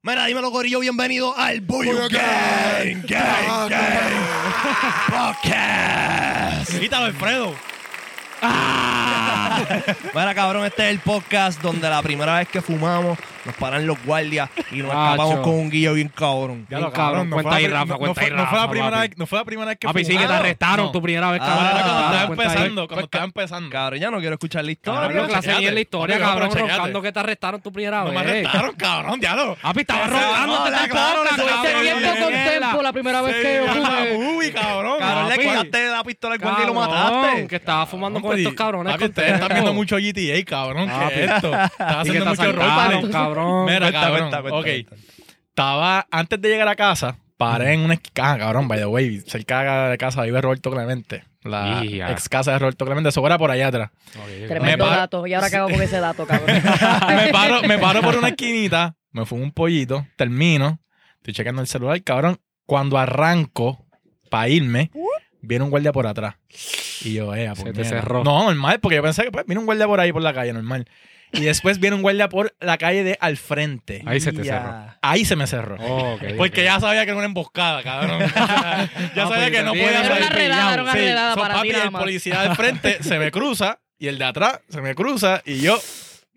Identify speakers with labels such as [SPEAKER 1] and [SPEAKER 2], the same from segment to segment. [SPEAKER 1] Mira, dímelo, Corillo, bienvenido al Buyo Gang, Gang, Gang, Podcast.
[SPEAKER 2] Quítalo, Alfredo.
[SPEAKER 1] Mira, cabrón, este es el podcast donde la primera vez que fumamos nos paran los guardias y nos
[SPEAKER 3] Macho.
[SPEAKER 1] escapamos con un guillo bien cabrón.
[SPEAKER 3] Ya lo, cabrón,
[SPEAKER 2] no
[SPEAKER 3] cuenta
[SPEAKER 2] fue la
[SPEAKER 3] ahí,
[SPEAKER 2] pri-
[SPEAKER 3] Rafa,
[SPEAKER 2] no- no
[SPEAKER 3] cuenta
[SPEAKER 2] fue-
[SPEAKER 3] ahí,
[SPEAKER 2] No fue la
[SPEAKER 3] Rafa,
[SPEAKER 2] primera
[SPEAKER 3] papi.
[SPEAKER 2] vez- no fue la primera vez que
[SPEAKER 3] Papi, sí, que te
[SPEAKER 2] fumaron.
[SPEAKER 3] arrestaron
[SPEAKER 2] No.
[SPEAKER 3] tu primera vez,
[SPEAKER 1] Ah,
[SPEAKER 3] cabrón.
[SPEAKER 2] Era cuando estaba
[SPEAKER 3] Cuenta ahí. Pues
[SPEAKER 2] empezando, cuando estaba empezando.
[SPEAKER 1] Cabrón, ya no quiero escuchar la
[SPEAKER 3] Cabrón,
[SPEAKER 1] historia.
[SPEAKER 3] clase
[SPEAKER 2] checate.
[SPEAKER 3] bien la historia,
[SPEAKER 2] Papi,
[SPEAKER 3] cabrón,
[SPEAKER 2] checate.
[SPEAKER 3] roncando que te arrestaron tu primera
[SPEAKER 2] No me
[SPEAKER 3] vez.
[SPEAKER 2] arrestaron, cabrón, diablo.
[SPEAKER 3] Papi, estaba rondando, te
[SPEAKER 1] Hola, cabrón,
[SPEAKER 3] te
[SPEAKER 1] estuviste
[SPEAKER 3] cabrón.
[SPEAKER 1] viendo
[SPEAKER 3] Mierda.
[SPEAKER 1] con
[SPEAKER 4] Tempo la primera vez que
[SPEAKER 2] Era una
[SPEAKER 4] ocurre.
[SPEAKER 2] movie, cabrón.
[SPEAKER 1] Cabrón, le
[SPEAKER 3] Papi.
[SPEAKER 1] quitaste la pistola al guardia y lo
[SPEAKER 3] Cabrón,
[SPEAKER 1] mataste.
[SPEAKER 3] Que estaba fumando con estos cabrones.
[SPEAKER 2] Papi,
[SPEAKER 3] con
[SPEAKER 2] ustedes están
[SPEAKER 3] Tempo.
[SPEAKER 2] viendo mucho GTA, cabrón.
[SPEAKER 3] Papi.
[SPEAKER 2] ¿Qué es esto? Estás
[SPEAKER 3] Y que te
[SPEAKER 2] haciendo mucho
[SPEAKER 3] asaltaron,
[SPEAKER 2] roleplay.
[SPEAKER 3] cabrón.
[SPEAKER 2] Mira,
[SPEAKER 1] Cuenta,
[SPEAKER 2] cabrón.
[SPEAKER 1] cuenta, cuenta,
[SPEAKER 2] ok.
[SPEAKER 1] cuenta.
[SPEAKER 2] Estaba, antes de llegar a casa, paré en una esquina, ah, cabrón, by the way, cerca de casa vive Roberto Clemente, la
[SPEAKER 3] Ya.
[SPEAKER 2] ex casa de Roberto Clemente, eso era por allá atrás. Me
[SPEAKER 4] Tremendo
[SPEAKER 2] paro-
[SPEAKER 4] dato. Y ahora cago con ese dato, cabrón.
[SPEAKER 2] Ah, me, paro, me paro por una esquinita, me fumo un pollito, termino, estoy checando el celular, cabrón. Cuando arranco para irme, viene un guardia por atrás. Y yo, eh,
[SPEAKER 3] Se
[SPEAKER 2] pues,
[SPEAKER 3] te
[SPEAKER 2] mira.
[SPEAKER 3] cerró.
[SPEAKER 2] No, normal, porque yo pensé que pues, viene un guardia por ahí por la calle, normal. Y después viene un guardia por la calle de al frente.
[SPEAKER 3] Ahí se te
[SPEAKER 1] Ya.
[SPEAKER 3] cerró.
[SPEAKER 2] Ahí se me cerró. Porque ya sabía que era una emboscada, cabrón. ya
[SPEAKER 3] Oh, Ah,
[SPEAKER 2] sabía
[SPEAKER 3] pues,
[SPEAKER 2] que no
[SPEAKER 3] bien.
[SPEAKER 2] podía
[SPEAKER 3] Era
[SPEAKER 2] salir
[SPEAKER 3] una
[SPEAKER 4] redada,
[SPEAKER 2] pillado.
[SPEAKER 4] era una redada
[SPEAKER 2] so,
[SPEAKER 4] para
[SPEAKER 2] papi,
[SPEAKER 4] mí nada
[SPEAKER 2] el
[SPEAKER 4] más.
[SPEAKER 2] policía del frente se me cruza y el de atrás se me cruza y yo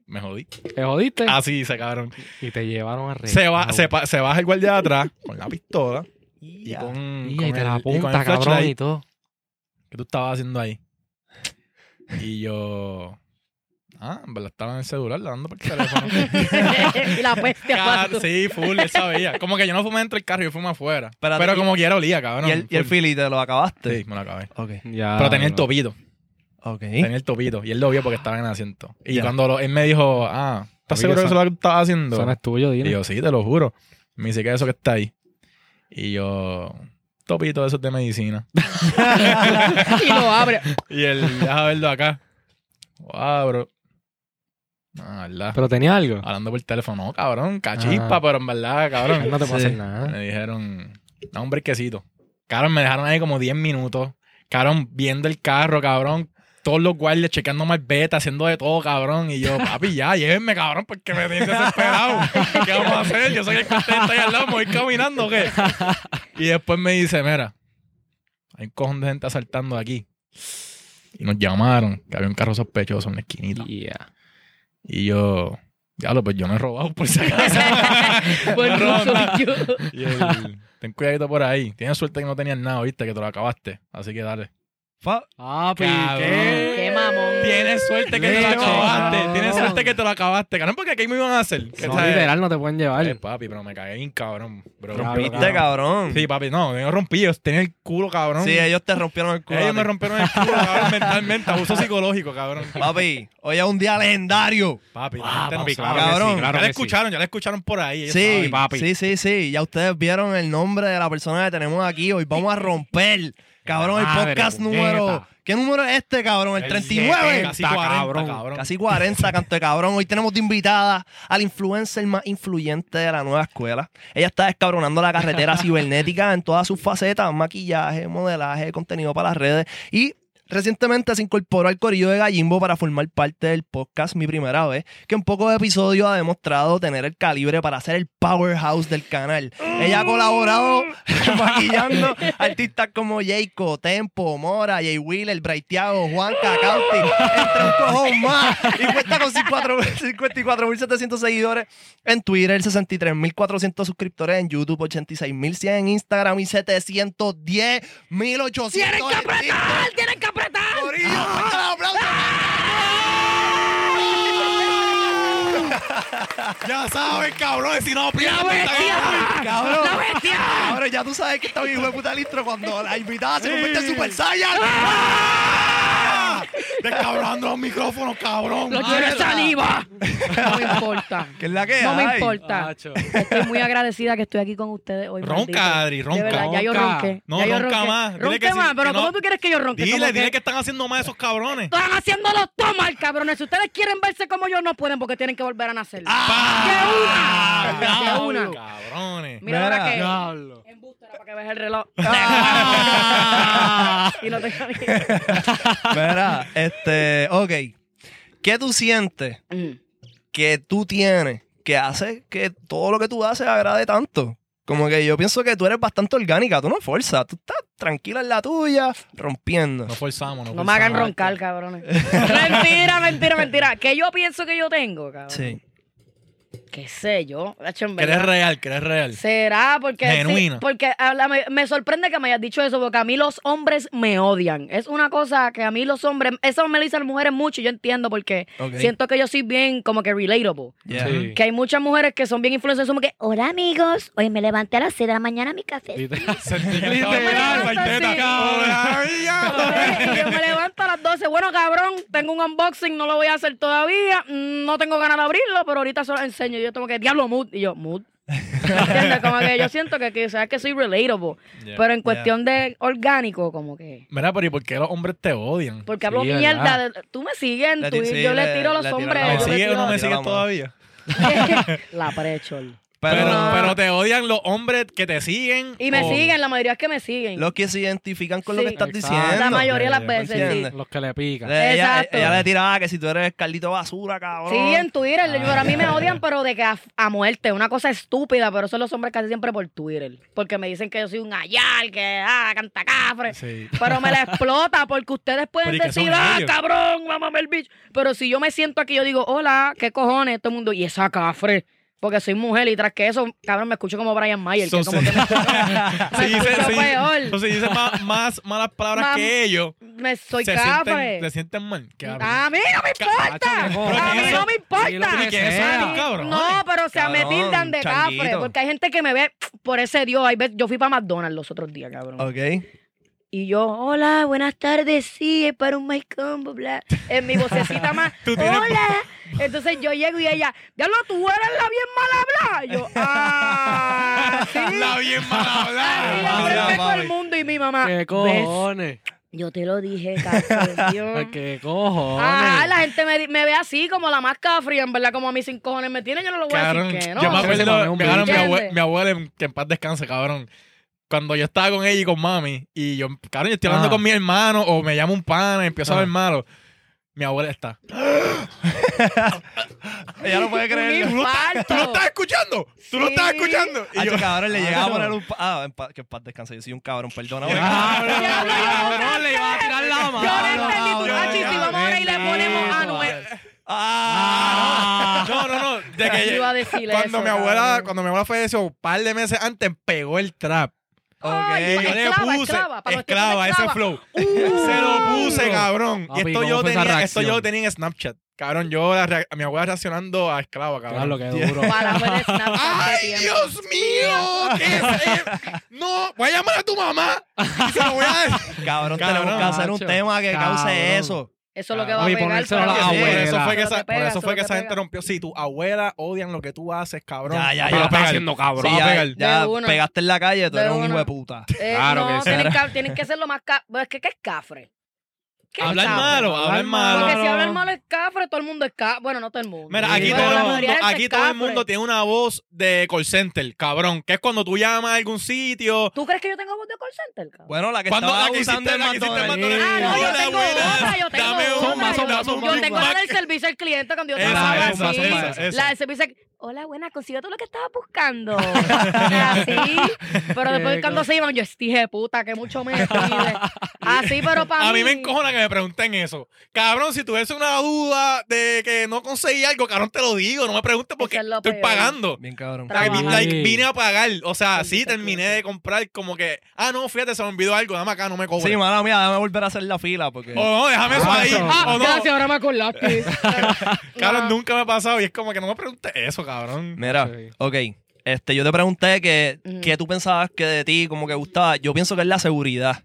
[SPEAKER 2] me jodí.
[SPEAKER 3] Te jodiste
[SPEAKER 2] Así dice, cabrón.
[SPEAKER 3] y te llevaron a
[SPEAKER 2] Se, va, se, pa- se baja el guardia de atrás con la pistola y
[SPEAKER 1] Ya.
[SPEAKER 2] con,
[SPEAKER 3] Y
[SPEAKER 2] con
[SPEAKER 3] ahí te la
[SPEAKER 2] el- y con
[SPEAKER 3] apunta,
[SPEAKER 2] el
[SPEAKER 3] cabrón, y
[SPEAKER 2] flashlight
[SPEAKER 3] todo.
[SPEAKER 2] que tú estabas haciendo ahí. Y yo... Ah, en verdad estaba en el celular, dando por el teléfono.
[SPEAKER 4] y la peste
[SPEAKER 2] Car-
[SPEAKER 4] aparte.
[SPEAKER 2] sí, full, él sabía. Como que yo no fumé dentro del carro, yo fumé afuera.
[SPEAKER 1] Espérate,
[SPEAKER 2] pero
[SPEAKER 1] y-
[SPEAKER 2] como quiera olía, cabrón.
[SPEAKER 1] Y el, y el
[SPEAKER 2] full.
[SPEAKER 1] fili, ¿te lo acabaste?
[SPEAKER 2] Sí, me lo acabé.
[SPEAKER 1] Ok.
[SPEAKER 2] pero tenía el topito.
[SPEAKER 1] Ok.
[SPEAKER 2] Tenía el topito. Y él lo vio porque estaba en el asiento. Y
[SPEAKER 1] Ya.
[SPEAKER 2] cuando lo- él me dijo, ah, ¿estás
[SPEAKER 3] Oye,
[SPEAKER 2] seguro que
[SPEAKER 3] eso-
[SPEAKER 2] eso es lo que estabas haciendo?
[SPEAKER 3] Son es tuyo,
[SPEAKER 2] Y
[SPEAKER 3] dile.
[SPEAKER 2] yo, sí, te lo juro. Me dice que eso que está ahí. Y yo, topito de esos de medicina.
[SPEAKER 4] Y lo abre.
[SPEAKER 2] Y él, deja verlo acá. Wow, bro. Ah, verdad.
[SPEAKER 3] Pero tenía algo.
[SPEAKER 2] Hablando por teléfono, no, cabrón, cachispa,
[SPEAKER 3] Ah.
[SPEAKER 2] pero en verdad, cabrón.
[SPEAKER 3] No te puedo
[SPEAKER 1] Sí.
[SPEAKER 3] hacer nada.
[SPEAKER 2] Me dijeron, da un brequecito. Cabrón, me dejaron ahí como 10 minutos. Cabrón, viendo el carro, cabrón. Todos los guardias checando más beta, haciendo de todo, cabrón. Y yo, papi, ya, llévenme, cabrón, porque me tienen desesperado. ¿Qué vamos a hacer? Yo soy el que está ahí al lado, me voy caminando, ¿o ¿qué? Y después me dice, mira, hay un cojón de gente asaltando aquí. Y nos llamaron, que había un carro sospechoso en la esquinita.
[SPEAKER 3] Yeah.
[SPEAKER 2] Y yo, diablo, pues yo no he robado por si acaso.
[SPEAKER 4] Buen
[SPEAKER 2] No,
[SPEAKER 4] ruso,
[SPEAKER 2] no.
[SPEAKER 4] yo.
[SPEAKER 2] Y él, ten cuidadito por ahí. Tienes suerte que no tenías nada, viste, que te lo acabaste. Así que dale.
[SPEAKER 1] Fa-
[SPEAKER 3] Papi,
[SPEAKER 2] Cabrón.
[SPEAKER 3] ¿qué?
[SPEAKER 4] Qué mamón.
[SPEAKER 2] Tienes suerte que te lo
[SPEAKER 3] Lecho,
[SPEAKER 2] acabaste.
[SPEAKER 3] cabrón.
[SPEAKER 2] Tienes suerte que te lo acabaste. Cabrón, porque aquí me iban a hacer. Que,
[SPEAKER 3] No,
[SPEAKER 2] ¿sabes?
[SPEAKER 3] literal, no te pueden
[SPEAKER 2] Eh,
[SPEAKER 3] llevar.
[SPEAKER 2] papi, pero me cagué bien, cabrón. Bro.
[SPEAKER 3] Rompí.
[SPEAKER 1] Rompiste,
[SPEAKER 3] cabrón.
[SPEAKER 1] cabrón.
[SPEAKER 2] Sí, papi, no, me rompí. Yo tenía el culo, cabrón.
[SPEAKER 1] Sí, ellos te rompieron el culo. a
[SPEAKER 2] Ellos
[SPEAKER 1] ti.
[SPEAKER 2] me rompieron el culo, cabrón, mentalmente. Abuso psicológico, cabrón.
[SPEAKER 1] Papi, hoy es un día legendario.
[SPEAKER 2] Papi,
[SPEAKER 3] Ah,
[SPEAKER 2] la gente no
[SPEAKER 3] papi,
[SPEAKER 2] sabe.
[SPEAKER 3] claro
[SPEAKER 1] que Cabrón. sí,
[SPEAKER 2] ya
[SPEAKER 3] claro
[SPEAKER 2] la
[SPEAKER 3] que sí.
[SPEAKER 2] escucharon, ya la escucharon por ahí. ellos
[SPEAKER 1] Sí,
[SPEAKER 2] saben.
[SPEAKER 3] papi.
[SPEAKER 1] sí, sí, sí. Ya ustedes vieron el nombre de la persona que tenemos aquí. Hoy vamos a romper, cabrón, el
[SPEAKER 3] Madre,
[SPEAKER 1] podcast
[SPEAKER 3] puñeta.
[SPEAKER 1] número. ¿Qué número es este, cabrón? El 39.
[SPEAKER 3] 70.
[SPEAKER 2] Casi
[SPEAKER 3] Está
[SPEAKER 2] 40,
[SPEAKER 3] cabrón.
[SPEAKER 2] cabrón.
[SPEAKER 1] Casi 40, canto de cabrón. Hoy tenemos de invitada al influencer más influyente de la nueva escuela. Ella está descabronando la carretera cibernética en todas sus facetas: maquillaje, modelaje, contenido para las redes. Y recientemente se incorporó al corillo de Gallimbo para formar parte del podcast Mi Primera Vez, que en pocos episodios ha demostrado tener el calibre para ser el powerhouse del canal. Ella ha colaborado maquillando artistas como Jayco, Tempo, Mora, Jay Wheeler, Braithiago, Juan Cacanti, entre un cojón más. Y cuenta con 54 54.700 seguidores en Twitter, 63.400 suscriptores en YouTube, 86.100 en Instagram y 710.800 ¡Tienen que apretar!
[SPEAKER 4] ¡Tienen que apretar!
[SPEAKER 1] ¡Corillo, fuerte el aplauso!
[SPEAKER 2] Ya saben, cabrón, si no pierden,
[SPEAKER 1] ¡Cabrón! Cabrón, ya tú sabes que está mi hijo de puta listo cuando la invitada se convierte en Super Saiyan. ¡Ah!
[SPEAKER 2] descabrando los micrófonos, cabrón.
[SPEAKER 4] Lo quiero es saliva. No me importa.
[SPEAKER 1] ¿Qué es la que
[SPEAKER 4] No me
[SPEAKER 1] hay? Ah,
[SPEAKER 4] importa. Estoy muy agradecida que estoy aquí con ustedes hoy.
[SPEAKER 2] Ronca,
[SPEAKER 4] maldito.
[SPEAKER 2] Adri, ronca.
[SPEAKER 4] De verdad, ya yo
[SPEAKER 3] Ronca.
[SPEAKER 4] ronqué.
[SPEAKER 2] No,
[SPEAKER 4] ya yo
[SPEAKER 2] ronca
[SPEAKER 4] ronqué.
[SPEAKER 2] más. Dile
[SPEAKER 4] Ronqué
[SPEAKER 2] que sí,
[SPEAKER 4] más, pero
[SPEAKER 2] que no.
[SPEAKER 4] ¿cómo tú quieres que yo ronque?
[SPEAKER 2] Dile,
[SPEAKER 4] Como
[SPEAKER 2] dile que están haciendo más esos cabrones.
[SPEAKER 4] Están haciéndolo todo mal, cabrones. Si ustedes quieren verse como yo, no pueden porque tienen que volver a nacer.
[SPEAKER 2] ¡Ah!
[SPEAKER 4] ¡De una! ¡De una!
[SPEAKER 2] ¡Cabrones!
[SPEAKER 4] Mira ahora que...
[SPEAKER 3] Diablo.
[SPEAKER 4] Embuste, era para que veas el reloj.
[SPEAKER 3] Ah.
[SPEAKER 4] y no tenga
[SPEAKER 1] Mira, este, ok. ¿Qué tú sientes
[SPEAKER 4] miedo.
[SPEAKER 1] que tú tienes que hace que todo lo que tú haces agrade tanto. Como que yo pienso que tú eres bastante orgánica, tú no fuerzas, tú estás tranquila en la tuya, rompiendo.
[SPEAKER 2] No forzamos, no
[SPEAKER 4] No me hagan
[SPEAKER 2] forzamos.
[SPEAKER 4] roncar, cabrones. mentira, mentira, mentira. Que yo pienso que yo tengo, cabrón.
[SPEAKER 1] Sí.
[SPEAKER 4] Qué sé yo. Hacho, en
[SPEAKER 2] Que eres
[SPEAKER 4] verdad.
[SPEAKER 2] real, que eres real.
[SPEAKER 4] Será porque. sí,
[SPEAKER 2] Genuino.
[SPEAKER 4] porque a la- me, me sorprende que me hayas dicho eso, porque a mí los hombres me odian. Es una cosa que a mí los hombres. Eso me lo dicen las mujeres mucho, y yo entiendo porque
[SPEAKER 1] Ok.
[SPEAKER 4] siento que yo soy bien como que relatable.
[SPEAKER 1] Yeah.
[SPEAKER 3] Sí.
[SPEAKER 4] Que hay muchas mujeres que son bien influencers, como que.
[SPEAKER 5] Hola amigos, hoy me levanté a las 6 de la mañana a mi café.
[SPEAKER 3] Literal.
[SPEAKER 2] Sentí que
[SPEAKER 4] Literal,
[SPEAKER 2] estaba bailando,
[SPEAKER 4] así.
[SPEAKER 2] cuarteta, cabrón.
[SPEAKER 4] Y yo me levanto a las 12. Bueno, cabrón, tengo un unboxing, no lo voy a hacer todavía. Mm, No tengo ganas de abrirlo, pero ahorita se lo enseño. Yo tengo que, diablo, mood. Y yo, mood. ¿Entiendes? Como que yo siento que, que, sabes que soy relatable.
[SPEAKER 2] Yeah.
[SPEAKER 4] Pero en cuestión de orgánico, como que.
[SPEAKER 2] Mira, pero ¿y por qué los hombres te odian?
[SPEAKER 4] Porque hablo
[SPEAKER 3] Sí,
[SPEAKER 4] mierda.
[SPEAKER 3] ¿verdad?
[SPEAKER 4] de- tú me sigues en
[SPEAKER 1] Le ti-
[SPEAKER 4] Twitter.
[SPEAKER 1] sí,
[SPEAKER 4] yo
[SPEAKER 1] le-
[SPEAKER 4] le tiro a los
[SPEAKER 1] le tiro
[SPEAKER 4] hombres.
[SPEAKER 1] la-
[SPEAKER 2] ¿Me
[SPEAKER 4] yo le
[SPEAKER 2] sigues o
[SPEAKER 4] tiro-
[SPEAKER 2] no
[SPEAKER 1] Tira
[SPEAKER 2] me
[SPEAKER 1] la
[SPEAKER 2] sigues
[SPEAKER 1] mano.
[SPEAKER 2] todavía?
[SPEAKER 4] La prechol.
[SPEAKER 1] Pero,
[SPEAKER 2] Pero,
[SPEAKER 4] no.
[SPEAKER 2] pero te odian los hombres que te siguen.
[SPEAKER 4] Y me
[SPEAKER 2] o-
[SPEAKER 4] siguen, la mayoría es que me siguen.
[SPEAKER 1] los que se identifican con lo
[SPEAKER 4] Sí.
[SPEAKER 1] que estás
[SPEAKER 3] Exacto.
[SPEAKER 1] diciendo.
[SPEAKER 4] la mayoría de las
[SPEAKER 3] Ok,
[SPEAKER 4] veces, sí.
[SPEAKER 1] entiendes?
[SPEAKER 3] Los que le pican.
[SPEAKER 1] Le- Ella,
[SPEAKER 4] Exacto.
[SPEAKER 1] ella le tiraba que si tú eres Carlito Basura, cabrón.
[SPEAKER 4] Sí, en Twitter.
[SPEAKER 3] Ah.
[SPEAKER 4] Pero a mí me odian, pero de que a, a muerte. Una cosa estúpida, pero son los hombres casi siempre por Twitter. Porque me dicen que yo soy un ayal, que ah, canta cafre.
[SPEAKER 2] Sí.
[SPEAKER 4] Pero me la explota porque ustedes pueden
[SPEAKER 2] Pero, ¿y qué
[SPEAKER 4] decir,
[SPEAKER 2] son
[SPEAKER 4] ah,
[SPEAKER 2] ellos?
[SPEAKER 4] cabrón, mamame el bicho. Pero si yo me siento aquí, yo digo, hola, ¿qué cojones? Todo el mundo, y esa cafre. Porque soy mujer y tras que eso, cabrón, me escucho como Brian Mayer.
[SPEAKER 2] So
[SPEAKER 4] que como
[SPEAKER 2] se-
[SPEAKER 4] que me, me
[SPEAKER 2] Se dice-
[SPEAKER 4] escucho
[SPEAKER 2] se dice-
[SPEAKER 4] peor.
[SPEAKER 2] so se dice más, más malas palabras
[SPEAKER 4] Mam-
[SPEAKER 2] que ellos.
[SPEAKER 4] me soy
[SPEAKER 2] se
[SPEAKER 4] cafre. Ah,
[SPEAKER 2] sienten, se sienten mal. Qué
[SPEAKER 4] A mí no me importa.
[SPEAKER 3] Cacho, que cojones.
[SPEAKER 4] A mí no me
[SPEAKER 3] Sí, lo
[SPEAKER 4] importa.
[SPEAKER 2] ¿Y
[SPEAKER 3] que
[SPEAKER 2] que eso
[SPEAKER 3] sea.
[SPEAKER 2] es un cabrón?
[SPEAKER 4] No, pero o sea, me
[SPEAKER 1] Cabrón,
[SPEAKER 4] tildan de
[SPEAKER 1] changuito.
[SPEAKER 4] cafre. Porque hay gente que me ve por ese Dios. Hay veces- Yo fui para McDonald's los otros días, cabrón.
[SPEAKER 1] Ok.
[SPEAKER 4] Y yo, hola, buenas tardes, sí, es para un My Combo, bla. En mi vocecita más,
[SPEAKER 2] Tú tienes-
[SPEAKER 4] hola. Entonces yo llego y ella, diablo, tú eres la bien mala, bla. Y yo, ah, sí.
[SPEAKER 2] La bien mal
[SPEAKER 4] Así
[SPEAKER 1] Ah,
[SPEAKER 4] enfrente
[SPEAKER 1] ya,
[SPEAKER 4] de
[SPEAKER 2] hablada.
[SPEAKER 4] todo
[SPEAKER 1] mami.
[SPEAKER 4] el mundo y mi mamá.
[SPEAKER 3] ¿Qué
[SPEAKER 4] "¿Ves?
[SPEAKER 3] cojones?
[SPEAKER 4] Yo te lo dije, cabrón.
[SPEAKER 3] ¿Qué cojones?
[SPEAKER 4] Ah, la gente me, di- me ve así como la más fría, en verdad, como a mis cinco cojones me tiene, yo no lo voy a
[SPEAKER 2] Cabrón,
[SPEAKER 4] decir que no.
[SPEAKER 2] yo me
[SPEAKER 3] Se le mamé
[SPEAKER 2] acuerdo,
[SPEAKER 3] un
[SPEAKER 2] me acuerdo mi,
[SPEAKER 4] bicho.
[SPEAKER 2] abue- mi abuela, en- que en paz descanse, cabrón. Cuando yo estaba con ella y con mami, y yo, cabrón, yo estoy hablando
[SPEAKER 3] Ajá.
[SPEAKER 2] con mi hermano, o me llama un pana, y empiezo a
[SPEAKER 3] Ajá.
[SPEAKER 2] ver malo. Mi abuela está.
[SPEAKER 1] Ella no puede creerlo.
[SPEAKER 4] Un infarto.
[SPEAKER 2] ¿Tú lo estás escuchando? ¿Tú lo
[SPEAKER 4] Sí.
[SPEAKER 2] estás escuchando?
[SPEAKER 1] A
[SPEAKER 2] Y yo,
[SPEAKER 1] este cabrón le llegaba a
[SPEAKER 3] Claro.
[SPEAKER 1] poner un. pa- Ah, en pa- que en paz descanse. Yo soy un cabrón, perdona. güey.
[SPEAKER 3] cabrón, le iba a tirar la mano.
[SPEAKER 4] Yo no entendí tu
[SPEAKER 1] cabrón,
[SPEAKER 4] machi, si vamos ahora y le ponemos a Anuel.
[SPEAKER 1] Ah.
[SPEAKER 2] No, no, no. De que
[SPEAKER 4] Yo iba a decir
[SPEAKER 2] cuando
[SPEAKER 4] eso,
[SPEAKER 2] mi abuela,
[SPEAKER 4] cabrón.
[SPEAKER 2] cuando mi abuela falleció, un par de meses antes pegó el trap.
[SPEAKER 4] Ay,
[SPEAKER 2] Y yo le
[SPEAKER 4] esclava,
[SPEAKER 2] puse
[SPEAKER 4] esclava, Uh. para los que
[SPEAKER 2] esclava,
[SPEAKER 4] son
[SPEAKER 2] ese
[SPEAKER 4] esclavas.
[SPEAKER 2] flow. Se lo puse, cabrón.
[SPEAKER 3] Papi,
[SPEAKER 2] y esto
[SPEAKER 3] ¿cómo
[SPEAKER 2] yo,
[SPEAKER 3] fue esa
[SPEAKER 2] tenía, esto yo lo
[SPEAKER 3] reacción?
[SPEAKER 2] tenía en Snapchat. Cabrón, yo la rea- a mi abuela reaccionando a esclava, cabrón.
[SPEAKER 3] Claro, qué duro.
[SPEAKER 4] Palabra de Snapchat de
[SPEAKER 2] ¡Ay,
[SPEAKER 4] tiempo.
[SPEAKER 2] Dios mío! ¿Qué es? eh? No, voy a llamar a tu mamá. Y se lo voy a decir.
[SPEAKER 1] Cabrón,
[SPEAKER 2] Cabrón,
[SPEAKER 1] tenemos que hacer un
[SPEAKER 3] macho.
[SPEAKER 1] tema que cause
[SPEAKER 3] Cabrón.
[SPEAKER 1] eso.
[SPEAKER 4] Eso es lo que va a
[SPEAKER 3] Oye,
[SPEAKER 4] pegar.
[SPEAKER 3] ponérselo a la
[SPEAKER 4] cabrón.
[SPEAKER 2] Sí, por
[SPEAKER 3] abuela.
[SPEAKER 2] eso fue que
[SPEAKER 4] Eso
[SPEAKER 2] esa,
[SPEAKER 4] te pega,
[SPEAKER 2] por eso fue
[SPEAKER 4] te
[SPEAKER 2] que esa
[SPEAKER 4] pega.
[SPEAKER 2] gente rompió. Si tu abuela odian lo que tú haces, cabrón.
[SPEAKER 1] Ya, ya, ya.
[SPEAKER 2] te va a
[SPEAKER 1] Lo está
[SPEAKER 2] pegar.
[SPEAKER 3] haciendo, cabrón.
[SPEAKER 2] Sí,
[SPEAKER 1] Sí,
[SPEAKER 2] va a
[SPEAKER 1] ya,
[SPEAKER 2] pegar.
[SPEAKER 1] ya
[SPEAKER 4] De una.
[SPEAKER 1] pegaste en la calle, tú
[SPEAKER 4] De
[SPEAKER 1] eres un
[SPEAKER 4] una.
[SPEAKER 1] hijo de puta.
[SPEAKER 4] Eh,
[SPEAKER 2] Claro
[SPEAKER 4] no,
[SPEAKER 2] que sí.
[SPEAKER 4] tienen, que, tienen que ser lo más ca- Bueno, es que ¿qué es cafre? ¿Qué es
[SPEAKER 2] Hablar
[SPEAKER 4] cafre?
[SPEAKER 2] malo, hablar malo.
[SPEAKER 4] Porque si hablan malo es cafre, todo el mundo es cafre. Bueno, no todo el mundo.
[SPEAKER 2] Mira, aquí
[SPEAKER 4] Pero
[SPEAKER 2] todo,
[SPEAKER 4] la
[SPEAKER 2] el
[SPEAKER 4] mayoría
[SPEAKER 2] mundo,
[SPEAKER 4] de gente
[SPEAKER 2] aquí
[SPEAKER 4] es
[SPEAKER 2] todo el
[SPEAKER 4] cafre.
[SPEAKER 2] mundo tiene una voz de call center, cabrón. Que es cuando tú llamas a algún sitio.
[SPEAKER 4] ¿Tú crees que yo tengo voz de call center, cabrón?
[SPEAKER 1] Bueno, la que
[SPEAKER 2] Cuando
[SPEAKER 1] estaba
[SPEAKER 2] la que hiciste,
[SPEAKER 1] usando el
[SPEAKER 2] la que hiciste en
[SPEAKER 1] McDonald's.
[SPEAKER 2] McDonald's.
[SPEAKER 4] Ah, no, yo
[SPEAKER 2] Hola,
[SPEAKER 4] tengo
[SPEAKER 2] buenas.
[SPEAKER 4] otra, yo tengo
[SPEAKER 2] Dame un-
[SPEAKER 4] otra.
[SPEAKER 3] Zumba,
[SPEAKER 4] yo-
[SPEAKER 3] zumba, zumba,
[SPEAKER 4] Yo tengo
[SPEAKER 2] Big
[SPEAKER 4] la del
[SPEAKER 2] Mac.
[SPEAKER 4] servicio al cliente cuando yo
[SPEAKER 2] Esa,
[SPEAKER 4] trabajaba
[SPEAKER 2] esa,
[SPEAKER 4] así.
[SPEAKER 2] esa, esa.
[SPEAKER 4] La del servicio al Hola, buena, consigo todo lo que estabas buscando. así. Pero después
[SPEAKER 3] Qué
[SPEAKER 4] cuando se iban, yo dije, puta, que mucho me pide. Así, pero para mí.
[SPEAKER 2] A mí me encojona que me pregunten eso. Cabrón, si tuviese una duda de que no conseguí algo, cabrón, te lo digo. No me preguntes porque
[SPEAKER 4] Eso es lo
[SPEAKER 2] estoy
[SPEAKER 4] peor.
[SPEAKER 2] pagando.
[SPEAKER 1] Bien cabrón.
[SPEAKER 4] Tra-
[SPEAKER 2] Like, vi-
[SPEAKER 4] Trabajar.
[SPEAKER 2] like, vine a pagar. O sea,
[SPEAKER 4] Maldita
[SPEAKER 2] sí, terminé
[SPEAKER 4] clase.
[SPEAKER 2] de comprar como que... Ah, no, fíjate, se me olvidó algo. Dame acá, no me cobres.
[SPEAKER 1] Sí, mala mía, déjame volver a hacer la fila porque.
[SPEAKER 2] o no, déjame eso
[SPEAKER 3] Ah,
[SPEAKER 2] ahí.
[SPEAKER 3] eso.
[SPEAKER 4] Ah,
[SPEAKER 2] o no.
[SPEAKER 4] gracias, ahora me acordaste.
[SPEAKER 2] Cabrón, nunca me ha pasado. Y es como que no me preguntes eso, cabrón.
[SPEAKER 1] Mira,
[SPEAKER 3] Sí.
[SPEAKER 1] ok. Este, yo te pregunté que,
[SPEAKER 4] Ujú.
[SPEAKER 1] que tú pensabas que de ti como que gustaba. Yo pienso que es la seguridad.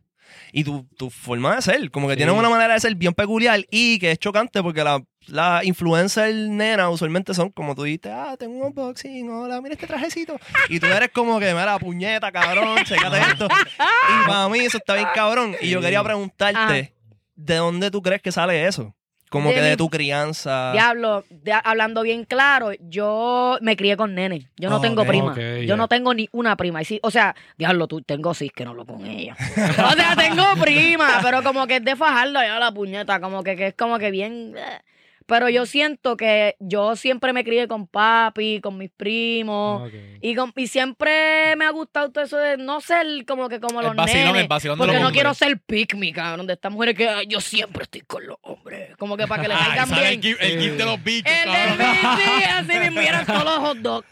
[SPEAKER 1] Y tu, tu forma de ser. Como que
[SPEAKER 3] Sí.
[SPEAKER 1] tienes una manera de ser bien peculiar y que es chocante porque la, la influencer nena usualmente son como tú dijiste, ah, tengo un unboxing, hola, mira este trajecito. Y tú eres como que, mira, puñeta, cabrón, checate esto. Y para mí eso está bien cabrón. Y yo
[SPEAKER 3] Sí.
[SPEAKER 1] quería preguntarte,
[SPEAKER 4] Ajá.
[SPEAKER 1] ¿de dónde tú crees que sale eso? Como
[SPEAKER 4] De
[SPEAKER 1] que
[SPEAKER 4] mi-
[SPEAKER 1] de tu crianza.
[SPEAKER 4] Diablo, de- hablando bien claro, yo me crié con nene. Yo no
[SPEAKER 1] Ah,
[SPEAKER 4] tengo
[SPEAKER 1] ok.
[SPEAKER 4] prima.
[SPEAKER 3] Ok,
[SPEAKER 4] yo
[SPEAKER 3] ya.
[SPEAKER 4] no tengo ni una prima. Y sí, o sea, diablo, tú tengo sí que no lo con ella. o sea, tengo prima, pero como que es de fajardo ya la puñeta, como que, que es como que bien. eh. Pero yo siento que yo siempre me crié con papi, con mis primos.
[SPEAKER 2] Ah.
[SPEAKER 4] Y, con- y siempre me ha gustado todo eso de no ser como que como
[SPEAKER 2] El
[SPEAKER 4] los
[SPEAKER 2] vacilón, el
[SPEAKER 4] nenes.
[SPEAKER 2] vacilón de
[SPEAKER 4] Porque
[SPEAKER 2] los
[SPEAKER 4] no
[SPEAKER 2] hombres.
[SPEAKER 4] quiero ser pick me, cabrón, de estas mujeres que "Ay, yo siempre estoy con los hombres. Como que para que le
[SPEAKER 2] Ay,
[SPEAKER 4] caigan
[SPEAKER 2] Ah, sale el
[SPEAKER 4] bien.
[SPEAKER 2] gif, el gif de los bichos,
[SPEAKER 4] El del
[SPEAKER 2] cabrón.
[SPEAKER 4] Big así mismo, y eran todos los hot dogs.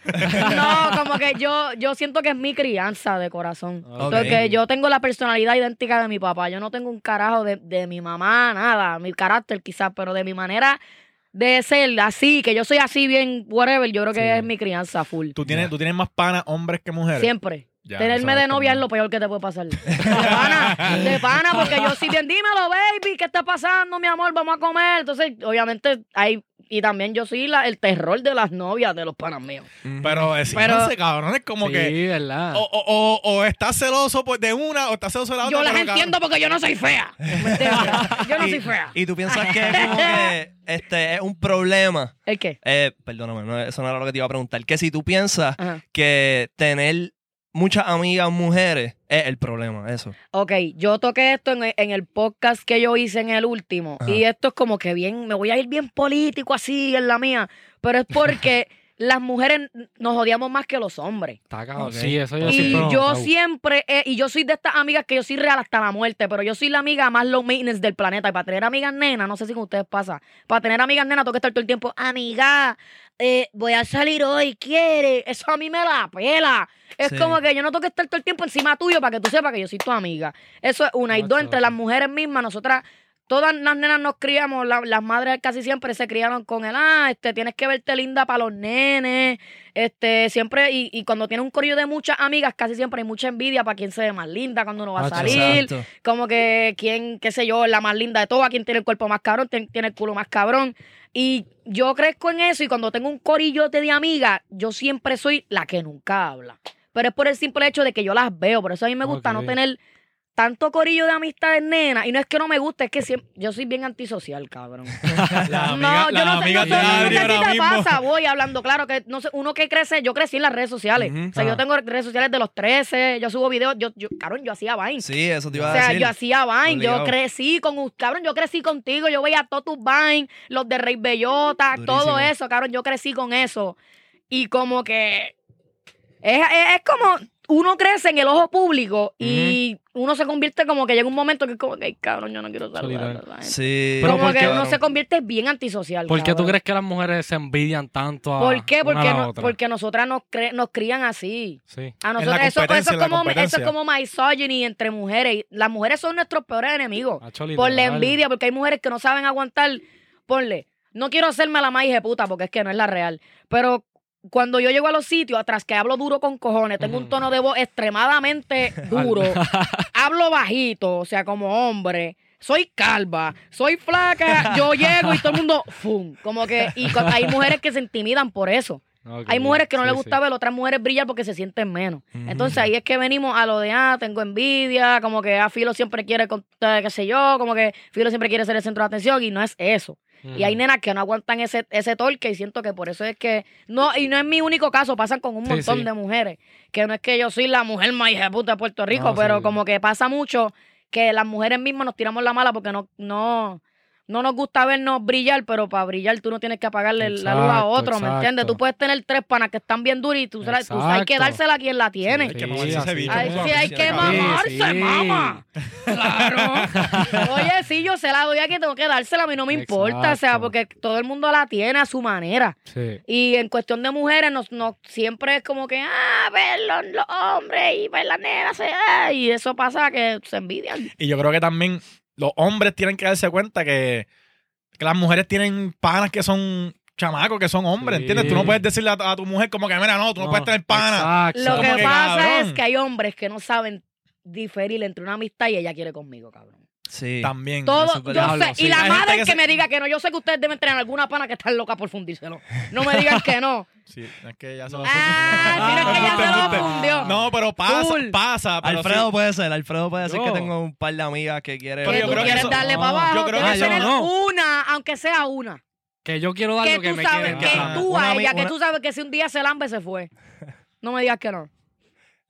[SPEAKER 4] No, como que yo, yo siento que es mi crianza de corazón.
[SPEAKER 3] Ok.
[SPEAKER 4] Porque yo tengo la personalidad idéntica de mi papá. Yo no tengo un carajo de, de mi mamá, nada. Mi carácter quizás, pero de mi manera de ser así, que yo soy así bien, whatever, yo creo que
[SPEAKER 3] Sí.
[SPEAKER 4] es mi crianza full.
[SPEAKER 2] ¿Tú tienes,
[SPEAKER 3] Ya.
[SPEAKER 2] tú tienes más panas hombres que mujeres.
[SPEAKER 4] Siempre.
[SPEAKER 2] Ya,
[SPEAKER 4] Tenerme
[SPEAKER 2] sabes
[SPEAKER 4] de novia es
[SPEAKER 2] cómo.
[SPEAKER 4] lo peor que te puede pasar. De pana, de pana, porque yo sí bien, dímelo, baby, ¿qué está pasando, mi amor? Vamos a comer. Entonces, obviamente, hay, y también yo soy la, el terror de las novias de los panas míos.
[SPEAKER 2] Pero decíanse, cabrón, es como
[SPEAKER 3] Sí,
[SPEAKER 2] que.
[SPEAKER 3] ¿verdad?
[SPEAKER 4] Oh.
[SPEAKER 2] O, o, o, o estás celoso por- de una, o estás celoso de la otra.
[SPEAKER 4] Yo las
[SPEAKER 2] pero, cabrón,
[SPEAKER 4] entiendo porque yo no soy fea. ¿me entiendes? Yo no soy fea.
[SPEAKER 1] Y tú piensas que, como que, este es un problema.
[SPEAKER 4] ¿El qué?
[SPEAKER 1] Eh, perdóname, no, eso no era lo que te iba a preguntar. Que si tú piensas
[SPEAKER 4] Ajá.
[SPEAKER 1] que tener muchas amigas mujeres es el problema, eso.
[SPEAKER 4] Ok, yo toqué esto en, en el podcast que yo hice en el último.
[SPEAKER 1] Ajá.
[SPEAKER 4] Y esto es como que bien, me voy a ir bien político así en la mía. Pero es porque las mujeres nos odiamos más que los hombres.
[SPEAKER 3] Está cabrón.
[SPEAKER 1] Ok.
[SPEAKER 3] Sí, eso yo
[SPEAKER 4] Y
[SPEAKER 3] siempre lo he
[SPEAKER 4] yo
[SPEAKER 3] notado.
[SPEAKER 4] siempre, he- y yo soy de estas amigas que yo soy real hasta la muerte, pero yo soy la amiga más low maintenance del planeta. Y para tener amigas nenas, no sé si con ustedes pasa, para tener amigas nenas tengo que estar todo el tiempo, amiga, eh, voy a salir hoy, quiere. Eso a mí me la pela. Es
[SPEAKER 1] Sí.
[SPEAKER 4] como que yo no tengo que estar todo el tiempo encima tuyo para que tú sepas que yo soy tu amiga. Eso es una y
[SPEAKER 3] Macho,
[SPEAKER 4] dos entre las
[SPEAKER 3] sí.
[SPEAKER 4] mujeres mismas, nosotras. Todas las nenas nos criamos, la- las madres casi siempre se criaron con el, ah, este, tienes que verte linda para los nenes, este, siempre, y, y cuando tiene un corillo de muchas amigas, casi siempre hay mucha envidia para quién se ve más linda cuando uno va a
[SPEAKER 3] Macho,
[SPEAKER 4] salir. Como que quién, qué sé yo, es la más linda de todas, quién tiene el cuerpo más cabrón, quién tiene el culo más cabrón. Y yo crezco en eso, y cuando tengo un corillote de amigas, yo siempre soy la que nunca habla. Pero es por el simple hecho de que yo las veo. Por eso a mí me gusta
[SPEAKER 3] Ok.
[SPEAKER 4] no tener tanto corillo de amistades, nena. Y no es que no me guste, es que siem- yo soy bien antisocial, cabrón.
[SPEAKER 2] La amiga,
[SPEAKER 4] No, yo
[SPEAKER 2] la
[SPEAKER 4] no sé,
[SPEAKER 2] amiga
[SPEAKER 4] no
[SPEAKER 2] de
[SPEAKER 4] sé, no
[SPEAKER 2] Adri
[SPEAKER 4] sé si
[SPEAKER 2] ahora
[SPEAKER 4] te
[SPEAKER 2] mismo.
[SPEAKER 4] pasa, voy hablando, claro, que no sé, uno que crece, yo crecí en las redes sociales,
[SPEAKER 1] Ujú.
[SPEAKER 4] o sea,
[SPEAKER 3] Ah.
[SPEAKER 4] yo tengo redes sociales de los 13, yo subo videos, yo, yo cabrón, yo hacía Vine.
[SPEAKER 1] Sí, eso te
[SPEAKER 4] O
[SPEAKER 1] iba a
[SPEAKER 4] sea,
[SPEAKER 1] decir.
[SPEAKER 4] yo hacía Vine,
[SPEAKER 1] Obligado.
[SPEAKER 4] yo crecí con us- cabrón, yo crecí contigo, yo veía todos tus Vine, los de Rey Bellota,
[SPEAKER 1] Durísimo.
[SPEAKER 4] todo eso, cabrón, yo crecí con eso. Y como que es, es- es como uno crece en el ojo público y uno se convierte como que llega un momento que es como que, "Ay, cabrón, yo no quiero saludar a la gente".
[SPEAKER 1] Sí.
[SPEAKER 3] Pero
[SPEAKER 4] como
[SPEAKER 3] ¿por
[SPEAKER 4] que
[SPEAKER 3] qué,
[SPEAKER 4] uno se convierte bien antisocial.
[SPEAKER 3] ¿Por qué tú
[SPEAKER 4] cabrón.
[SPEAKER 3] crees que las mujeres se envidian tanto a
[SPEAKER 4] ¿Por qué?
[SPEAKER 3] una
[SPEAKER 4] Porque,
[SPEAKER 3] a la
[SPEAKER 4] no-
[SPEAKER 3] otra?
[SPEAKER 4] porque nosotras nos, cre- nos crían así.
[SPEAKER 3] Sí.
[SPEAKER 4] A
[SPEAKER 2] la
[SPEAKER 4] nosotras, eso,
[SPEAKER 2] competencia,
[SPEAKER 4] eso,
[SPEAKER 2] en
[SPEAKER 4] es
[SPEAKER 2] la
[SPEAKER 4] como, eso es
[SPEAKER 2] competencia.
[SPEAKER 4] como misogyny entre mujeres. Y Las mujeres son nuestros peores enemigos.
[SPEAKER 3] Macho,
[SPEAKER 4] Por la
[SPEAKER 3] literal.
[SPEAKER 4] envidia, porque hay mujeres que no saben aguantar. Ponle, no quiero hacerme la más puta porque es que no es la real. Pero cuando yo llego a los sitios, atrás que hablo duro con cojones, tengo un
[SPEAKER 3] Mm.
[SPEAKER 4] tono de voz extremadamente duro, hablo bajito, o sea, como hombre. Soy calva, soy flaca, yo llego y todo el mundo, ¡fum! Como que, y cu- hay mujeres que se intimidan por eso.
[SPEAKER 3] Ok,
[SPEAKER 4] Hay mujeres que no
[SPEAKER 3] sí,
[SPEAKER 4] les
[SPEAKER 3] sí.
[SPEAKER 4] gusta ver otras mujeres brillar porque se sienten menos.
[SPEAKER 1] Ujú.
[SPEAKER 4] Entonces ahí es que venimos a lo de, ah, tengo envidia, como que ah, Filo siempre quiere, con- eh, qué sé yo, como que Filo siempre quiere ser el centro de atención y no es eso. Y hay
[SPEAKER 3] Ujú.
[SPEAKER 4] nenas que no aguantan ese, ese torque y siento que por eso es que, no, y no es mi único caso, pasan con un
[SPEAKER 3] Sí,
[SPEAKER 4] montón
[SPEAKER 3] sí.
[SPEAKER 4] de mujeres, que no es que yo soy la mujer más hija de puta de Puerto Rico,
[SPEAKER 3] No,
[SPEAKER 4] pero
[SPEAKER 3] sí.
[SPEAKER 4] como que pasa mucho que las mujeres mismas nos tiramos la mala porque no, no, no nos gusta vernos brillar, pero para brillar tú no tienes que apagarle la luz a
[SPEAKER 3] Exacto,
[SPEAKER 4] otro, ¿me
[SPEAKER 3] exacto.
[SPEAKER 4] entiendes? Tú puedes tener tres panas que están bien duras y tú, se la- tú hay que
[SPEAKER 3] Exacto.
[SPEAKER 4] dársela a quien la tiene.
[SPEAKER 2] Hay que mamarse
[SPEAKER 3] Sí,
[SPEAKER 2] ese
[SPEAKER 3] así.
[SPEAKER 2] bicho,
[SPEAKER 4] Ay,
[SPEAKER 2] cabrón.
[SPEAKER 4] sí, hay que
[SPEAKER 1] Sí,
[SPEAKER 4] mamarse,
[SPEAKER 3] sí.
[SPEAKER 4] mama. Claro. Oye, sí, yo se la doy a quien tengo que dársela, a mí no me importa, o sea,
[SPEAKER 3] Exacto.
[SPEAKER 4] porque todo el mundo la tiene a su manera.
[SPEAKER 3] Sí.
[SPEAKER 4] Y en cuestión de mujeres, nos, nos- siempre es como que, ah, ver los, los hombres y ver las nenas, eh, ah, y eso pasa que se envidian.
[SPEAKER 2] Y yo creo que también los hombres tienen que darse cuenta que, que las mujeres tienen panas que son chamacos, que son hombres,
[SPEAKER 3] Sí.
[SPEAKER 2] ¿entiendes? Tú no puedes decirle a, a tu mujer como que, mira, no, tú no, puedes tener panas.
[SPEAKER 3] Exacto.
[SPEAKER 4] Lo que
[SPEAKER 2] que,
[SPEAKER 4] pasa
[SPEAKER 2] cabrón.
[SPEAKER 4] es que hay hombres que no saben diferir entre una amistad y ella quiere conmigo, cabrón.
[SPEAKER 1] Sí.
[SPEAKER 2] También.
[SPEAKER 4] Todo,
[SPEAKER 1] Mm, es
[SPEAKER 4] yo
[SPEAKER 1] verdad.
[SPEAKER 4] sé,
[SPEAKER 2] Sí,
[SPEAKER 4] y la
[SPEAKER 2] hay
[SPEAKER 4] madre
[SPEAKER 2] gente
[SPEAKER 4] que,
[SPEAKER 2] que se-
[SPEAKER 4] me diga que no, yo sé que ustedes deben tener alguna pana que está loca por fundírselo. No me digan que no.
[SPEAKER 2] Sí, es que ya se lo-
[SPEAKER 4] Ah, mira que ya se
[SPEAKER 2] Embuste,
[SPEAKER 4] lo
[SPEAKER 2] embuste.
[SPEAKER 4] fundió.
[SPEAKER 2] No, pero pasa,
[SPEAKER 4] Full.
[SPEAKER 2] pasa. Pero
[SPEAKER 1] Alfredo
[SPEAKER 2] sí.
[SPEAKER 1] puede ser, Alfredo puede decir
[SPEAKER 3] Yo.
[SPEAKER 1] que tengo un par de amigas que quiere.
[SPEAKER 2] Pero
[SPEAKER 4] que
[SPEAKER 2] yo
[SPEAKER 4] tú
[SPEAKER 2] creo que
[SPEAKER 4] quieres
[SPEAKER 2] eso-
[SPEAKER 4] darle para
[SPEAKER 3] no,
[SPEAKER 4] abajo,
[SPEAKER 2] yo creo
[SPEAKER 4] tienes
[SPEAKER 3] que eso
[SPEAKER 4] que tener
[SPEAKER 3] no.
[SPEAKER 4] una, aunque sea una.
[SPEAKER 3] Que yo quiero dar
[SPEAKER 4] Que
[SPEAKER 3] lo que
[SPEAKER 4] tú
[SPEAKER 3] me
[SPEAKER 4] sabes
[SPEAKER 3] quieren
[SPEAKER 4] que
[SPEAKER 3] dar.
[SPEAKER 2] Ajá.
[SPEAKER 4] tú
[SPEAKER 1] Una
[SPEAKER 4] a
[SPEAKER 1] ami-
[SPEAKER 4] ella, que
[SPEAKER 1] una-
[SPEAKER 4] tú sabes que si un día se lambe, se fue. No me digas que no.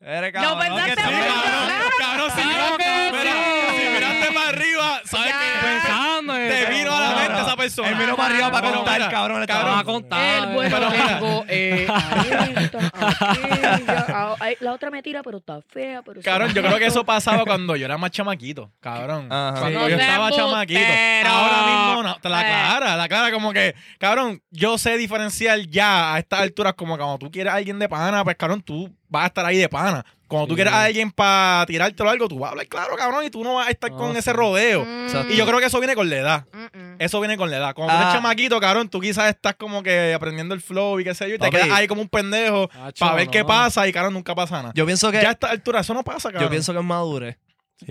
[SPEAKER 1] Eres
[SPEAKER 4] No,
[SPEAKER 1] cabrón,
[SPEAKER 4] ¿verdad?
[SPEAKER 1] que
[SPEAKER 4] Te
[SPEAKER 2] Sí,
[SPEAKER 1] sí,
[SPEAKER 4] voy a-
[SPEAKER 1] cabrón.
[SPEAKER 2] cabrón, cabrón, si
[SPEAKER 3] Claro
[SPEAKER 2] mira-
[SPEAKER 3] que
[SPEAKER 2] mira,
[SPEAKER 3] sí.
[SPEAKER 2] si miraste para arriba, sabes
[SPEAKER 4] Ya.
[SPEAKER 2] que
[SPEAKER 3] Pensando.
[SPEAKER 2] te vino a la mente a esa persona.
[SPEAKER 1] Él miró para arriba para
[SPEAKER 2] Pero
[SPEAKER 1] contar,
[SPEAKER 2] mira,
[SPEAKER 1] cabrón. estaba-
[SPEAKER 3] Cabrón, a
[SPEAKER 4] El
[SPEAKER 3] contar.
[SPEAKER 4] bueno
[SPEAKER 2] Pero mira.
[SPEAKER 4] tengo eh, a esto, aquello, a- a- la otra me tira, pero está fea. Pero Mm,
[SPEAKER 2] Cabrón, yo creo que eso pasaba cuando yo era más chamaquito, cabrón.
[SPEAKER 1] Ajá.
[SPEAKER 2] Cuando
[SPEAKER 3] No
[SPEAKER 2] yo
[SPEAKER 4] seas
[SPEAKER 2] estaba chamaquito.
[SPEAKER 3] embustero.
[SPEAKER 2] Ahora mismo, no, te la
[SPEAKER 4] Eh.
[SPEAKER 2] clara, la clara como que, cabrón, yo sé diferenciar ya a estas alturas como cuando tú quieres a alguien de pana, pues cabrón, tú vas a estar ahí de pana. Cuando tú
[SPEAKER 3] Sí.
[SPEAKER 2] quieres a alguien para tirártelo algo, tú vas a hablar claro, cabrón, y tú no vas a estar
[SPEAKER 3] No,
[SPEAKER 2] con
[SPEAKER 3] sí.
[SPEAKER 2] ese rodeo.
[SPEAKER 4] Mm.
[SPEAKER 1] Exacto.
[SPEAKER 2] Y yo creo que eso viene con la edad.
[SPEAKER 6] Mm-mm.
[SPEAKER 2] Eso viene con la edad. Cuando tú
[SPEAKER 1] Ah.
[SPEAKER 2] eres chamaquito, cabrón, tú quizás estás como que aprendiendo el flow y qué sé yo, y te
[SPEAKER 1] Papi.
[SPEAKER 2] quedas ahí como un pendejo
[SPEAKER 3] Acho,
[SPEAKER 2] para ver qué
[SPEAKER 3] no.
[SPEAKER 2] pasa y, cabrón, nunca pasa nada.
[SPEAKER 1] Yo pienso que
[SPEAKER 2] ya a esta altura eso no pasa, cabrón.
[SPEAKER 1] yo pienso que es madurez.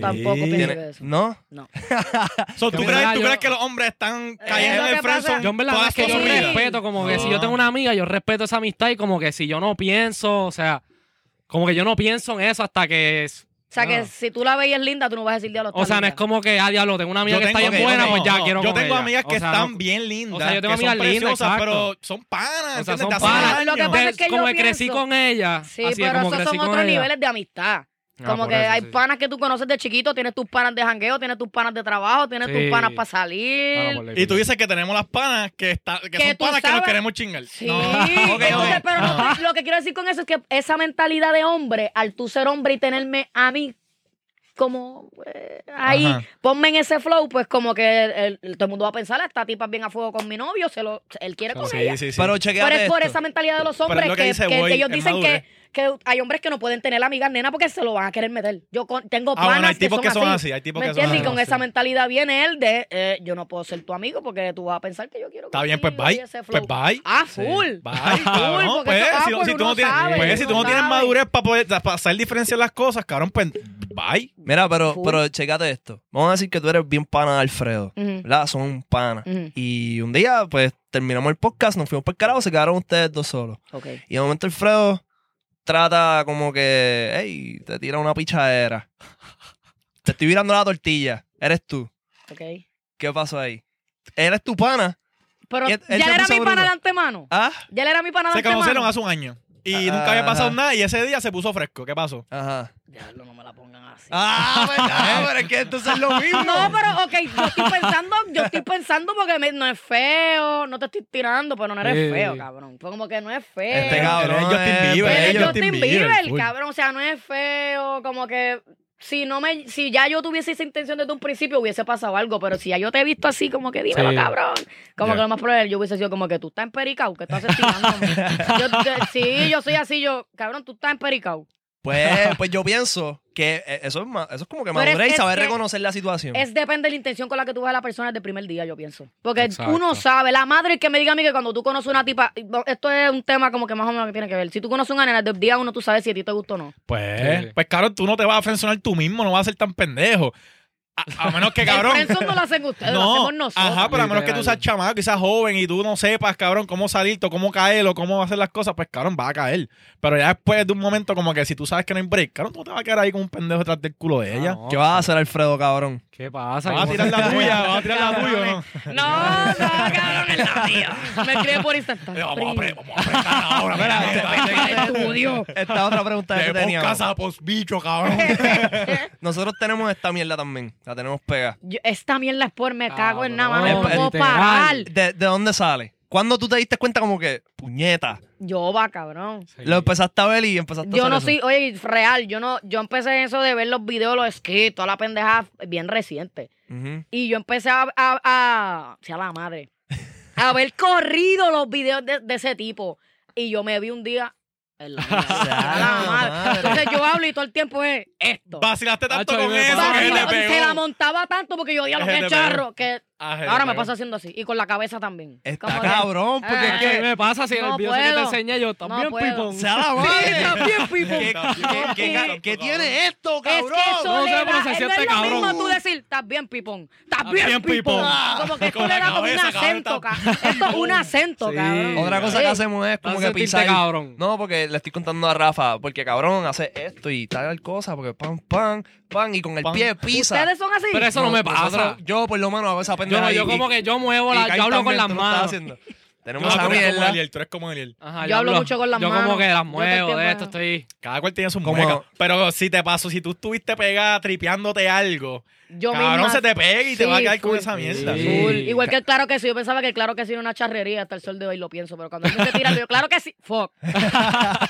[SPEAKER 4] Tampoco
[SPEAKER 2] Sí.
[SPEAKER 4] pienso
[SPEAKER 1] Tiene-
[SPEAKER 4] que eso.
[SPEAKER 1] ¿No?
[SPEAKER 2] So, ¿tú,
[SPEAKER 3] Yo-
[SPEAKER 2] crees,
[SPEAKER 3] Mira,
[SPEAKER 2] tú
[SPEAKER 3] yo-
[SPEAKER 2] crees que los hombres están
[SPEAKER 3] Eh,
[SPEAKER 2] cayendo en
[SPEAKER 4] lo
[SPEAKER 2] el
[SPEAKER 4] que
[SPEAKER 2] friendzone?
[SPEAKER 4] pasa.
[SPEAKER 3] Yo en verdad
[SPEAKER 2] Todas
[SPEAKER 3] es que yo
[SPEAKER 2] cosas
[SPEAKER 4] Sí.
[SPEAKER 2] horribles.
[SPEAKER 3] respeto, como que
[SPEAKER 2] No.
[SPEAKER 3] si yo tengo una amiga, yo respeto esa amistad y como que si yo no pienso, o sea, como que yo no pienso en eso hasta que es-
[SPEAKER 4] O sea, que
[SPEAKER 3] Ah.
[SPEAKER 4] si tú la veías linda, tú no vas a decir diablo.
[SPEAKER 3] O sea, no es como que, ah, diablo, tengo una amiga
[SPEAKER 2] Yo
[SPEAKER 3] que está bien
[SPEAKER 2] tengo-
[SPEAKER 3] buena,
[SPEAKER 2] no,
[SPEAKER 3] pues ya
[SPEAKER 2] no.
[SPEAKER 3] quiero
[SPEAKER 2] Yo
[SPEAKER 3] con
[SPEAKER 2] tengo
[SPEAKER 3] ella.
[SPEAKER 2] amigas que
[SPEAKER 3] O sea,
[SPEAKER 2] están
[SPEAKER 3] no-
[SPEAKER 2] bien lindas.
[SPEAKER 3] o sea, yo tengo
[SPEAKER 2] que son
[SPEAKER 3] amigas lindas,
[SPEAKER 2] preciosas,
[SPEAKER 3] exacto.
[SPEAKER 2] pero son panas.
[SPEAKER 3] O sea,
[SPEAKER 2] ¿entiendes?
[SPEAKER 3] son
[SPEAKER 2] De hace mil
[SPEAKER 3] panas.
[SPEAKER 2] años.
[SPEAKER 4] Lo que pasa
[SPEAKER 3] de-
[SPEAKER 4] es que yo
[SPEAKER 3] como que crecí
[SPEAKER 4] pienso-
[SPEAKER 3] con ella.
[SPEAKER 4] Sí,
[SPEAKER 3] así es
[SPEAKER 4] pero
[SPEAKER 3] como
[SPEAKER 4] esos
[SPEAKER 3] crecí
[SPEAKER 4] son
[SPEAKER 3] con
[SPEAKER 4] otros
[SPEAKER 3] ella.
[SPEAKER 4] niveles de amistad.
[SPEAKER 3] Ah,
[SPEAKER 4] como
[SPEAKER 3] por
[SPEAKER 4] que
[SPEAKER 3] eso,
[SPEAKER 4] hay
[SPEAKER 3] sí.
[SPEAKER 4] panas que tú conoces de chiquito, tienes tus panas de jangueo, tienes tus panas de trabajo, tienes
[SPEAKER 3] Sí.
[SPEAKER 4] tus panas para
[SPEAKER 3] Ah, no,
[SPEAKER 4] salir.
[SPEAKER 3] por ley,
[SPEAKER 2] Y tú
[SPEAKER 3] por ley.
[SPEAKER 2] dices que tenemos las panas que, está, que,
[SPEAKER 4] Que
[SPEAKER 2] son
[SPEAKER 4] tú
[SPEAKER 2] panas que nos
[SPEAKER 4] sabes-
[SPEAKER 2] queremos chingar.
[SPEAKER 4] Sí,
[SPEAKER 2] No. Ah.
[SPEAKER 1] ok.
[SPEAKER 4] entonces, pero no estoy- lo que quiero decir con eso es que esa mentalidad de hombre, al tú ser hombre y tenerme a mí como eh, ahí,
[SPEAKER 2] Ajá.
[SPEAKER 4] ponme en ese flow, pues como que el- el- todo el mundo va a pensar, "Ah, esta tipa es bien a fuego con mi novio, se lo, él quiere con ella.
[SPEAKER 2] Sí, Ah, sí, sí.
[SPEAKER 1] Pero
[SPEAKER 4] Pero
[SPEAKER 1] chequeate
[SPEAKER 4] es por
[SPEAKER 1] esto.
[SPEAKER 4] esa mentalidad de los
[SPEAKER 2] Pero es
[SPEAKER 4] hombres
[SPEAKER 2] lo
[SPEAKER 4] que,
[SPEAKER 2] que dice
[SPEAKER 4] que
[SPEAKER 2] Boy,
[SPEAKER 4] ellos
[SPEAKER 2] es
[SPEAKER 4] dicen
[SPEAKER 2] madurez.
[SPEAKER 4] que, que hay hombres que no pueden tener amigas nenas porque se lo van a querer meter. Yo con- tengo
[SPEAKER 2] Ah,
[SPEAKER 4] panas
[SPEAKER 2] bueno, hay
[SPEAKER 4] que,
[SPEAKER 2] tipos
[SPEAKER 4] son
[SPEAKER 2] que son
[SPEAKER 4] así.
[SPEAKER 2] así. Hay tipos
[SPEAKER 4] ¿Me
[SPEAKER 2] que son
[SPEAKER 4] entiendes?
[SPEAKER 2] así.
[SPEAKER 4] Y con esa mentalidad viene él de eh, yo no puedo ser tu amigo porque tú vas a pensar que yo quiero
[SPEAKER 2] Está bien, pues
[SPEAKER 4] contigo y
[SPEAKER 2] bye.
[SPEAKER 4] ese
[SPEAKER 2] Pues
[SPEAKER 4] flow.
[SPEAKER 2] bye.
[SPEAKER 4] Ah, full.
[SPEAKER 2] Bye,
[SPEAKER 4] Full,
[SPEAKER 2] cabrón,
[SPEAKER 4] porque
[SPEAKER 2] pues,
[SPEAKER 4] eso- ah,
[SPEAKER 2] si, no-
[SPEAKER 4] pues
[SPEAKER 2] si tú no
[SPEAKER 4] uno
[SPEAKER 2] tienes,
[SPEAKER 4] sabe,
[SPEAKER 2] pues, si
[SPEAKER 4] uno
[SPEAKER 2] tú no tienes
[SPEAKER 4] sabe.
[SPEAKER 2] madurez para poder para hacer diferencia en las cosas, cabrón, pues bye.
[SPEAKER 1] Mira, pero,
[SPEAKER 4] Full.
[SPEAKER 1] pero checate esto. Vamos a decir que tú eres bien pana de Alfredo.
[SPEAKER 4] Ujú,
[SPEAKER 1] ¿Verdad? Son panas.
[SPEAKER 4] ujú,
[SPEAKER 1] Y un día, pues, terminamos el podcast, nos fuimos para el carajo, se quedaron ustedes dos solos.
[SPEAKER 4] ok.
[SPEAKER 1] Y de momento Alfredo trata como que, hey, te tira una pichadera. Te estoy virando la tortilla. Eres tú.
[SPEAKER 4] ok.
[SPEAKER 1] ¿Qué pasó ahí? Eres tu pana.
[SPEAKER 4] Pero
[SPEAKER 1] Y él-
[SPEAKER 4] ya
[SPEAKER 1] él se
[SPEAKER 4] era
[SPEAKER 1] puso
[SPEAKER 4] mi pana
[SPEAKER 1] bruto.
[SPEAKER 4] de antemano.
[SPEAKER 1] Ah,
[SPEAKER 4] Ya él era mi pana de
[SPEAKER 2] Se
[SPEAKER 4] antemano.
[SPEAKER 2] conocieron hace un año. Y
[SPEAKER 1] Ah,
[SPEAKER 2] nunca había pasado
[SPEAKER 1] ajá.
[SPEAKER 2] nada. Y ese día se puso fresco. ¿Qué pasó?
[SPEAKER 1] ajá.
[SPEAKER 4] Diablo, no me la pongan así.
[SPEAKER 1] Ah, verdad, pero es que entonces es lo mismo.
[SPEAKER 4] No, pero ok, yo estoy pensando, yo estoy pensando porque me- no es feo, no te estoy tirando, pero no eres
[SPEAKER 3] Sí.
[SPEAKER 4] feo, cabrón. Fue como que no es feo.
[SPEAKER 1] Este cabrón
[SPEAKER 2] Él es Justin
[SPEAKER 1] es-
[SPEAKER 2] Bieber,
[SPEAKER 4] Él
[SPEAKER 1] Pero
[SPEAKER 4] es
[SPEAKER 2] él es
[SPEAKER 4] Justin Bieber,
[SPEAKER 2] full.
[SPEAKER 4] cabrón. O sea, no es feo. Como que si no me, si ya yo tuviese esa intención desde un principio, hubiese pasado algo. Pero si ya yo te he visto así, como que dímelo,
[SPEAKER 3] Sí.
[SPEAKER 4] cabrón. Como
[SPEAKER 2] Ya.
[SPEAKER 4] que lo más probable, yo hubiese sido como que tú estás empericado, que estás estirando. yo, te- sí, yo soy así, yo, cabrón, tú estás empericado.
[SPEAKER 1] Pues, pues yo pienso que eh, eso es, ma- eso es como que
[SPEAKER 4] Pero es-
[SPEAKER 1] madurez y
[SPEAKER 4] es
[SPEAKER 1] saber
[SPEAKER 4] que-
[SPEAKER 1] reconocer la situación.
[SPEAKER 4] Es depende de la intención con la que tú vas a la persona desde el primer día, yo pienso. Porque
[SPEAKER 3] Exacto.
[SPEAKER 4] uno sabe, la madre que me diga a mí que cuando tú conoces una tipa, esto es un tema como que más o menos que tiene que ver. Si tú conoces una nena desde el día uno, tú sabes si a ti te gusta o no.
[SPEAKER 2] Pues,
[SPEAKER 3] Sí.
[SPEAKER 2] pues cabrón, tú no te vas a frenzonar tú mismo, no vas a ser tan pendejo. A, a menos que, cabrón.
[SPEAKER 4] Eso no lo hacen ustedes, lo
[SPEAKER 2] No,
[SPEAKER 4] hacemos nosotros.
[SPEAKER 2] ajá, pero a menos que tú
[SPEAKER 3] Literal.
[SPEAKER 2] seas chamaco y seas joven y tú no sepas, cabrón, cómo salirte, o cómo caer o cómo hacer las cosas, pues cabrón, vas a caer. Pero ya después de un momento, como que si tú sabes que no hay break, cabrón, tú no te vas a quedar ahí con un pendejo detrás del culo de ella.
[SPEAKER 3] Ah, no.
[SPEAKER 1] ¿Qué vas a hacer, Alfredo, cabrón?
[SPEAKER 3] ¿Qué pasa?
[SPEAKER 2] Vas a
[SPEAKER 3] ¿Cómo
[SPEAKER 2] tirar
[SPEAKER 3] se-
[SPEAKER 2] la tuya, vas a tirar la tuya, ¿o ¿no?
[SPEAKER 4] No, no, cabrón, es la mía. Me escribe por Instagram.
[SPEAKER 2] Eh, Vamos a pre- vamos a apretar ahora, mira.
[SPEAKER 4] Estudio.
[SPEAKER 1] Esta otra pregunta que
[SPEAKER 2] De
[SPEAKER 1] teníamos.
[SPEAKER 2] casa, pues bicho, cabrón.
[SPEAKER 1] Nosotros tenemos esta mierda también. La tenemos pegada.
[SPEAKER 4] Yo- Esta mierda es por me cago en nada, mano.
[SPEAKER 3] Cabrón,
[SPEAKER 4] No puedo
[SPEAKER 3] literal.
[SPEAKER 4] parar.
[SPEAKER 1] ¿De, de dónde sale? ¿Cuándo tú te diste cuenta como que, puñeta,
[SPEAKER 4] Yo va, cabrón.
[SPEAKER 3] Sí.
[SPEAKER 1] lo empezaste a ver y empezaste a
[SPEAKER 4] Yo
[SPEAKER 1] hacer
[SPEAKER 4] no
[SPEAKER 1] eso?
[SPEAKER 4] soy, oye, real, yo no, yo empecé eso de ver los videos, los skits, toda la pendejada bien reciente.
[SPEAKER 1] Ujú.
[SPEAKER 4] Y yo empecé a, a, a sea la madre, a ver corrido los videos de, de ese tipo. Y yo me vi un día en la, mía, sea la madre.
[SPEAKER 1] madre.
[SPEAKER 4] Entonces yo hablo y todo el tiempo es esto.
[SPEAKER 2] Vacilaste tanto
[SPEAKER 3] Hacho,
[SPEAKER 2] con
[SPEAKER 3] a mí me
[SPEAKER 2] eso
[SPEAKER 3] pasa.
[SPEAKER 2] que te
[SPEAKER 4] Vacilo, eh, se la
[SPEAKER 2] pegó.
[SPEAKER 4] montaba tanto porque yo odiaba los
[SPEAKER 2] Ese te
[SPEAKER 4] charro que
[SPEAKER 2] Ah, se te
[SPEAKER 4] ahora me
[SPEAKER 2] pegó.
[SPEAKER 4] pasa haciendo así y con la cabeza también.
[SPEAKER 1] Está
[SPEAKER 4] Como que-
[SPEAKER 1] cabrón, porque
[SPEAKER 4] Ah,
[SPEAKER 1] es
[SPEAKER 3] ¿Qué
[SPEAKER 1] que...
[SPEAKER 3] me pasa si en el
[SPEAKER 4] No
[SPEAKER 3] video ese que te
[SPEAKER 4] puedo.
[SPEAKER 3] enseñé yo también,
[SPEAKER 4] puedo.
[SPEAKER 3] pipón?
[SPEAKER 1] ¡Sea la
[SPEAKER 4] Sí,
[SPEAKER 1] madre!
[SPEAKER 4] también, people.
[SPEAKER 1] ¿Qué, qué- qué ca- qué tiene esto,
[SPEAKER 4] Es
[SPEAKER 1] cabrón?
[SPEAKER 4] que eso
[SPEAKER 3] No
[SPEAKER 4] le
[SPEAKER 3] sé, pero
[SPEAKER 4] da,
[SPEAKER 3] se
[SPEAKER 4] no
[SPEAKER 3] siente
[SPEAKER 4] es lo
[SPEAKER 3] cabrón.
[SPEAKER 4] mismo tú decir, estás bien pipón, estás
[SPEAKER 3] Estás
[SPEAKER 4] bien
[SPEAKER 3] bien,
[SPEAKER 4] pipón.
[SPEAKER 3] pipón.
[SPEAKER 4] Como que esto
[SPEAKER 2] Ah, Con
[SPEAKER 4] le
[SPEAKER 2] la
[SPEAKER 4] da como un
[SPEAKER 2] cabeza, cabrón,
[SPEAKER 4] acento,
[SPEAKER 2] está-
[SPEAKER 4] cabrón. Esto es un acento,
[SPEAKER 3] Sí.
[SPEAKER 4] cabrón.
[SPEAKER 1] Otra cosa
[SPEAKER 4] Sí.
[SPEAKER 1] que hacemos es como
[SPEAKER 3] Vas
[SPEAKER 1] que
[SPEAKER 3] a sentirte
[SPEAKER 1] pisar.
[SPEAKER 3] cabrón.
[SPEAKER 1] No, porque le estoy contando a Rafa, porque cabrón hace esto y tal cosa, porque pan, pan, pan, y con el
[SPEAKER 2] Pan.
[SPEAKER 1] pie pisa.
[SPEAKER 4] Ustedes son así.
[SPEAKER 3] Pero eso no me pasa.
[SPEAKER 1] Nosotros- yo por lo menos hago esa
[SPEAKER 3] Yo
[SPEAKER 1] pendeja.
[SPEAKER 3] no, yo
[SPEAKER 1] y-
[SPEAKER 3] como que yo muevo,
[SPEAKER 1] y
[SPEAKER 3] la,
[SPEAKER 1] Kai
[SPEAKER 3] yo hablo con
[SPEAKER 1] también,
[SPEAKER 3] las
[SPEAKER 1] tú lo estás
[SPEAKER 3] manos.
[SPEAKER 1] haciendo.
[SPEAKER 2] No,
[SPEAKER 1] Tenemos
[SPEAKER 2] tú
[SPEAKER 1] esa
[SPEAKER 2] eres como
[SPEAKER 1] mierda.
[SPEAKER 2] Eliel, tú eres como Eliel.
[SPEAKER 3] Ajá,
[SPEAKER 4] Yo hablo mucho con las
[SPEAKER 3] yo
[SPEAKER 4] manos.
[SPEAKER 3] como que las
[SPEAKER 4] Yo todo el
[SPEAKER 3] muevo, de
[SPEAKER 4] tiempo-
[SPEAKER 3] esto estoy...
[SPEAKER 2] Cada cual tiene su
[SPEAKER 1] Como-
[SPEAKER 2] mueca. Pero si te pasó, si tú estuviste pegada tripeándote algo
[SPEAKER 4] yo
[SPEAKER 2] Cabrón,
[SPEAKER 4] misma.
[SPEAKER 2] se te pega y te
[SPEAKER 4] Sí,
[SPEAKER 2] va a quedar con
[SPEAKER 4] full.
[SPEAKER 2] esa mierda.
[SPEAKER 3] Sí.
[SPEAKER 4] Full. Igual que el claro que sí, yo pensaba que el claro que sí era una charrería hasta el sol de hoy, lo pienso, pero cuando alguien te tira, yo claro que sí, fuck.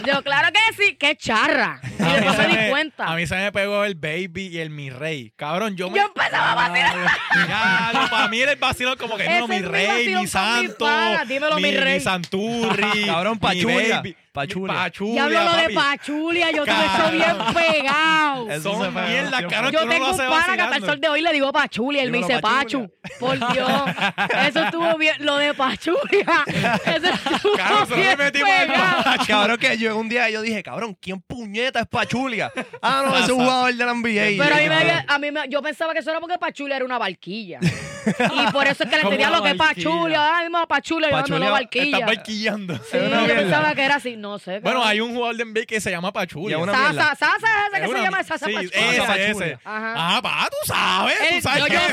[SPEAKER 4] Yo claro que sí, qué charra. Y
[SPEAKER 2] Ah, A mí
[SPEAKER 4] después
[SPEAKER 2] se
[SPEAKER 4] me di
[SPEAKER 2] me-
[SPEAKER 4] cuenta.
[SPEAKER 2] A mí se me pegó el baby y el mi rey. Cabrón, yo me.
[SPEAKER 4] Yo empezaba a vacilar.
[SPEAKER 2] Ya, no, para mí era el vacilón como que
[SPEAKER 4] Ese
[SPEAKER 2] no, mi
[SPEAKER 4] es mi
[SPEAKER 2] rey,
[SPEAKER 4] vacilón
[SPEAKER 2] mi
[SPEAKER 4] con mis
[SPEAKER 2] santo.
[SPEAKER 4] panas. Dímelo, mi rey.
[SPEAKER 2] santurri.
[SPEAKER 1] Cabrón,
[SPEAKER 2] mi
[SPEAKER 1] pachulia,
[SPEAKER 2] baby, mi
[SPEAKER 1] pachulia.
[SPEAKER 2] pachulia,
[SPEAKER 4] Diablo lo de
[SPEAKER 2] papi.
[SPEAKER 4] pachulia, yo tuve eso bien
[SPEAKER 2] Cabrón.
[SPEAKER 4] pegado.
[SPEAKER 1] Eso se
[SPEAKER 2] Son
[SPEAKER 1] pegó.
[SPEAKER 2] mierdas, cabrón.
[SPEAKER 4] Yo
[SPEAKER 2] tú no
[SPEAKER 4] tengo
[SPEAKER 2] lo
[SPEAKER 4] un
[SPEAKER 2] haces
[SPEAKER 4] pana que hasta el
[SPEAKER 2] vacilando.
[SPEAKER 4] sol de hoy le digo Pachulia. Él me
[SPEAKER 1] Dímelo,
[SPEAKER 4] dice Pachu.
[SPEAKER 1] Pachulia.
[SPEAKER 4] Por Dios. Eso estuvo bien. Lo de Pachulia. Eso estuvo
[SPEAKER 2] Claro, se lo
[SPEAKER 4] bien
[SPEAKER 2] metimos al
[SPEAKER 4] pegado.
[SPEAKER 1] Cabrón, que yo un día yo dije, cabrón, ¿quién puñeta es Pachulia? Ah, no, ese es un jugador de la NBA.
[SPEAKER 4] Pero a mí, me,
[SPEAKER 1] Cabrón.
[SPEAKER 4] había- a mí me- yo pensaba que eso era porque Pachulia era una barquilla. Y por eso es que le
[SPEAKER 3] ¿Cómo
[SPEAKER 4] entendía
[SPEAKER 3] una
[SPEAKER 4] lo que es
[SPEAKER 3] barquilla?
[SPEAKER 4] Pachulia. Ah, mismo Pachulia, yo no
[SPEAKER 1] Pachulia,
[SPEAKER 4] lo
[SPEAKER 2] Estás
[SPEAKER 4] barquilla.
[SPEAKER 2] barquillando.
[SPEAKER 4] Sí, yo pensaba que era así. No sé.
[SPEAKER 2] Bueno,
[SPEAKER 4] cabrón.
[SPEAKER 2] hay un jugador de NBA que se llama Pachulia.
[SPEAKER 1] Y una-
[SPEAKER 4] Sasa,
[SPEAKER 1] mierda.
[SPEAKER 4] Sasa es ese que
[SPEAKER 2] Es
[SPEAKER 4] se
[SPEAKER 2] una-
[SPEAKER 4] llama Sasa
[SPEAKER 2] sí,
[SPEAKER 4] Pachulia.
[SPEAKER 1] Sasa
[SPEAKER 2] Ese, ese.
[SPEAKER 1] Pachulia.
[SPEAKER 4] Ajá.
[SPEAKER 2] Ah, pa, tú sabes.
[SPEAKER 4] Él-
[SPEAKER 2] tú sabes
[SPEAKER 4] yo,
[SPEAKER 2] que
[SPEAKER 4] yo
[SPEAKER 2] es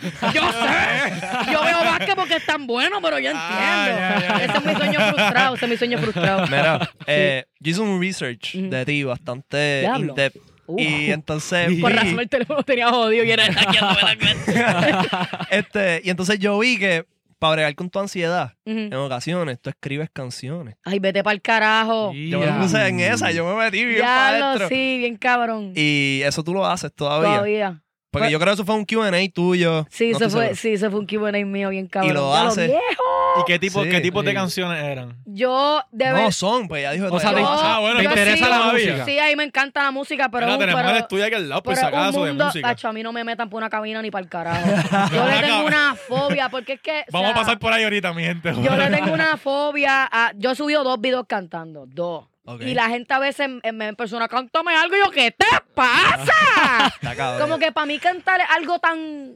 [SPEAKER 4] sé, yo sé. Yo veo básquet porque es tan bueno, pero yo entiendo.
[SPEAKER 2] Ah, ya, ya, ya.
[SPEAKER 4] Ese es mi sueño frustrado, ese es mi sueño frustrado.
[SPEAKER 1] Mira, eh, yo hice un research
[SPEAKER 4] Ujú.
[SPEAKER 1] de ti bastante
[SPEAKER 4] Diablo.
[SPEAKER 1] in-depth.
[SPEAKER 4] Uh.
[SPEAKER 1] Y entonces.
[SPEAKER 4] Por
[SPEAKER 1] vi-
[SPEAKER 4] razón el teléfono tenía jodido y era hackeándome la cuenta.
[SPEAKER 1] este, y entonces yo vi que para bregar con tu ansiedad, en
[SPEAKER 4] Ujú.
[SPEAKER 1] ocasiones tú escribes canciones.
[SPEAKER 4] Ay, vete para el carajo.
[SPEAKER 1] Yo me puse en esa, yo me metí bien para
[SPEAKER 4] Ya lo
[SPEAKER 1] adentro.
[SPEAKER 4] sí, bien cabrón.
[SPEAKER 1] Y eso tú lo haces todavía.
[SPEAKER 4] Todavía. Pues
[SPEAKER 1] Porque yo creo que eso fue un QA tuyo.
[SPEAKER 4] Sí,
[SPEAKER 1] no
[SPEAKER 4] se
[SPEAKER 1] estoy
[SPEAKER 4] fue,
[SPEAKER 1] seguro.
[SPEAKER 4] sí, se fue un Kiboney mío bien cabrón.
[SPEAKER 1] lo
[SPEAKER 4] Ya
[SPEAKER 1] hace.
[SPEAKER 4] viejo.
[SPEAKER 2] ¿Y qué tipo,
[SPEAKER 1] Sí.
[SPEAKER 2] qué tipo de
[SPEAKER 3] Sí.
[SPEAKER 2] canciones eran?
[SPEAKER 4] Yo de
[SPEAKER 1] No,
[SPEAKER 4] ver-
[SPEAKER 1] son, pues ya dijo.
[SPEAKER 3] O sea,
[SPEAKER 1] todo.
[SPEAKER 3] te-
[SPEAKER 1] Ah,
[SPEAKER 2] Ah, bueno,
[SPEAKER 4] yo
[SPEAKER 3] ¿te interesa
[SPEAKER 4] sí,
[SPEAKER 3] la
[SPEAKER 4] sí,
[SPEAKER 3] música?
[SPEAKER 4] Sí, ahí me encanta la música, pero,
[SPEAKER 2] Mira, tenemos el
[SPEAKER 4] pero-
[SPEAKER 2] estudio aquí al lado, por si
[SPEAKER 4] Pero un
[SPEAKER 2] acaso, de
[SPEAKER 4] mundo,
[SPEAKER 2] música.
[SPEAKER 4] Tacho, a mí no me metan por una cabina ni para el carajo. Yo le
[SPEAKER 2] Una
[SPEAKER 4] tengo
[SPEAKER 2] cabe-
[SPEAKER 4] una fobia, porque es que. o
[SPEAKER 2] Vamos a
[SPEAKER 4] sea,
[SPEAKER 2] pasar por ahí ahorita, mi gente.
[SPEAKER 4] Yo le tengo una fobia. a- yo he subido dos videos cantando, dos.
[SPEAKER 1] Ok.
[SPEAKER 4] Oh, Y la gente a veces me- me persona, cántame algo y yo, ¿qué te pasa?
[SPEAKER 1] está cabrón.
[SPEAKER 4] Como que para mí cantar es algo tan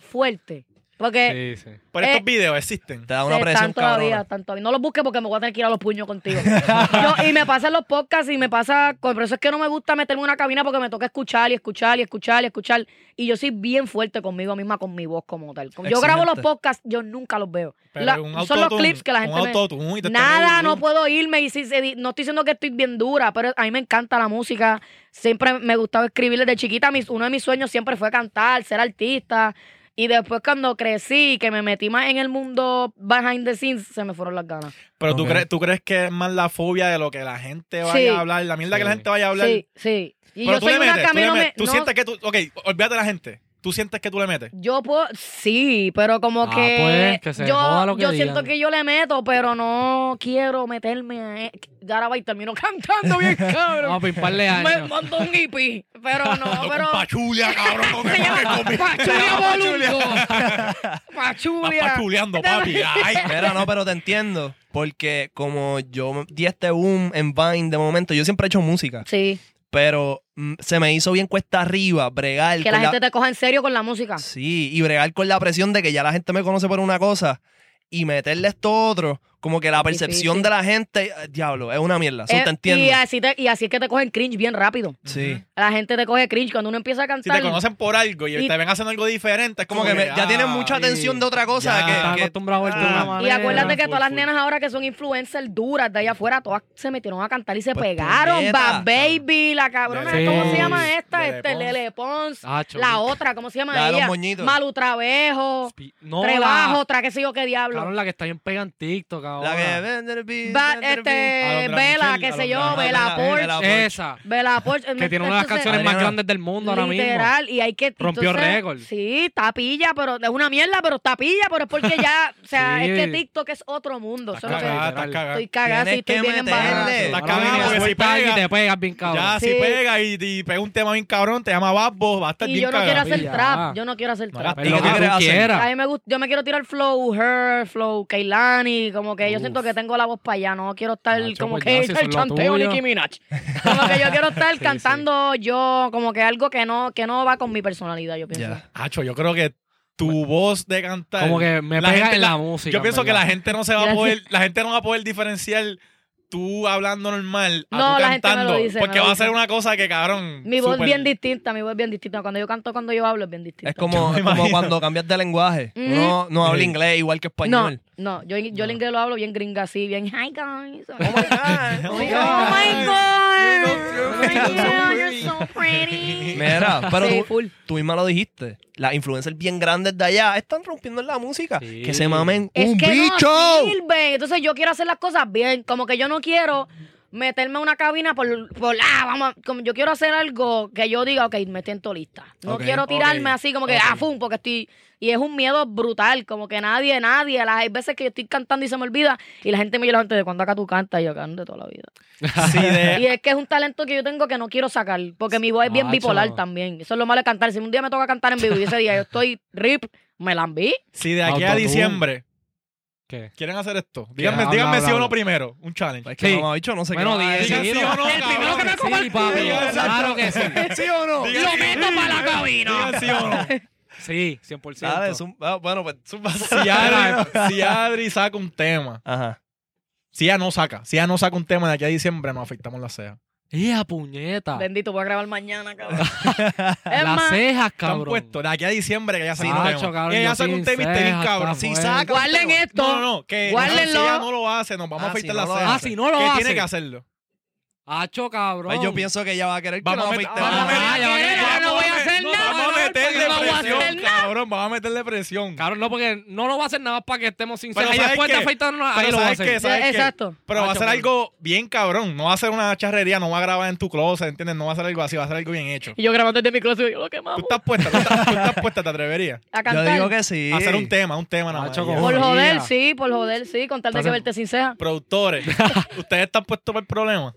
[SPEAKER 4] fuerte. Porque
[SPEAKER 3] Sí, sí.
[SPEAKER 2] Pero estos
[SPEAKER 4] eh,
[SPEAKER 2] videos existen.
[SPEAKER 1] Te da una
[SPEAKER 4] se-
[SPEAKER 1] presión
[SPEAKER 4] están todavía,
[SPEAKER 1] cabrona.
[SPEAKER 4] están todavía. No los busques porque me voy a tener que ir a los puños contigo. Yo- y me pasa en los podcasts y me pasa. con- Por eso es que no me gusta meterme en una cabina porque me toca escuchar y escuchar y escuchar y escuchar. Y yo soy bien fuerte conmigo misma, con mi voz como tal. Como- Yo grabo los
[SPEAKER 1] Excelente.
[SPEAKER 4] podcasts, yo nunca los veo.
[SPEAKER 2] Pero
[SPEAKER 4] La-
[SPEAKER 2] un
[SPEAKER 4] son los
[SPEAKER 2] autotune,
[SPEAKER 4] clips que la gente
[SPEAKER 2] un
[SPEAKER 4] me-
[SPEAKER 2] autotune y te están
[SPEAKER 4] Nada,
[SPEAKER 2] dando
[SPEAKER 4] no
[SPEAKER 2] zoom.
[SPEAKER 4] puedo irme. Y si, se- no estoy diciendo que estoy bien dura, pero a mí me encanta la música. Siempre me gustaba escribir desde chiquita. Mis, uno de mis sueños siempre fue cantar, ser artista. Y después cuando crecí, que me metí más en el mundo behind the scenes, se me fueron las ganas.
[SPEAKER 2] Pero tú,
[SPEAKER 1] Ok.
[SPEAKER 2] crees, tú crees que es más la fobia de lo que la gente vaya
[SPEAKER 4] Sí.
[SPEAKER 2] a hablar, la mierda que la
[SPEAKER 3] Sí.
[SPEAKER 2] gente vaya a hablar.
[SPEAKER 4] Sí, sí. Y
[SPEAKER 2] Pero
[SPEAKER 4] yo
[SPEAKER 2] tú le
[SPEAKER 4] soy una
[SPEAKER 2] metes,
[SPEAKER 4] que a
[SPEAKER 2] tú,
[SPEAKER 4] mí
[SPEAKER 2] le
[SPEAKER 4] no me...
[SPEAKER 2] metes. tú
[SPEAKER 4] no-
[SPEAKER 2] sientes que tú, ok, olvídate de la gente. Tú sientes que tú le metes.
[SPEAKER 4] Yo puedo, sí, pero como
[SPEAKER 3] Ah,
[SPEAKER 4] que,
[SPEAKER 3] pues, que se
[SPEAKER 4] yo,
[SPEAKER 3] joda lo que
[SPEAKER 4] yo
[SPEAKER 3] digan.
[SPEAKER 4] siento que yo le meto, pero no quiero meterme a... e- Ya ahora va y termino cantando bien cabrón.
[SPEAKER 3] Vamos a pimparle
[SPEAKER 4] me
[SPEAKER 3] años.
[SPEAKER 4] mando un hippie, pero no,
[SPEAKER 2] Con
[SPEAKER 4] pero...
[SPEAKER 2] pachulia, cabrón, con
[SPEAKER 4] Se llama Pachulia Volungo.
[SPEAKER 2] Vas
[SPEAKER 4] Pachulia.
[SPEAKER 2] pachuleando, papi. Ay,
[SPEAKER 1] Mira, no, pero te entiendo. Porque como yo me- di este boom en Vine de momento, yo siempre he hecho música.
[SPEAKER 4] Sí,
[SPEAKER 1] Pero mm, se me hizo bien cuesta arriba bregar
[SPEAKER 4] que la
[SPEAKER 1] con
[SPEAKER 4] gente te coja en serio con la música.
[SPEAKER 1] Sí, y bregar con la presión de que ya la gente me conoce por una cosa y meterle esto otro, como que la percepción
[SPEAKER 4] difícil.
[SPEAKER 1] de la gente, eh, diablo, es una mierda, eso
[SPEAKER 4] Eh,
[SPEAKER 1] te entiendo.
[SPEAKER 4] Y así, te- y así es que te cogen cringe bien rápido.
[SPEAKER 1] Sí.
[SPEAKER 4] La gente te coge cringe cuando uno empieza a
[SPEAKER 2] Si
[SPEAKER 4] cantar.
[SPEAKER 2] te conocen por algo y,
[SPEAKER 4] Y-
[SPEAKER 2] te ven haciendo algo diferente, es
[SPEAKER 1] Como que me- ya tienen
[SPEAKER 2] Ah,
[SPEAKER 1] mucha
[SPEAKER 3] sí.
[SPEAKER 1] atención de otra cosa
[SPEAKER 2] Ya.
[SPEAKER 3] Estaba
[SPEAKER 1] que, que-
[SPEAKER 3] acostumbrado a verte de
[SPEAKER 1] Ah.
[SPEAKER 3] una
[SPEAKER 1] Y
[SPEAKER 3] manera.
[SPEAKER 4] y acuérdate que
[SPEAKER 3] Full,
[SPEAKER 4] todas las
[SPEAKER 3] full.
[SPEAKER 4] nenas ahora que son influencers duras de allá afuera, todas se metieron a cantar y se
[SPEAKER 1] Pues,
[SPEAKER 4] pegaron.
[SPEAKER 1] puñeta.
[SPEAKER 4] Bad Baby, la cabrona,
[SPEAKER 3] Lele
[SPEAKER 4] ¿cómo
[SPEAKER 3] Pons,
[SPEAKER 4] se llama esta?
[SPEAKER 2] Lele
[SPEAKER 4] Este,
[SPEAKER 2] Pons.
[SPEAKER 4] Lele Pons.
[SPEAKER 3] Tacho,
[SPEAKER 4] La
[SPEAKER 3] mi-
[SPEAKER 4] otra, ¿cómo se llama
[SPEAKER 1] Ah, La de los
[SPEAKER 4] ella?
[SPEAKER 1] moñitos.
[SPEAKER 4] Malu Travejo.
[SPEAKER 3] pi- No,
[SPEAKER 4] Trebajo,
[SPEAKER 3] la,
[SPEAKER 4] tra qué sé yo qué diablo.
[SPEAKER 3] cabrón, la que está bien pega en TikTok ahora.
[SPEAKER 1] la que Bender Beat,
[SPEAKER 4] Va-
[SPEAKER 1] Bender Beat.
[SPEAKER 4] este,
[SPEAKER 2] Alondra
[SPEAKER 4] Vela,
[SPEAKER 2] Michel,
[SPEAKER 4] qué sé yo,
[SPEAKER 2] Alondra-
[SPEAKER 4] Vela
[SPEAKER 1] Alondra-
[SPEAKER 4] Porsche.
[SPEAKER 1] Vela-
[SPEAKER 3] Esa,
[SPEAKER 4] Vela Porsche.
[SPEAKER 3] que tiene una de las
[SPEAKER 4] Entonces,
[SPEAKER 3] canciones más
[SPEAKER 1] Adriana,
[SPEAKER 3] grandes del mundo ahora mismo.
[SPEAKER 4] Literal, y hay que.
[SPEAKER 3] Rompió
[SPEAKER 4] entonces,
[SPEAKER 3] récord.
[SPEAKER 4] Sí, tapilla, pero es una mierda, pero tapilla, pero es porque ya, o sea,
[SPEAKER 3] Sí.
[SPEAKER 4] es que TikTok es otro mundo.
[SPEAKER 2] Estás
[SPEAKER 4] Eso es lo que-
[SPEAKER 2] cagada,
[SPEAKER 3] literal.
[SPEAKER 2] estás cagada.
[SPEAKER 4] estoy cagada, sí,
[SPEAKER 1] Tienes
[SPEAKER 4] estoy
[SPEAKER 1] que
[SPEAKER 4] bien embarazada.
[SPEAKER 1] meterle.
[SPEAKER 2] Está
[SPEAKER 3] Ahora viene
[SPEAKER 2] cagado,
[SPEAKER 3] a
[SPEAKER 2] porque si
[SPEAKER 3] suelta algo y
[SPEAKER 2] pega-
[SPEAKER 3] te pegas bien cabrón.
[SPEAKER 2] Ya,
[SPEAKER 4] Sí.
[SPEAKER 2] si pega y, y pega un tema bien cabrón, te llama Babbo, va a estar
[SPEAKER 4] Y
[SPEAKER 2] bien
[SPEAKER 4] yo no quiero
[SPEAKER 2] cagado.
[SPEAKER 4] hacer
[SPEAKER 3] Ya.
[SPEAKER 4] trap, yo no quiero hacer trap.
[SPEAKER 3] Pero lo
[SPEAKER 1] ¿Qué
[SPEAKER 3] que
[SPEAKER 1] quieres
[SPEAKER 3] tú
[SPEAKER 1] hacer?
[SPEAKER 4] A
[SPEAKER 3] quieras.
[SPEAKER 4] mí me gusta, yo me quiero tirar flow her, flow Keilani, como que yo siento que tengo la voz para allá, no quiero estar
[SPEAKER 3] Nacho,
[SPEAKER 4] como
[SPEAKER 3] pues
[SPEAKER 4] que
[SPEAKER 3] ya, si eso
[SPEAKER 4] el
[SPEAKER 3] es lo
[SPEAKER 4] chanteo
[SPEAKER 3] tuyo.
[SPEAKER 4] Nicki Minaj. Como que yo quiero estar cantando yo, como que algo que no, que no va con mi personalidad, yo pienso.
[SPEAKER 1] Ya.
[SPEAKER 2] Hacho, yo creo que tu voz de cantar.
[SPEAKER 3] Como que me pega en la música,
[SPEAKER 2] Yo pienso
[SPEAKER 3] en
[SPEAKER 2] que la
[SPEAKER 3] verdad.
[SPEAKER 2] gente no se va a
[SPEAKER 4] Gracias.
[SPEAKER 2] poder, la gente no va a poder diferenciar tú hablando normal a
[SPEAKER 4] No,
[SPEAKER 2] tú
[SPEAKER 4] la gente me lo
[SPEAKER 2] cantando.
[SPEAKER 4] dice, me
[SPEAKER 2] porque
[SPEAKER 4] lo
[SPEAKER 2] va a
[SPEAKER 4] dice.
[SPEAKER 2] ser una cosa que cabrón.
[SPEAKER 4] Mi voz
[SPEAKER 2] súper-
[SPEAKER 4] bien distinta, mi voz bien distinta. Cuando yo canto, cuando yo hablo es bien distinta.
[SPEAKER 1] Es como, es como
[SPEAKER 2] imagino.
[SPEAKER 1] cuando cambias de lenguaje,
[SPEAKER 4] Ujú.
[SPEAKER 1] uno no habla
[SPEAKER 2] Sí.
[SPEAKER 1] inglés igual que
[SPEAKER 4] No,
[SPEAKER 1] español.
[SPEAKER 4] no, yo, yo el inglés lo hablo bien gringa así, bien hi guys. Oh my
[SPEAKER 1] my God.
[SPEAKER 4] god.
[SPEAKER 1] You look so
[SPEAKER 4] Yeah,
[SPEAKER 1] pretty.
[SPEAKER 4] you're so
[SPEAKER 5] pretty.
[SPEAKER 1] Mira, pero
[SPEAKER 4] Sí,
[SPEAKER 1] tú-
[SPEAKER 4] full.
[SPEAKER 1] Tú misma lo dijiste. Las influencers bien grandes de allá están rompiendo en la música.
[SPEAKER 3] Sí.
[SPEAKER 1] Que se mamen
[SPEAKER 4] Es
[SPEAKER 1] un
[SPEAKER 4] que
[SPEAKER 1] bicho.
[SPEAKER 4] no sirve. Entonces yo quiero hacer las cosas bien. Como que yo no quiero meterme a una cabina por, por ah, vamos, a- como yo quiero hacer algo que yo diga, ok, me siento lista. No
[SPEAKER 2] Ok,
[SPEAKER 4] quiero tirarme
[SPEAKER 2] ok,
[SPEAKER 4] así como que,
[SPEAKER 2] ok.
[SPEAKER 4] ah, fum, porque estoy, y es un miedo brutal, como que nadie, nadie, las hay veces que yo estoy cantando y se me olvida, y la gente me dice, la gente, ¿de cuándo acá tú cantas? Y yo canto de toda la vida.
[SPEAKER 2] Sí, de-
[SPEAKER 4] Y es que es un talento que yo tengo que no quiero sacar, porque mi voz es bien
[SPEAKER 3] Macho.
[SPEAKER 4] bipolar también. Eso es lo malo de cantar. Si un día me toca cantar en vivo y ese día yo estoy rip, me la enví.
[SPEAKER 2] si de aquí a
[SPEAKER 3] Autotune.
[SPEAKER 2] diciembre
[SPEAKER 3] ¿Qué?
[SPEAKER 2] quieren hacer esto, díganme,
[SPEAKER 3] habla,
[SPEAKER 2] díganme
[SPEAKER 3] habla,
[SPEAKER 2] sí o
[SPEAKER 3] habla. Pues,
[SPEAKER 2] no primero. Un challenge.
[SPEAKER 1] Es que
[SPEAKER 3] Sí.
[SPEAKER 1] mamá bicho no sé
[SPEAKER 3] Bueno,
[SPEAKER 1] qué. va a
[SPEAKER 3] di-
[SPEAKER 1] decir.
[SPEAKER 2] Digan sí o no,
[SPEAKER 3] El primero que me
[SPEAKER 2] cabrones.
[SPEAKER 3] coma el
[SPEAKER 2] Sí,
[SPEAKER 3] papi.
[SPEAKER 2] digan-
[SPEAKER 3] Claro que sí.
[SPEAKER 1] ¿Sí o no?
[SPEAKER 2] Digan sí. Digan sí o no.
[SPEAKER 3] Sí, 100%.
[SPEAKER 1] Dale, zum- ah, bueno, pues zumba.
[SPEAKER 2] Si Adri, si Adri saca un tema,
[SPEAKER 1] Ajá.
[SPEAKER 2] si ella no saca, si ella no saca un tema de aquí a diciembre, nos afectamos la ceja.
[SPEAKER 3] Hija,
[SPEAKER 2] Ah.
[SPEAKER 3] puñeta.
[SPEAKER 4] Bendito, voy a grabar mañana, cabrón. es
[SPEAKER 3] Las
[SPEAKER 4] más,
[SPEAKER 3] cejas,
[SPEAKER 2] Están
[SPEAKER 3] cabrón.
[SPEAKER 2] puestos de aquí a diciembre que ella saca un
[SPEAKER 3] Macho,
[SPEAKER 2] tema.
[SPEAKER 3] cabrón,
[SPEAKER 2] Y ella
[SPEAKER 3] yo
[SPEAKER 2] saca un
[SPEAKER 3] sin
[SPEAKER 2] tema y te
[SPEAKER 3] cejas,
[SPEAKER 2] cabrón.
[SPEAKER 3] está
[SPEAKER 1] Si
[SPEAKER 3] bueno.
[SPEAKER 1] saca.
[SPEAKER 4] guarden esto.
[SPEAKER 2] No, no, no, que
[SPEAKER 4] Guárdenlo.
[SPEAKER 2] si ella no lo hace, nos vamos
[SPEAKER 1] Ah,
[SPEAKER 2] a afectar
[SPEAKER 1] si
[SPEAKER 2] la
[SPEAKER 1] no lo
[SPEAKER 2] ceja.
[SPEAKER 1] hace.
[SPEAKER 3] Ah, si no lo
[SPEAKER 2] ¿Qué
[SPEAKER 3] hace.
[SPEAKER 2] tiene que hacerlo?
[SPEAKER 3] Hacho, cabrón.
[SPEAKER 1] Pues yo pienso que ella va a querer que
[SPEAKER 2] Vamos a
[SPEAKER 1] no
[SPEAKER 2] meter-
[SPEAKER 1] afecte
[SPEAKER 2] vamos a
[SPEAKER 1] la-
[SPEAKER 2] meter-
[SPEAKER 3] Ah, ya va a querer,
[SPEAKER 4] yo no voy a hacer
[SPEAKER 3] no,
[SPEAKER 4] nada.
[SPEAKER 2] Vamos a meterle
[SPEAKER 4] porque no voy a hacer
[SPEAKER 2] presión,
[SPEAKER 4] nada.
[SPEAKER 2] cabrón. Vamos a meterle presión.
[SPEAKER 3] Cabrón, no, porque no lo va a hacer nada más para que estemos sin
[SPEAKER 2] Pero
[SPEAKER 3] cejas. Y
[SPEAKER 2] ¿sabes
[SPEAKER 3] después de
[SPEAKER 2] qué?
[SPEAKER 3] afeitarnos, ahí
[SPEAKER 2] Pero
[SPEAKER 3] lo va a
[SPEAKER 2] ¿sabes qué?
[SPEAKER 3] hacer.
[SPEAKER 2] ¿Sabes qué?
[SPEAKER 4] Exacto.
[SPEAKER 2] Pero va a
[SPEAKER 3] Macho,
[SPEAKER 2] ser
[SPEAKER 3] pero-
[SPEAKER 2] algo bien cabrón. No va a ser una charrería, no va a grabar en tu closet, ¿entiendes? No va a ser algo así, va a ser algo bien hecho.
[SPEAKER 4] Y yo grabando desde mi closet, yo lo
[SPEAKER 2] Tú
[SPEAKER 4] quemamos.
[SPEAKER 2] estás puesta, tú estás, tú estás puesta, te atreverías.
[SPEAKER 4] A
[SPEAKER 1] Yo
[SPEAKER 4] cantar.
[SPEAKER 1] digo que sí.
[SPEAKER 2] A hacer un tema, un tema nada más.
[SPEAKER 3] Macho,
[SPEAKER 2] ya.
[SPEAKER 3] como-
[SPEAKER 4] Por
[SPEAKER 3] María.
[SPEAKER 4] joder, sí, por joder, sí, con tal de que
[SPEAKER 3] Entonces-
[SPEAKER 4] verte sin ceja.
[SPEAKER 2] Productores, ¿ustedes están puestos para el problema?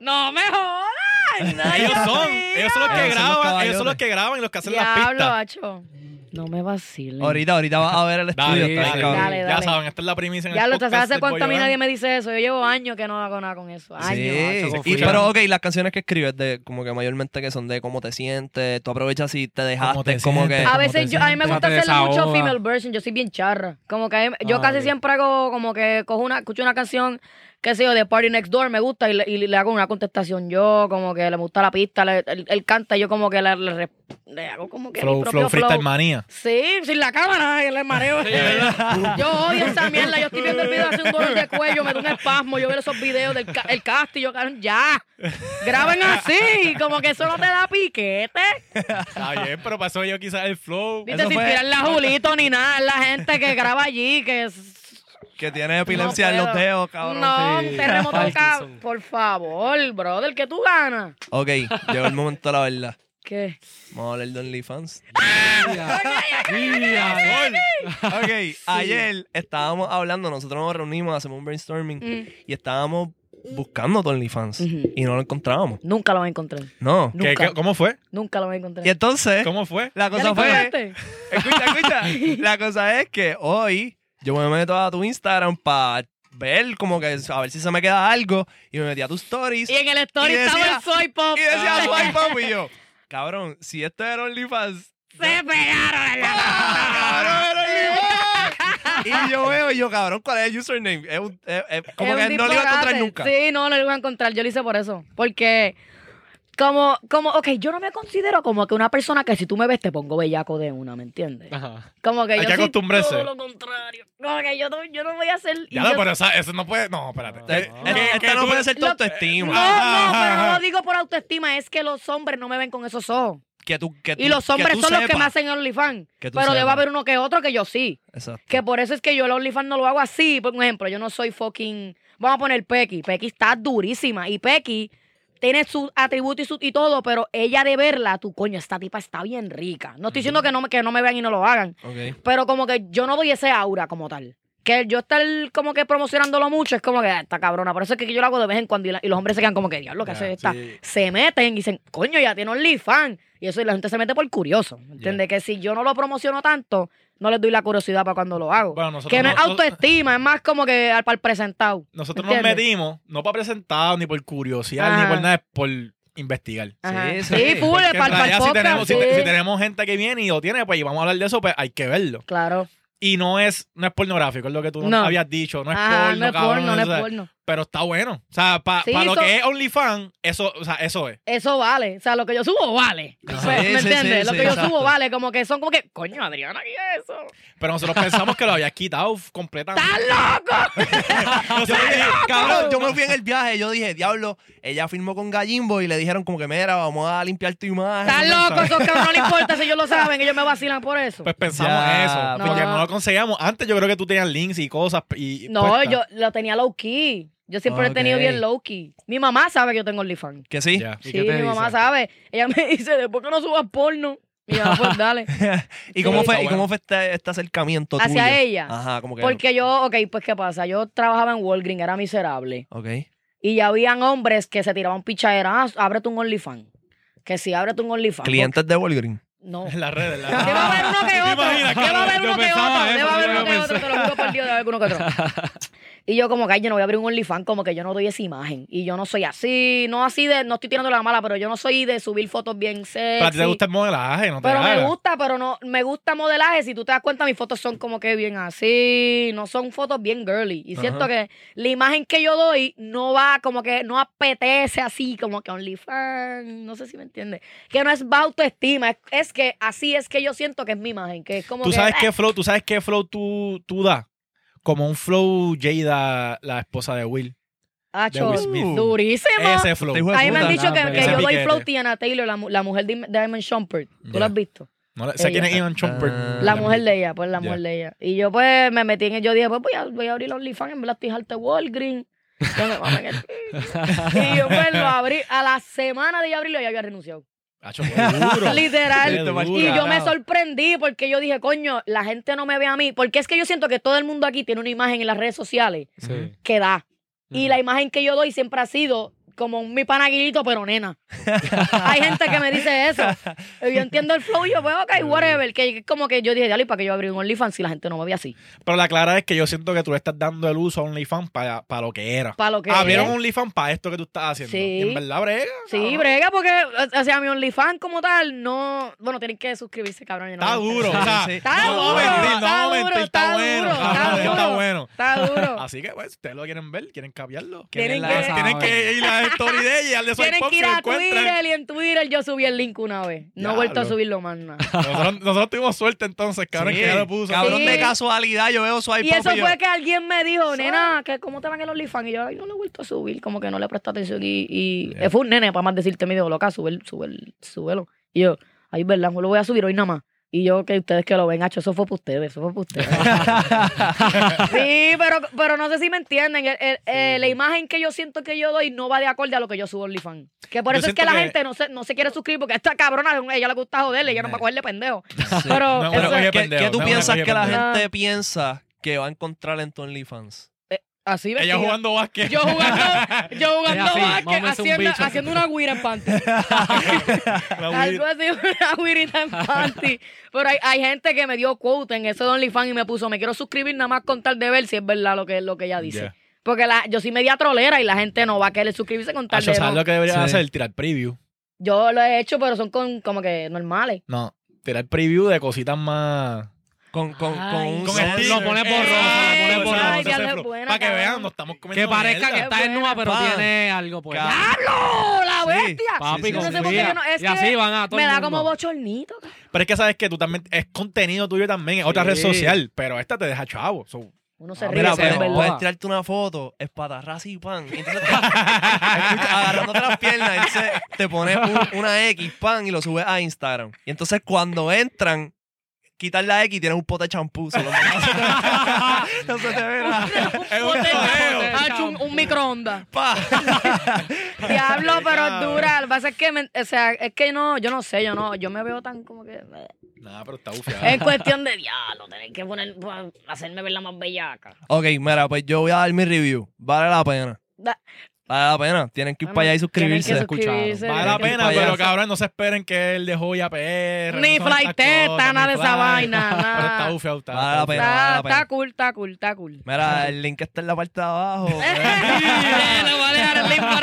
[SPEAKER 4] ¡No me jodas! no,
[SPEAKER 2] Ellos
[SPEAKER 4] Dios
[SPEAKER 2] son,
[SPEAKER 4] mío.
[SPEAKER 2] ellos son los que
[SPEAKER 1] Ellos son los
[SPEAKER 2] graban, ellos
[SPEAKER 1] caballotes.
[SPEAKER 2] son los que graban y los que hacen las
[SPEAKER 4] Diablo,
[SPEAKER 2] pistas.
[SPEAKER 4] hacho. No me vacilen.
[SPEAKER 1] Ahorita, ahorita vas a ver el estudio.
[SPEAKER 2] Dale,
[SPEAKER 1] está bien,
[SPEAKER 2] dale,
[SPEAKER 1] cabrón.
[SPEAKER 4] dale,
[SPEAKER 2] Ya
[SPEAKER 4] dale.
[SPEAKER 2] saben, esta es la primicia en
[SPEAKER 4] Ya
[SPEAKER 2] el
[SPEAKER 4] lo
[SPEAKER 2] podcast
[SPEAKER 4] sabes hace
[SPEAKER 2] del
[SPEAKER 4] cuánto a mí
[SPEAKER 2] Boyolán.
[SPEAKER 4] nadie me dice eso. Yo llevo años que no hago nada con eso. Años.
[SPEAKER 1] Sí,
[SPEAKER 3] macho,
[SPEAKER 1] y,
[SPEAKER 3] confía.
[SPEAKER 1] pero ok, las canciones que escribes, de, como que mayormente que son de cómo te sientes, tú aprovechas si te dejaste,
[SPEAKER 2] Cómo te
[SPEAKER 1] como
[SPEAKER 2] sientes.
[SPEAKER 1] que...
[SPEAKER 4] A
[SPEAKER 2] ¿Cómo te
[SPEAKER 4] veces yo, a mí me
[SPEAKER 3] sientes?
[SPEAKER 4] gusta
[SPEAKER 3] Te
[SPEAKER 4] hacerlo mucho
[SPEAKER 3] desahoga.
[SPEAKER 4] female version, yo soy bien charra. Como que a mí- yo
[SPEAKER 3] Ah,
[SPEAKER 4] casi
[SPEAKER 3] ok.
[SPEAKER 4] siempre hago como que cojo una, escucho una canción, qué sé yo, de Party Next Door, me gusta y le, y le hago una contestación yo, como que le gusta la pista, le- él, él canta y yo como que le, le re- le hago como que mi
[SPEAKER 2] Flow,
[SPEAKER 4] propio
[SPEAKER 2] flow
[SPEAKER 4] flow.
[SPEAKER 2] Freestyle Manía.
[SPEAKER 4] Sí, sin la cámara, el mareo. yo odio esa mierda, yo estoy viendo el video hace un dolor de cuello, me da un espasmo, yo veo esos videos del ca- el casting, yo, cabrón, ya, graben así, como que eso no te da piquete.
[SPEAKER 2] Está bien, pero pasó yo quizás el flow.
[SPEAKER 4] Viste,
[SPEAKER 1] Eso
[SPEAKER 4] sin
[SPEAKER 1] fue-
[SPEAKER 4] tirar la Julito ni nada, es la gente que graba allí, que es...
[SPEAKER 1] Que tiene epilepsia
[SPEAKER 4] no
[SPEAKER 1] en los
[SPEAKER 4] puedo.
[SPEAKER 1] dedos, cabrón.
[SPEAKER 4] No,
[SPEAKER 3] sí.
[SPEAKER 4] un terremoto,
[SPEAKER 3] Parkinson.
[SPEAKER 4] cabrón. Por favor, brother, que tú ganas.
[SPEAKER 1] Ok, llegó el momento de la verdad.
[SPEAKER 4] ¿Qué?
[SPEAKER 1] Vamos a hablar de OnlyFans.
[SPEAKER 3] Mira,
[SPEAKER 2] Gol.
[SPEAKER 1] Ok, ayer estábamos hablando, nosotros nos reunimos, hacemos un brainstorming
[SPEAKER 4] Mm.
[SPEAKER 1] y estábamos buscando tu OnlyFans
[SPEAKER 4] Ujú.
[SPEAKER 1] y no lo encontrábamos.
[SPEAKER 4] Nunca lo vas a encontrar.
[SPEAKER 1] No.
[SPEAKER 2] ¿Qué-
[SPEAKER 4] Nunca. Eh,
[SPEAKER 2] qué- ¿Cómo fue?
[SPEAKER 4] Nunca lo vas a encontrar.
[SPEAKER 1] Y entonces,
[SPEAKER 2] ¿Cómo fue?
[SPEAKER 1] la
[SPEAKER 4] ¿Ya lo
[SPEAKER 1] cosa fue.
[SPEAKER 4] encontraste?
[SPEAKER 1] Escucha, escucha. La cosa es que hoy yo me meto a tu Instagram para ver como que a ver si se me queda algo y me metí a tus stories
[SPEAKER 4] Y en el story
[SPEAKER 1] Y decía-
[SPEAKER 4] estaba el soy pop.
[SPEAKER 1] y decía Swipe Up y yo, cabrón, si esto era OnlyFans.
[SPEAKER 4] Se pegaron en la
[SPEAKER 1] ¡Cabrón, era OnlyFans! Y yo veo, y yo, cabrón, ¿cuál es el username? Es un- es- es- como
[SPEAKER 4] Es
[SPEAKER 1] que
[SPEAKER 4] un
[SPEAKER 1] no lo iba a encontrar
[SPEAKER 4] disparate.
[SPEAKER 1] nunca. Eh,
[SPEAKER 4] Sí, no, no lo iba a encontrar. Yo lo hice por eso. Porque, como, como, ok, yo no me considero como que una persona que si tú me ves te pongo bellaco de una, ¿me entiendes?
[SPEAKER 3] Ajá.
[SPEAKER 4] Como que
[SPEAKER 2] Hay
[SPEAKER 4] yo
[SPEAKER 2] que
[SPEAKER 4] soy
[SPEAKER 2] acostumbrarse.
[SPEAKER 4] todo lo contrario. Como que yo no, yo no voy a hacer. y
[SPEAKER 2] Ya
[SPEAKER 4] yo-
[SPEAKER 2] lo, pero esa- eso no puede. No, espérate.
[SPEAKER 1] Es- es
[SPEAKER 2] Eh,
[SPEAKER 1] que
[SPEAKER 2] que-
[SPEAKER 1] esta
[SPEAKER 2] que
[SPEAKER 1] este no
[SPEAKER 2] tú-
[SPEAKER 1] puede ser tu
[SPEAKER 4] lo-
[SPEAKER 1] autoestima.
[SPEAKER 4] No,
[SPEAKER 2] Ajá,
[SPEAKER 1] ah,
[SPEAKER 4] no,
[SPEAKER 2] ajá,
[SPEAKER 4] pero no
[SPEAKER 2] ajá.
[SPEAKER 4] lo digo por autoestima, es que los hombres no me ven con esos ojos.
[SPEAKER 1] Que tú, que tú-
[SPEAKER 4] Y los
[SPEAKER 1] que
[SPEAKER 4] hombres
[SPEAKER 1] tú
[SPEAKER 4] son los que
[SPEAKER 1] sepas.
[SPEAKER 4] me hacen OnlyFans.
[SPEAKER 1] Que tú
[SPEAKER 4] Pero debe
[SPEAKER 1] sepas.
[SPEAKER 4] haber uno que otro que yo sí.
[SPEAKER 1] Exacto.
[SPEAKER 4] Que por eso es que yo el OnlyFans no lo hago así. Por ejemplo, yo no soy fucking. Vamos a poner Pequi. Pequi está durísima. Y Pequi tiene sus atributos y, su- y todo, pero ella de verla, tu coño, esta tipa está bien rica. No estoy diciendo que no, me- que no me vean y no lo hagan,
[SPEAKER 1] Ok.
[SPEAKER 4] pero como que yo no doy ese aura como tal. Que yo estar como que promocionándolo mucho es como que ah, esta cabrona. Por eso es que yo lo hago de vez en cuando y, la- y los hombres se quedan como que diablo, que hace esta? Se meten y dicen, coño, ya tiene OnlyFans. Y eso y la gente se mete por curioso. ¿Entiendes? Que si yo no lo promociono tanto, no les doy la curiosidad para cuando lo hago.
[SPEAKER 2] Bueno, nosotros
[SPEAKER 4] Que no es
[SPEAKER 2] no-
[SPEAKER 4] autoestima, es más como que al para el presentado.
[SPEAKER 2] Nosotros nos
[SPEAKER 4] ¿Entiendes?
[SPEAKER 2] metimos, no para presentar, ni por curiosidad, ni
[SPEAKER 4] Ajá.
[SPEAKER 2] por nada, es por investigar.
[SPEAKER 4] Ajá.
[SPEAKER 1] Sí,
[SPEAKER 4] Sí,
[SPEAKER 1] sí.
[SPEAKER 4] full,
[SPEAKER 2] Porque en
[SPEAKER 4] para el
[SPEAKER 2] realidad, si
[SPEAKER 4] podcast.
[SPEAKER 2] tenemos, si, te-
[SPEAKER 4] sí.
[SPEAKER 2] si tenemos gente que viene y lo tiene, pues y vamos a hablar de eso, pues hay que verlo.
[SPEAKER 4] Claro.
[SPEAKER 2] Y no es, no es pornográfico, es lo que tú
[SPEAKER 4] No.
[SPEAKER 2] habías dicho. No es
[SPEAKER 4] Ajá,
[SPEAKER 2] porno,
[SPEAKER 4] no es
[SPEAKER 2] cabrón.
[SPEAKER 4] porno, no
[SPEAKER 2] o sea,
[SPEAKER 4] es porno.
[SPEAKER 2] pero está bueno. O sea, para
[SPEAKER 4] Sí,
[SPEAKER 2] lo
[SPEAKER 4] eso-
[SPEAKER 2] que es OnlyFans, eso, o sea, eso es.
[SPEAKER 4] Eso vale. O sea, lo que yo subo vale.
[SPEAKER 1] Ajá.
[SPEAKER 4] Pues,
[SPEAKER 1] Sí,
[SPEAKER 4] ¿Me
[SPEAKER 1] sí,
[SPEAKER 4] entiendes?
[SPEAKER 1] sí,
[SPEAKER 4] lo
[SPEAKER 1] sí,
[SPEAKER 4] que yo
[SPEAKER 1] exacto.
[SPEAKER 4] subo vale. Como que son como que, coño, Adriana, ¿qué es eso?
[SPEAKER 2] Pero nosotros pensamos que lo habías quitado completamente.
[SPEAKER 4] ¡Estás loco!
[SPEAKER 2] Nosotros dijimos,
[SPEAKER 1] Cabrón, yo me fui en el viaje, yo dije, diablo, ella firmó con Gallimbo y le dijeron como que, mira, vamos a limpiar tu imagen.
[SPEAKER 4] ¡Estás loco! Esos cabrones no le importa si ellos lo saben. Ellos me vacilan por eso.
[SPEAKER 2] Pues pensamos
[SPEAKER 1] Ya,
[SPEAKER 2] eso.
[SPEAKER 1] no.
[SPEAKER 2] Porque no lo conseguíamos. Antes yo creo que tú tenías links y cosas. Y
[SPEAKER 4] no,
[SPEAKER 2] puestas.
[SPEAKER 4] yo lo tenía low key. Yo siempre lo he tenido
[SPEAKER 1] Ok.
[SPEAKER 4] bien low key. Mi mamá sabe que yo tengo OnlyFans.
[SPEAKER 1] Que sí.
[SPEAKER 2] Ya.
[SPEAKER 3] ¿Y
[SPEAKER 4] Sí,
[SPEAKER 3] qué
[SPEAKER 4] mi
[SPEAKER 3] te
[SPEAKER 4] mamá
[SPEAKER 3] dice?
[SPEAKER 4] sabe. Ella me dice, después que no subas porno. Y yo, pues dale.
[SPEAKER 1] ¿Y cómo
[SPEAKER 4] Sí.
[SPEAKER 1] fue,
[SPEAKER 2] Está
[SPEAKER 1] ¿y cómo fue este, este acercamiento
[SPEAKER 4] Hacia
[SPEAKER 1] tuyo?
[SPEAKER 4] ella.
[SPEAKER 1] Ajá, como que.
[SPEAKER 4] Porque yo, ok, pues ¿qué pasa? Yo trabajaba en Walgreens, era miserable.
[SPEAKER 1] Ok.
[SPEAKER 4] Y ya habían hombres que se tiraban pichadera. Ah, ábrete un OnlyFans. Que si ábrete un OnlyFans.
[SPEAKER 1] Clientes de Walgreens.
[SPEAKER 4] porque- No.
[SPEAKER 2] En las redes, en las
[SPEAKER 4] Debe
[SPEAKER 2] redes.
[SPEAKER 4] haber uno que
[SPEAKER 2] ¿Te
[SPEAKER 4] otro.
[SPEAKER 2] imaginas,
[SPEAKER 4] Debe
[SPEAKER 2] cabrón?
[SPEAKER 4] haber
[SPEAKER 2] Yo
[SPEAKER 4] uno que
[SPEAKER 2] pensaba
[SPEAKER 4] otro.
[SPEAKER 2] eso,
[SPEAKER 4] Debe haber
[SPEAKER 2] yo
[SPEAKER 4] uno que
[SPEAKER 2] pensaba.
[SPEAKER 4] otro. Te lo juro por Dios, debe haber uno que otro. Y yo como que, ay, yo no voy a abrir un OnlyFans, como que yo no doy esa imagen. Y yo no soy así, no así de, no estoy tirando la mala, pero yo no soy de subir fotos bien
[SPEAKER 2] Pero a ti te
[SPEAKER 4] sexy.
[SPEAKER 2] gusta el modelaje, no te
[SPEAKER 4] Pero me
[SPEAKER 2] hagas.
[SPEAKER 4] gusta, pero no, me gusta modelaje. Si tú te das cuenta, mis fotos son como que bien así, no son fotos bien girly. Y siento
[SPEAKER 1] Ajá.
[SPEAKER 4] que la imagen que yo doy no va, como que no apetece así, como que OnlyFans, no sé si me entiendes. Que no es baja autoestima, es, es que así es que yo siento que es mi imagen, que es como
[SPEAKER 2] Tú
[SPEAKER 4] que,
[SPEAKER 2] sabes
[SPEAKER 4] eh,
[SPEAKER 2] qué flow, tú sabes qué flow tú, tú das. Como un flow Jada, la esposa de Will.
[SPEAKER 4] ah, acho,
[SPEAKER 2] Will Smith.
[SPEAKER 4] durísimo.
[SPEAKER 2] Ese flow.
[SPEAKER 1] Te dijo-
[SPEAKER 4] Ahí me han
[SPEAKER 1] Este puta,
[SPEAKER 4] dicho que,
[SPEAKER 3] nada,
[SPEAKER 4] que
[SPEAKER 2] ese
[SPEAKER 4] yo doy
[SPEAKER 2] piquete.
[SPEAKER 4] flow Tiana Taylor, la, mu- la mujer de Diamond Shumpert. ¿Tú
[SPEAKER 2] Yeah.
[SPEAKER 4] la has visto?
[SPEAKER 2] No le- ¿Sabes quién es Ian Chomper?
[SPEAKER 1] Ah.
[SPEAKER 4] La mujer de ella, pues la
[SPEAKER 2] Ya.
[SPEAKER 4] mujer de ella. Y yo pues me metí en el, yo dije, pues voy a, voy a abrir OnlyFans, en verdad estoy harta de Walgreens. Yo me mamé en el- y yo pues lo abrí, a la semana de yo abrirlo ya había renunciado.
[SPEAKER 2] Hacho, Ah, qué duro.
[SPEAKER 4] Literal.
[SPEAKER 2] Qué duro.
[SPEAKER 4] Y yo me
[SPEAKER 1] Carajo.
[SPEAKER 4] sorprendí porque yo dije, coño, la gente no me ve a mí. Porque es que yo siento que todo el mundo aquí tiene una imagen en las redes sociales
[SPEAKER 3] Sí.
[SPEAKER 4] que da. Y la imagen que yo doy siempre ha sido como mi panaguilito, pero nena. Hay gente que me dice eso. Y Yo entiendo el flow, y yo, pues, ok, whatever. Que es como que yo dije, dale, ¿para que yo abrí un OnlyFans si la gente no me ve así?
[SPEAKER 2] Pero la clara es que yo siento que tú le estás dando el uso a OnlyFans para lo que era.
[SPEAKER 4] Para lo que.
[SPEAKER 2] Abrieron
[SPEAKER 4] es.
[SPEAKER 2] OnlyFans para esto que tú estás haciendo.
[SPEAKER 4] Sí.
[SPEAKER 2] Y en verdad, brega.
[SPEAKER 4] Sí, brega, porque, o sea, mi OnlyFans como tal, no. Bueno, tienen que suscribirse, cabrón. yo no
[SPEAKER 2] Está
[SPEAKER 4] voy a
[SPEAKER 2] duro. O
[SPEAKER 4] entrar.
[SPEAKER 2] sea,
[SPEAKER 1] Sí, sí.
[SPEAKER 4] Está
[SPEAKER 2] no vamos a
[SPEAKER 4] duro,
[SPEAKER 2] mentir, no
[SPEAKER 4] está
[SPEAKER 2] vamos a
[SPEAKER 4] duro,
[SPEAKER 2] mentir. Está
[SPEAKER 4] está
[SPEAKER 2] bueno.
[SPEAKER 4] duro,
[SPEAKER 2] Está
[SPEAKER 4] está
[SPEAKER 2] bueno, está
[SPEAKER 4] duro.
[SPEAKER 2] bueno.
[SPEAKER 4] Está duro.
[SPEAKER 2] Así que, pues, si ustedes lo quieren ver, quieren cambiarlo.
[SPEAKER 4] Tienen
[SPEAKER 2] Pues,
[SPEAKER 4] que-
[SPEAKER 2] tienen que ir a la story de ella, al de Soy
[SPEAKER 4] Tienen
[SPEAKER 2] Pop,
[SPEAKER 4] que
[SPEAKER 2] si
[SPEAKER 4] ir
[SPEAKER 2] lo
[SPEAKER 4] a
[SPEAKER 2] encuentran.
[SPEAKER 4] Twitter y en Twitter yo subí el link una vez. No he
[SPEAKER 2] Diablo.
[SPEAKER 4] vuelto a subirlo más nada.
[SPEAKER 2] Nosotros, nosotros tuvimos suerte entonces, cabrón,
[SPEAKER 1] Sí.
[SPEAKER 2] que ya lo puso.
[SPEAKER 1] Cabrón,
[SPEAKER 4] Sí.
[SPEAKER 1] de casualidad, yo veo su
[SPEAKER 4] Y
[SPEAKER 1] iPod.
[SPEAKER 4] eso
[SPEAKER 1] yo-
[SPEAKER 4] fue que alguien me dijo, nena, que ¿cómo te van el OnlyFans? Y yo, ay, no lo he vuelto a subir, como que no le presté atención. Y, y
[SPEAKER 2] Yeah.
[SPEAKER 4] fue un nene, para más decirte, me dijo, loca, sube, sube, súbelo. Y yo, ay, verdad, no lo voy a subir hoy nada más. Y yo, que ustedes que lo ven, hacho, eso fue para ustedes, eso fue para ustedes. sí, pero, pero no sé si me entienden. el- el- eh, la imagen que yo siento que yo doy no va de acorde a lo que yo subo a OnlyFans. Que por
[SPEAKER 2] Yo
[SPEAKER 4] eso es
[SPEAKER 2] siento
[SPEAKER 4] que la
[SPEAKER 2] que-
[SPEAKER 4] gente no se, no se quiere suscribir, porque a esta cabrona, a ella le gusta joderle, ella no va a cogerle pendejo. Pero,
[SPEAKER 2] No,
[SPEAKER 1] Pero,
[SPEAKER 4] eso-
[SPEAKER 2] oye,
[SPEAKER 1] ¿qué,
[SPEAKER 2] pendejo,
[SPEAKER 1] qué tú
[SPEAKER 2] no,
[SPEAKER 1] piensas
[SPEAKER 2] oye,
[SPEAKER 1] que la
[SPEAKER 4] pendejo.
[SPEAKER 1] gente piensa que va a encontrar en tu OnlyFans?
[SPEAKER 4] así
[SPEAKER 2] Ella
[SPEAKER 4] vestida.
[SPEAKER 2] jugando básquet.
[SPEAKER 4] Yo jugando, yo jugando
[SPEAKER 3] Ella sí,
[SPEAKER 4] básquet,
[SPEAKER 3] mámese un
[SPEAKER 4] haciendo,
[SPEAKER 3] bicho.
[SPEAKER 4] haciendo una guira en panty.
[SPEAKER 2] La Will-
[SPEAKER 4] Algo así, una guirita en panty. Pero hay, hay gente que me dio quote en eso de OnlyFans y me puso, me quiero suscribir nada más con tal de ver si es verdad lo que, lo que ella dice.
[SPEAKER 2] Yeah.
[SPEAKER 4] Porque la, yo soy media trolera y la gente no va a querer suscribirse con tal
[SPEAKER 2] Hacho,
[SPEAKER 4] de
[SPEAKER 2] ¿sabes
[SPEAKER 4] no.
[SPEAKER 2] Ah, lo que deberías
[SPEAKER 1] Sí.
[SPEAKER 2] hacer? Tirar preview.
[SPEAKER 4] Yo lo he hecho, pero son con, como que normales.
[SPEAKER 2] No, tirar preview de cositas más...
[SPEAKER 1] Con, con, con
[SPEAKER 4] Ay.
[SPEAKER 1] un
[SPEAKER 4] Con
[SPEAKER 1] sound-
[SPEAKER 3] estilo. Lo pones
[SPEAKER 2] Eh,
[SPEAKER 3] borroso, lo pones borroso.
[SPEAKER 4] Ay, diablo, es buena,
[SPEAKER 2] Para que
[SPEAKER 4] cabrón.
[SPEAKER 2] vean, no estamos comiendo
[SPEAKER 3] Que parezca
[SPEAKER 2] mierda.
[SPEAKER 3] que está en
[SPEAKER 4] buena,
[SPEAKER 3] nube, pero
[SPEAKER 1] pan.
[SPEAKER 3] tiene algo pues.
[SPEAKER 1] Ca-
[SPEAKER 4] ¡Hablo! ¡La
[SPEAKER 1] Sí,
[SPEAKER 4] bestia!
[SPEAKER 3] Papi,
[SPEAKER 1] sí, sí,
[SPEAKER 4] Yo no sé por
[SPEAKER 3] confía.
[SPEAKER 4] qué yo no- es
[SPEAKER 3] y así
[SPEAKER 4] que
[SPEAKER 3] van a todo
[SPEAKER 4] me
[SPEAKER 3] el
[SPEAKER 4] da
[SPEAKER 3] mundo.
[SPEAKER 4] como bochornito.
[SPEAKER 2] Pero es que sabes que tú también es contenido tuyo también, es otra red
[SPEAKER 3] Sí.
[SPEAKER 2] social, pero esta te deja chavo. so-
[SPEAKER 4] Uno se
[SPEAKER 3] Ah,
[SPEAKER 4] ríe,
[SPEAKER 1] Mira, puedes,
[SPEAKER 3] Ríe,
[SPEAKER 4] pero
[SPEAKER 3] se
[SPEAKER 4] es
[SPEAKER 1] puedes
[SPEAKER 4] verdad.
[SPEAKER 3] joda.
[SPEAKER 1] tirarte una foto, espada, raza y pan. y Entonces, te- escucha, agarrándote las piernas, entonces te pones un- una X, pan, y lo subes a Instagram. Y entonces cuando entran, quitas la X y tienes un pote de champú. solo. no se te ve nada.
[SPEAKER 2] Es un
[SPEAKER 3] feo.
[SPEAKER 4] Ha hecho un, un microondas.
[SPEAKER 1] Pa.
[SPEAKER 4] Diablo, pero es
[SPEAKER 2] Cabrón.
[SPEAKER 4] dura. Lo que pasa es que, me- o sea, es que no, yo no sé, yo no, yo me veo tan como que.
[SPEAKER 2] Nah, pero está bufeado.
[SPEAKER 4] Es cuestión de diablo, tener que poner, pa- hacerme ver la más bellaca.
[SPEAKER 1] Ok, mira, pues yo voy a dar mi review. Vale la pena.
[SPEAKER 4] Da-
[SPEAKER 1] Vale la pena. Tienen que ir para allá y suscribirse.
[SPEAKER 4] Tienen que
[SPEAKER 3] escucharon.
[SPEAKER 4] suscribirse,
[SPEAKER 2] Vale
[SPEAKER 4] tienen
[SPEAKER 2] la
[SPEAKER 4] que
[SPEAKER 2] pena,
[SPEAKER 1] payaso.
[SPEAKER 2] pero cabrón, no se esperen que él dejó ya PR. no
[SPEAKER 4] Ni
[SPEAKER 2] son estas
[SPEAKER 4] flighteta,
[SPEAKER 2] cosas,
[SPEAKER 4] nada
[SPEAKER 2] ni
[SPEAKER 4] de esa
[SPEAKER 2] flight.
[SPEAKER 4] vaina, nada.
[SPEAKER 2] Pero está bufeado, está.
[SPEAKER 1] Vale la
[SPEAKER 2] está
[SPEAKER 1] pena.
[SPEAKER 4] Está,
[SPEAKER 1] vale la
[SPEAKER 4] está cool, está cool, está cool.
[SPEAKER 1] Mira, el link está en la parte de abajo.
[SPEAKER 4] Eh, le voy a dejar el link por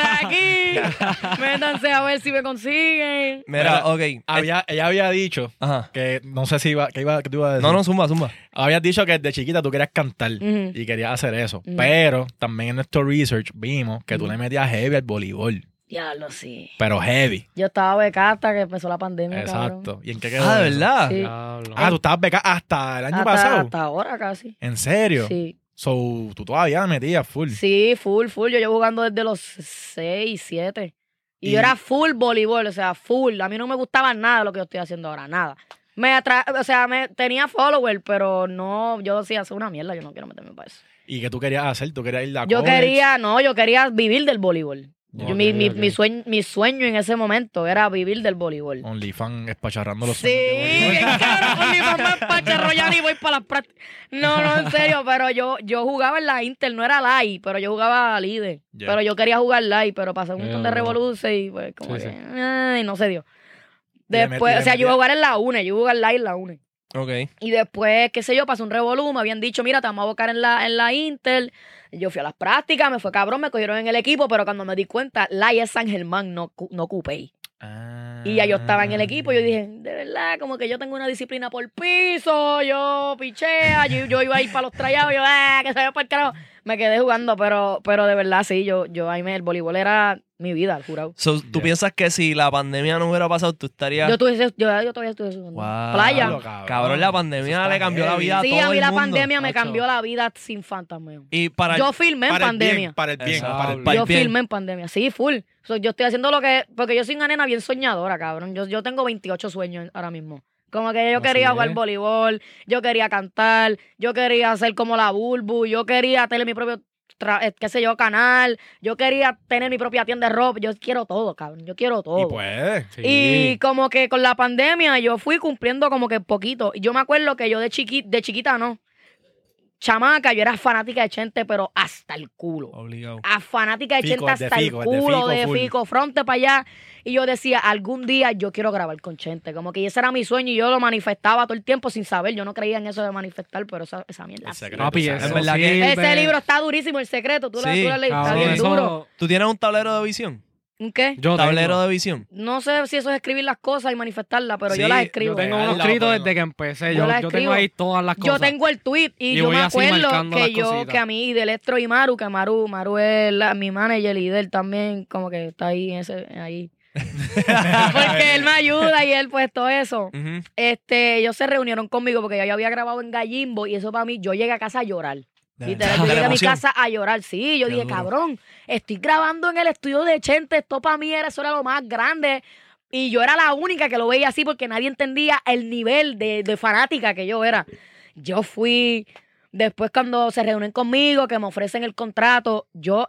[SPEAKER 4] aquí. Métanse a ver si me consiguen.
[SPEAKER 1] Mira,
[SPEAKER 2] Mira,
[SPEAKER 1] ok.
[SPEAKER 2] Había, ella había dicho
[SPEAKER 1] Ajá.
[SPEAKER 2] que no sé si iba, que iba, que tú ibas a decir.
[SPEAKER 1] No, no, zumba, zumba.
[SPEAKER 2] Habías dicho que desde chiquita tú querías cantar
[SPEAKER 4] Ujú.
[SPEAKER 2] y querías hacer eso.
[SPEAKER 4] Ujú.
[SPEAKER 2] Pero también en nuestro research vimos que tú le metías heavy al voleibol.
[SPEAKER 4] Diablo, sí.
[SPEAKER 2] Pero heavy.
[SPEAKER 4] Yo estaba becada hasta que empezó la pandemia, cabrón.
[SPEAKER 2] Exacto. ¿Y en qué quedó?
[SPEAKER 1] Ah, ¿de
[SPEAKER 2] eso?
[SPEAKER 1] verdad?
[SPEAKER 4] Sí.
[SPEAKER 3] Diablo.
[SPEAKER 2] Ah, tú estabas becada hasta el año
[SPEAKER 4] Hasta,
[SPEAKER 2] pasado.
[SPEAKER 4] hasta ahora casi.
[SPEAKER 2] ¿En serio?
[SPEAKER 4] Sí.
[SPEAKER 2] So, tú todavía metías full.
[SPEAKER 4] Sí, full, full. Yo llevo jugando desde los 6, 7. Y, yo
[SPEAKER 2] Y-
[SPEAKER 4] era full voleibol, o sea, full. A mí no me gustaba nada lo que yo estoy haciendo ahora, nada. Me atra o sea, me tenía follower, pero no, yo decía, hace una mierda, yo no quiero meterme para eso.
[SPEAKER 2] ¿Y qué tú querías hacer? ¿Tú querías ir a
[SPEAKER 4] Yo
[SPEAKER 2] college?
[SPEAKER 4] quería, no, yo quería vivir del voleibol. Yo-
[SPEAKER 2] Ok,
[SPEAKER 4] mi, mi-
[SPEAKER 3] ok.
[SPEAKER 4] mi sueño, mi sueño en ese momento era vivir del voleibol.
[SPEAKER 2] OnlyFans espacharrando los
[SPEAKER 4] Sí, bien claro, con mi mamá pacharrollando y voy para las prácticas. No, no, en serio, pero yo, yo jugaba en la Inter, no era live, pero yo jugaba líder.
[SPEAKER 2] Ya. Eh.
[SPEAKER 4] Pero yo quería jugar live, pero pasé un
[SPEAKER 3] Ya,
[SPEAKER 4] montón de
[SPEAKER 3] ya.
[SPEAKER 4] revoluciones y pues como
[SPEAKER 3] Sí,
[SPEAKER 4] que,
[SPEAKER 3] sí.
[SPEAKER 4] ay, no se dio.
[SPEAKER 2] le metí-
[SPEAKER 4] Después,
[SPEAKER 2] le
[SPEAKER 4] o sea,
[SPEAKER 2] metí-
[SPEAKER 4] yo iba a jugar en la UNE, yo iba a jugar live en la UNE.
[SPEAKER 1] Ok.
[SPEAKER 4] Y después, qué sé yo, pasó un revolú, me habían dicho, mira, te vamos a buscar en la, en la Inter. Yo fui a las prácticas, me fue cabrón, me cogieron en el equipo, pero cuando me di cuenta, live es San Germán, no, Cu- no Coupey.
[SPEAKER 2] Ah.
[SPEAKER 4] Y ya yo estaba
[SPEAKER 1] Mm.
[SPEAKER 4] en el equipo, yo dije, de verdad, como que yo tengo una disciplina por piso, yo pichea, yo, yo iba a ir para los trayados, yo, ah, que se vaya para el carajo. Me quedé jugando, pero, pero de verdad, sí, yo, yo, ahí me, el voleibol era mi vida, jurado.
[SPEAKER 1] So, ¿Tú
[SPEAKER 2] Ya.
[SPEAKER 1] piensas que si la pandemia no hubiera pasado, tú estarías.
[SPEAKER 4] Yo, tuviese, yo, yo todavía estuve jugando.
[SPEAKER 1] Wow.
[SPEAKER 4] Playa.
[SPEAKER 2] Diablo, cabrón.
[SPEAKER 1] Cabrón, la
[SPEAKER 2] Eso
[SPEAKER 1] pandemia
[SPEAKER 2] está
[SPEAKER 1] le cambió la
[SPEAKER 2] heavy.
[SPEAKER 1] vida a
[SPEAKER 4] Sí,
[SPEAKER 1] todo
[SPEAKER 4] a mí
[SPEAKER 1] el
[SPEAKER 4] la
[SPEAKER 1] mundo.
[SPEAKER 4] pandemia me
[SPEAKER 3] macho.
[SPEAKER 4] cambió la vida sin fantasmeo.
[SPEAKER 1] Y para el-
[SPEAKER 4] Yo filmé en
[SPEAKER 2] Para el bien,
[SPEAKER 4] pandemia.
[SPEAKER 2] para el bien.
[SPEAKER 1] Exacto.
[SPEAKER 2] para el
[SPEAKER 1] Pa-
[SPEAKER 2] bien.
[SPEAKER 4] Yo
[SPEAKER 1] bien.
[SPEAKER 4] filmé en pandemia, sí, full. So, yo estoy haciendo lo que. Porque yo soy una nena bien soñadora, cabrón. Yo, yo tengo 28 sueños ahora mismo. Como que yo
[SPEAKER 3] Así
[SPEAKER 4] quería jugar
[SPEAKER 3] es.
[SPEAKER 4] voleibol, yo quería cantar, yo quería hacer como la Bulbu, yo quería tener mi propio, tra- eh, qué sé yo, canal, yo quería tener mi propia tienda de ropa. Yo quiero todo, cabrón. Yo quiero todo.
[SPEAKER 2] Y pues, puede.
[SPEAKER 3] Sí.
[SPEAKER 4] Y como que con la pandemia yo fui cumpliendo como que poquito. Y Yo me acuerdo que yo de chiquita, de chiquita no. Chamaca, yo era fanática de Chente, pero hasta el culo
[SPEAKER 1] Obligado.
[SPEAKER 4] a fanática de
[SPEAKER 2] Fico,
[SPEAKER 4] Chente
[SPEAKER 2] de
[SPEAKER 4] hasta
[SPEAKER 2] Fico,
[SPEAKER 4] el
[SPEAKER 2] de
[SPEAKER 4] culo
[SPEAKER 2] Fico
[SPEAKER 4] de Fico,
[SPEAKER 2] full.
[SPEAKER 4] fronte para allá. Y yo decía, algún día yo quiero grabar con Chente. Como que ese era mi sueño y yo lo manifestaba todo el tiempo sin saber. Yo no creía en eso de manifestar, pero esa, esa mierda.
[SPEAKER 2] El
[SPEAKER 4] sí.
[SPEAKER 2] secreto,
[SPEAKER 3] Papi,
[SPEAKER 2] el
[SPEAKER 3] eso
[SPEAKER 1] Es
[SPEAKER 2] secreto.
[SPEAKER 1] verdad que-
[SPEAKER 3] sirve.
[SPEAKER 4] Ese libro está durísimo, el secreto. Tú lo
[SPEAKER 1] Sí,
[SPEAKER 4] tú lo has leído, está
[SPEAKER 3] Cabrón,
[SPEAKER 4] bien
[SPEAKER 3] eso-
[SPEAKER 4] duro.
[SPEAKER 1] ¿Tú tienes un tablero de visión?
[SPEAKER 4] ¿Un qué?
[SPEAKER 3] Yo
[SPEAKER 1] tablero
[SPEAKER 3] tengo,
[SPEAKER 1] de visión.
[SPEAKER 4] No sé si eso es escribir las cosas y manifestarlas, pero yo
[SPEAKER 1] Sí,
[SPEAKER 4] las
[SPEAKER 3] yo
[SPEAKER 4] escribo.
[SPEAKER 3] tengo
[SPEAKER 2] Al
[SPEAKER 3] unos
[SPEAKER 2] lado,
[SPEAKER 3] escritos
[SPEAKER 2] ponlo.
[SPEAKER 3] desde que empecé.
[SPEAKER 4] Yo
[SPEAKER 3] Yo,
[SPEAKER 4] la
[SPEAKER 3] yo
[SPEAKER 4] escribo.
[SPEAKER 3] tengo ahí todas las
[SPEAKER 4] Yo
[SPEAKER 3] cosas.
[SPEAKER 4] tengo el tweet y,
[SPEAKER 3] Y
[SPEAKER 4] yo
[SPEAKER 3] voy
[SPEAKER 4] me
[SPEAKER 3] así
[SPEAKER 4] acuerdo
[SPEAKER 3] marcando
[SPEAKER 4] que
[SPEAKER 3] las
[SPEAKER 4] yo,
[SPEAKER 3] cositas.
[SPEAKER 4] que a mí Delestro y Maru, que Maru, Maru es la- mi manager y él también como que está ahí, en ese, ahí. porque él me ayuda y él pues todo eso.
[SPEAKER 1] Ujú.
[SPEAKER 4] Este, ellos se reunieron conmigo porque yo había grabado en Gallimbo y eso para mí, yo llegué a casa a llorar.
[SPEAKER 1] De
[SPEAKER 4] Literal,
[SPEAKER 1] verdad.
[SPEAKER 4] yo llegué a mi
[SPEAKER 1] Emoción.
[SPEAKER 4] casa a llorar. Sí, yo
[SPEAKER 1] Qué
[SPEAKER 4] dije,
[SPEAKER 1] duro.
[SPEAKER 4] cabrón, estoy grabando en el estudio de Chente. Esto para mí era, eso era lo más grande. Y yo era la única que lo veía así porque nadie entendía el nivel de, de fanática que yo era. Yo fui. Después, cuando se reúnen conmigo, que me ofrecen el contrato, yo,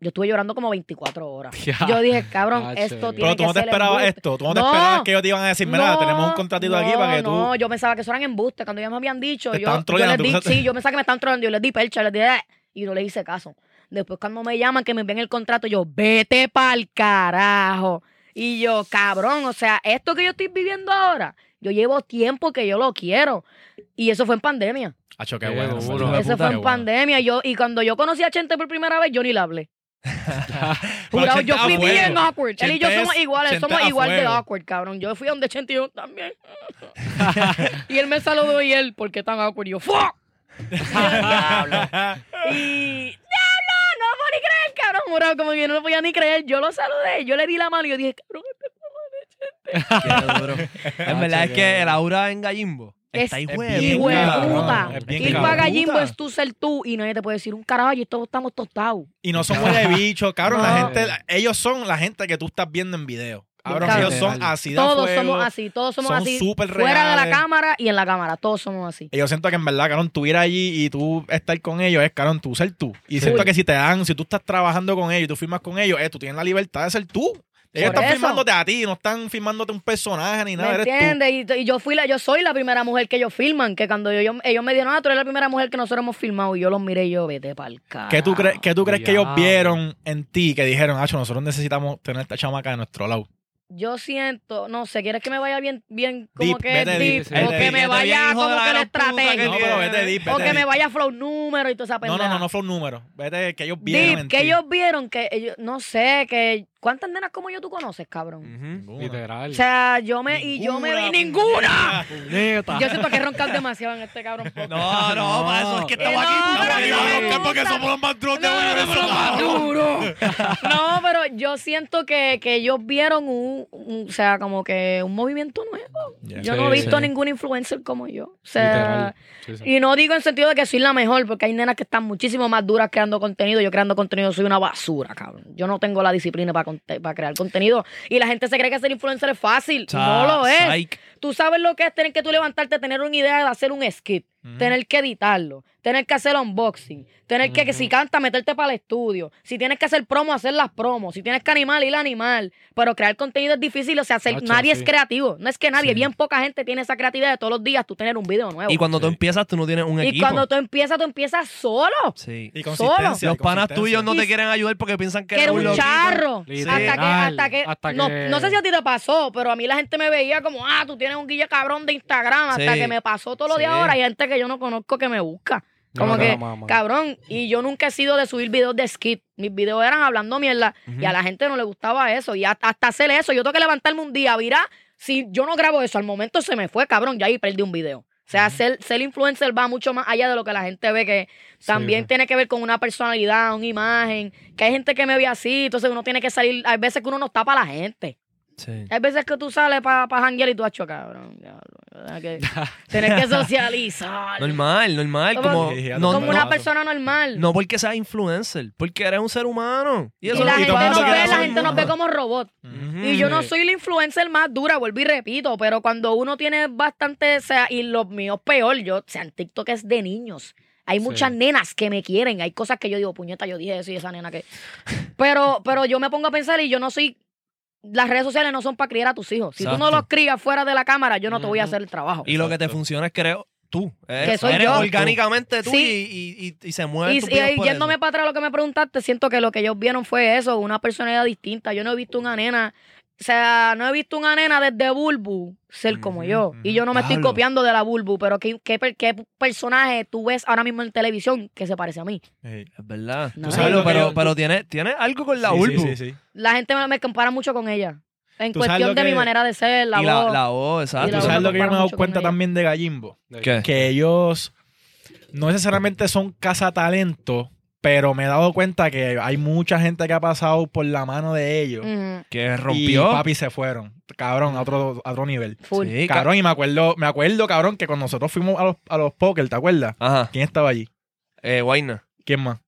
[SPEAKER 4] yo estuve llorando como 24 horas. Yo dije, cabrón,
[SPEAKER 3] Hacho,
[SPEAKER 4] esto
[SPEAKER 3] Dios.
[SPEAKER 4] tiene
[SPEAKER 2] Pero tú
[SPEAKER 4] que
[SPEAKER 2] no te
[SPEAKER 4] ser
[SPEAKER 2] esperabas
[SPEAKER 4] embuste".
[SPEAKER 2] esto. Tú no, te
[SPEAKER 4] No.
[SPEAKER 2] esperabas que ellos te iban a decir, mira,
[SPEAKER 4] No,
[SPEAKER 2] tenemos un contratito aquí
[SPEAKER 4] no,
[SPEAKER 2] para que tú.
[SPEAKER 4] No, yo pensaba que eso eran embustes. Cuando ellos me habían dicho,
[SPEAKER 2] Te
[SPEAKER 4] yo,
[SPEAKER 2] estaban
[SPEAKER 4] yo les
[SPEAKER 2] troleando,
[SPEAKER 4] di,
[SPEAKER 2] tú pensaste-
[SPEAKER 4] sí, yo pensaba que me estaban troleando. Yo les di percha, les di, "Eh", y no les hice caso. Después cuando me llaman, que me envían el contrato, yo, vete pa'l carajo. Y yo, cabrón, o sea, esto que yo estoy viviendo ahora, yo llevo tiempo que yo lo quiero. Y eso fue en pandemia.
[SPEAKER 2] Acho, qué
[SPEAKER 3] Qué
[SPEAKER 2] bueno.
[SPEAKER 3] duro.
[SPEAKER 2] en verdad.
[SPEAKER 4] eso
[SPEAKER 1] puta,
[SPEAKER 4] fue
[SPEAKER 2] Qué bueno.
[SPEAKER 4] en pandemia. Yo, y cuando yo conocí a Chente por primera vez, yo ni le hablé.
[SPEAKER 2] Pero
[SPEAKER 4] Jurado,
[SPEAKER 2] Chente
[SPEAKER 4] yo
[SPEAKER 2] a
[SPEAKER 4] fui
[SPEAKER 2] fuego.
[SPEAKER 4] bien awkward. Él y yo
[SPEAKER 2] Chente
[SPEAKER 4] somos
[SPEAKER 2] es-
[SPEAKER 4] iguales,
[SPEAKER 2] Chente
[SPEAKER 4] somos
[SPEAKER 2] a
[SPEAKER 4] igual de
[SPEAKER 2] fuego.
[SPEAKER 4] awkward, cabrón. Yo fui a donde Chente y yo también. y él me saludó y él, ¿por qué tan awkward? Y yo, ¡fuck! Y. ¡Diablo! No lo puedo ni creer, cabrón. Jurado, como que yo no lo podía ni creer. Yo lo saludé, yo le di la mano y yo dije, cabrón, este
[SPEAKER 1] Qué duro. En verdad es que el aura en Gallimbo
[SPEAKER 4] Es-
[SPEAKER 1] está hijo
[SPEAKER 2] es
[SPEAKER 1] de
[SPEAKER 2] bien
[SPEAKER 4] hijo de
[SPEAKER 2] cabrón,
[SPEAKER 4] puta.
[SPEAKER 2] es bien
[SPEAKER 4] Ir
[SPEAKER 2] cabrón.
[SPEAKER 4] para Gallimbo es tú ser tú y nadie te puede decir un carajo y todos estamos tostados.
[SPEAKER 2] Y no son huele bicho, cabrón. La
[SPEAKER 4] No.
[SPEAKER 2] gente, la- ellos son la gente que tú estás viendo en video. Cabrón,
[SPEAKER 4] Cabrón.
[SPEAKER 2] ellos son así de
[SPEAKER 4] Todos
[SPEAKER 2] fuego,
[SPEAKER 4] somos así, todos somos
[SPEAKER 2] son
[SPEAKER 4] así.
[SPEAKER 2] súper
[SPEAKER 4] Fuera de la
[SPEAKER 2] reales.
[SPEAKER 4] cámara y en la cámara, todos somos así.
[SPEAKER 2] Y yo siento que en verdad, cabrón, tú ir allí y tú estar con ellos es, cabrón, tú ser tú. Y
[SPEAKER 3] Sí.
[SPEAKER 2] siento que si te dan, si tú estás trabajando con ellos y tú firmas con ellos, eh, tú tienes la libertad de ser tú. Ellos
[SPEAKER 4] Por
[SPEAKER 2] están
[SPEAKER 4] eso.
[SPEAKER 2] firmándote a ti, no están firmándote un personaje ni nada,
[SPEAKER 4] ¿Me
[SPEAKER 2] eres
[SPEAKER 4] entiendes? Y, y yo fui la, yo soy la primera mujer que ellos filman, que cuando yo, yo- ellos me dieron, ah, tú eres la primera mujer que nosotros hemos filmado, y yo los miré y yo, vete pa'l
[SPEAKER 2] tú.
[SPEAKER 4] carajo.
[SPEAKER 2] ¿Qué tú, crees ¿Qué tú crees que ellos
[SPEAKER 3] Diablo.
[SPEAKER 2] vieron en ti que dijeron, Hacho, nosotros necesitamos tener esta chamaca de nuestro lado?
[SPEAKER 4] Yo siento, no sé, ¿quieres que me vaya bien, bien, como
[SPEAKER 2] Deep,
[SPEAKER 4] que
[SPEAKER 2] vete
[SPEAKER 4] deep?
[SPEAKER 3] deep, sí,
[SPEAKER 4] o
[SPEAKER 3] vete
[SPEAKER 4] que
[SPEAKER 3] deep,
[SPEAKER 4] me
[SPEAKER 1] vete
[SPEAKER 4] vaya
[SPEAKER 1] bien, hijo de
[SPEAKER 4] como
[SPEAKER 1] la
[SPEAKER 4] que el
[SPEAKER 1] gran puta
[SPEAKER 4] estratega.
[SPEAKER 1] que
[SPEAKER 2] No, pero vete deep, vete
[SPEAKER 4] o que
[SPEAKER 2] deep.
[SPEAKER 4] me vaya flow número y toda esa
[SPEAKER 2] No,
[SPEAKER 4] pendeja.
[SPEAKER 2] no, no, no fue un número. Vete, que ellos vieron.
[SPEAKER 4] Deep,
[SPEAKER 2] en
[SPEAKER 4] que
[SPEAKER 2] ti.
[SPEAKER 4] ellos vieron que, ellos- no sé, que ¿Cuántas nenas como yo tú conoces, cabrón?
[SPEAKER 1] Ujú.
[SPEAKER 3] Literal.
[SPEAKER 4] O sea, yo me. Y yo me vi ninguna.
[SPEAKER 3] Puñeta.
[SPEAKER 4] Yo siento que roncar demasiado en este cabrón. podcast.
[SPEAKER 1] No, no, para eso es que estamos
[SPEAKER 4] No,
[SPEAKER 1] aquí. estamos
[SPEAKER 4] pero
[SPEAKER 1] aquí.
[SPEAKER 4] no me
[SPEAKER 1] cabrón.
[SPEAKER 4] gusta.
[SPEAKER 2] los más drones
[SPEAKER 4] No, no, no, no, duro. No, pero yo siento que, que ellos vieron un, un- o sea, como que un movimiento nuevo. Yo no he
[SPEAKER 3] Sí,
[SPEAKER 4] visto
[SPEAKER 3] sí.
[SPEAKER 4] ningún influencer como yo. O
[SPEAKER 3] Literal.
[SPEAKER 4] sea,
[SPEAKER 3] Sí, sí.
[SPEAKER 4] y no digo en sentido de que soy la mejor, porque hay nenas que están muchísimo más duras creando contenido. Yo creando contenido soy una basura, cabrón. Yo no tengo la disciplina para, conte- para crear contenido. Y la gente se cree que ser influencer es fácil. no lo es.
[SPEAKER 1] Psych.
[SPEAKER 4] Tú sabes lo que es tener que tú levantarte, tener una idea de hacer un skit, tener que editarlo, tener que hacer unboxing, tener que, que si canta, meterte para el estudio, si tienes que hacer promo, hacer las promos, si tienes que animar, ir a animar. Pero crear contenido es difícil, o sea, hacer-
[SPEAKER 3] Hacho,
[SPEAKER 4] nadie
[SPEAKER 3] sí.
[SPEAKER 4] es creativo. No es que nadie,
[SPEAKER 3] Sí.
[SPEAKER 4] bien poca gente tiene esa creatividad de todos los días tú tener un video nuevo.
[SPEAKER 1] Y
[SPEAKER 4] Y,
[SPEAKER 1] cuando tú
[SPEAKER 2] Sí.
[SPEAKER 1] empiezas, tú no tienes un equipo.
[SPEAKER 4] cuando tú empiezas, tú empiezas solo.
[SPEAKER 1] Sí.
[SPEAKER 2] Y
[SPEAKER 4] consistencia,
[SPEAKER 2] consistencia.
[SPEAKER 1] Los panas tuyos no
[SPEAKER 4] Y-
[SPEAKER 1] te quieren ayudar porque piensan que
[SPEAKER 4] que era un
[SPEAKER 1] loquito.
[SPEAKER 4] charro.
[SPEAKER 3] Literal.
[SPEAKER 4] hasta que, hasta que,
[SPEAKER 3] Hasta
[SPEAKER 4] no,
[SPEAKER 3] que-
[SPEAKER 4] no sé si a ti te pasó, pero a mí la gente me veía como, ah, tú tienes un guille cabrón de Instagram, hasta
[SPEAKER 1] Sí.
[SPEAKER 4] que me pasó todo lo de
[SPEAKER 1] Sí.
[SPEAKER 4] ahora y hay gente que yo no conozco que me busca. Como
[SPEAKER 3] No, no,
[SPEAKER 4] que,
[SPEAKER 3] no, mamá.
[SPEAKER 4] cabrón, y yo nunca he sido de subir videos de skit. Mis videos eran hablando mierda y a la gente no le gustaba eso. Y hasta, hasta hacer eso, yo tengo que levantarme un día, virá. Si yo no grabo eso, al momento se me fue, cabrón, ya ahí perdí un video. O sea, ser, ser influencer va mucho más allá de lo que la gente ve, que también
[SPEAKER 3] sí.
[SPEAKER 4] tiene que ver con una personalidad, una imagen, que hay gente que me ve así, entonces uno tiene que salir, hay veces que uno no está para la gente.
[SPEAKER 1] Sí.
[SPEAKER 4] Hay veces que tú sales para pa janguear y tú has cabrón. diablo, ¿verdad que Tienes que socializar.
[SPEAKER 1] Normal, normal.
[SPEAKER 4] Como-
[SPEAKER 1] Como,
[SPEAKER 2] Sí,
[SPEAKER 1] no,
[SPEAKER 4] como
[SPEAKER 1] no,
[SPEAKER 4] una persona normal.
[SPEAKER 1] no porque seas influencer, porque eres un ser humano. Y
[SPEAKER 4] y
[SPEAKER 1] eso es lo
[SPEAKER 4] la gente
[SPEAKER 1] que
[SPEAKER 2] todo el
[SPEAKER 4] nos
[SPEAKER 2] mundo
[SPEAKER 1] pasa.
[SPEAKER 4] ve,
[SPEAKER 2] quiere
[SPEAKER 4] la
[SPEAKER 2] ser
[SPEAKER 4] gente nos ve como robot.
[SPEAKER 1] Ujú.
[SPEAKER 4] Y yo no soy la influencer más dura, vuelvo y repito, pero cuando uno tiene bastante, o sea, y los míos peor, yo, o sea, en TikTok es de niños. Hay muchas nenas que me quieren, hay cosas que yo digo, puñeta, yo dije eso y esa nena que... Pero, pero yo me pongo a pensar y yo no soy... Las redes sociales no son para criar a tus hijos. Si tú no
[SPEAKER 1] Exacto.
[SPEAKER 4] los crías fuera de la cámara, yo no te voy a
[SPEAKER 3] Ujú.
[SPEAKER 4] hacer el trabajo.
[SPEAKER 1] Y lo que te funciona es creo tú. Eres,
[SPEAKER 4] soy
[SPEAKER 1] eres
[SPEAKER 4] yo.
[SPEAKER 1] orgánicamente tú
[SPEAKER 4] Sí.
[SPEAKER 1] y- y, y, y se mueven
[SPEAKER 4] Y,
[SPEAKER 1] tus
[SPEAKER 4] y
[SPEAKER 1] videos
[SPEAKER 4] ahí,
[SPEAKER 1] por
[SPEAKER 4] yéndome
[SPEAKER 1] eso.
[SPEAKER 4] para atrás lo que me preguntaste, siento que lo que ellos vieron fue eso, una personalidad distinta. Yo no he visto una nena, o sea, no he visto una nena desde Bulbu ser como
[SPEAKER 2] Ujú,
[SPEAKER 4] yo.
[SPEAKER 2] ujú.
[SPEAKER 4] Y yo no me estoy
[SPEAKER 1] Diablo.
[SPEAKER 4] copiando de la Bulbu, pero ¿qué, qué, per- qué personaje tú ves ahora mismo en televisión que se parece a mí?
[SPEAKER 1] Es verdad.
[SPEAKER 4] No.
[SPEAKER 1] Tú sabes
[SPEAKER 2] Tú
[SPEAKER 1] lo, pero,
[SPEAKER 2] sabes lo que yo-
[SPEAKER 1] pero tiene, tiene algo con la Urbu.
[SPEAKER 2] Sí, sí, sí.
[SPEAKER 4] La gente me, me compara mucho con ella. En
[SPEAKER 2] Tú sabes lo
[SPEAKER 4] cuestión de mi
[SPEAKER 2] que-
[SPEAKER 4] manera de ser, la
[SPEAKER 1] y
[SPEAKER 4] voz.
[SPEAKER 1] la, la voz,
[SPEAKER 4] Y
[SPEAKER 1] exacto.
[SPEAKER 4] la
[SPEAKER 2] Ah, Tú
[SPEAKER 4] voz
[SPEAKER 2] sabes lo que yo me he
[SPEAKER 4] compara
[SPEAKER 2] dado
[SPEAKER 4] mucho con
[SPEAKER 2] cuenta
[SPEAKER 4] ella.
[SPEAKER 2] también de Gallimbo.
[SPEAKER 1] ¿Qué?
[SPEAKER 2] Que ellos no necesariamente son cazatalento, pero me he dado cuenta que hay mucha gente que ha pasado por la mano de ellos.
[SPEAKER 4] Ujú,
[SPEAKER 1] Que
[SPEAKER 2] Y
[SPEAKER 1] rompió.
[SPEAKER 2] papi se fueron. Cabrón, a otro, a otro nivel.
[SPEAKER 4] full.
[SPEAKER 1] Sí, ca-
[SPEAKER 2] Cabrón, y me acuerdo, me acuerdo, cabrón, que cuando nosotros fuimos a los, a los póker, ¿te acuerdas?
[SPEAKER 1] Ajá.
[SPEAKER 2] ¿Quién estaba allí?
[SPEAKER 1] Eh, Guayna.
[SPEAKER 2] ¿Quién más?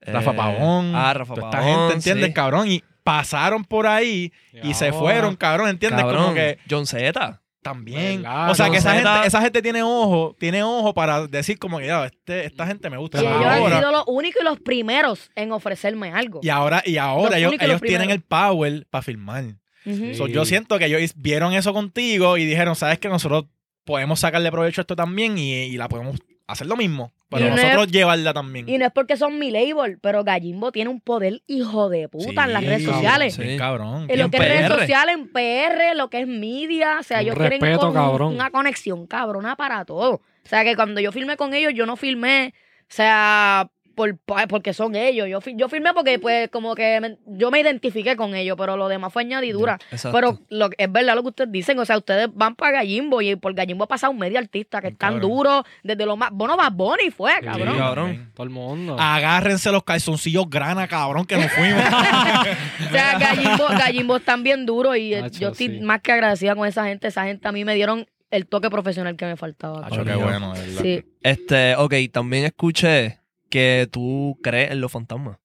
[SPEAKER 2] Rafa
[SPEAKER 1] Eh,
[SPEAKER 2] Pavón.
[SPEAKER 1] Ah, Rafa
[SPEAKER 2] toda
[SPEAKER 1] Pavón.
[SPEAKER 2] esta gente, ¿entiendes,
[SPEAKER 1] sí.
[SPEAKER 2] cabrón? Y pasaron por ahí y, se
[SPEAKER 3] ahora-
[SPEAKER 2] fueron, cabrón, ¿entiendes? Como
[SPEAKER 1] Cabrón,
[SPEAKER 2] que
[SPEAKER 1] John Z.
[SPEAKER 2] también.
[SPEAKER 3] ¿Verdad?
[SPEAKER 2] o sea, que esa
[SPEAKER 1] Entonces, esta-
[SPEAKER 2] gente, esa gente tiene ojo, tiene ojo para decir como que, ya, este, esta gente me gusta.
[SPEAKER 4] Y ellos han
[SPEAKER 2] ahora,
[SPEAKER 4] sido los únicos y los primeros en ofrecerme algo.
[SPEAKER 2] y ahora, y ahora
[SPEAKER 4] Los
[SPEAKER 2] ellos,
[SPEAKER 4] únicos, los
[SPEAKER 2] ellos tienen el
[SPEAKER 4] primeros.
[SPEAKER 2] power para firmar.
[SPEAKER 4] Ujú.
[SPEAKER 3] Sí.
[SPEAKER 2] So, yo siento que ellos is- vieron eso contigo y dijeron, sabes que nosotros podemos sacarle provecho a esto también y, y la podemos hacer lo mismo, pero
[SPEAKER 4] Y una-
[SPEAKER 2] nosotros llevarla también.
[SPEAKER 4] Y no es porque son mi label, pero Gallimbo tiene un poder hijo de puta en las
[SPEAKER 2] Sí,
[SPEAKER 4] redes
[SPEAKER 2] cabrón,
[SPEAKER 4] sociales.
[SPEAKER 2] sí, cabrón.
[SPEAKER 4] En lo
[SPEAKER 2] Bien
[SPEAKER 4] que es redes
[SPEAKER 1] PR.
[SPEAKER 4] sociales, en PR, lo que es media, o sea,
[SPEAKER 3] Un
[SPEAKER 4] ellos tienen
[SPEAKER 3] respeto,
[SPEAKER 4] con-
[SPEAKER 3] cabrón.
[SPEAKER 4] una conexión cabrona para todo. O sea, que cuando yo firmé con ellos, yo no firmé, o sea, por, pa- porque son ellos. Yo, fir- yo firmé porque, pues, como que me- yo me identifiqué con ellos, pero lo demás fue añadidura.
[SPEAKER 1] Exacto.
[SPEAKER 4] Pero lo, que- es verdad lo que ustedes dicen, o sea, ustedes van para Gallimbo y por Gallimbo ha pasado un medio artista que
[SPEAKER 2] Un
[SPEAKER 4] es tan
[SPEAKER 2] cabrón.
[SPEAKER 4] duro, desde lo más. Bueno, Bad Bunny fue,
[SPEAKER 3] Sí,
[SPEAKER 4] cabrón.
[SPEAKER 1] cabrón.
[SPEAKER 3] Todo el mundo.
[SPEAKER 2] Agárrense los calzoncillos grana, cabrón, que nos fuimos.
[SPEAKER 4] O sea, Gallimbo, Gallimbo están bien duros y eh,
[SPEAKER 3] Nacho,
[SPEAKER 4] yo estoy
[SPEAKER 3] sí.
[SPEAKER 4] más que agradecida con esa gente. Esa gente a mí me dieron el toque profesional que me faltaba.
[SPEAKER 2] Acho, qué bueno, de verdad.
[SPEAKER 4] Sí,
[SPEAKER 1] Este, ok, también escuché que tú crees en los fantasmas.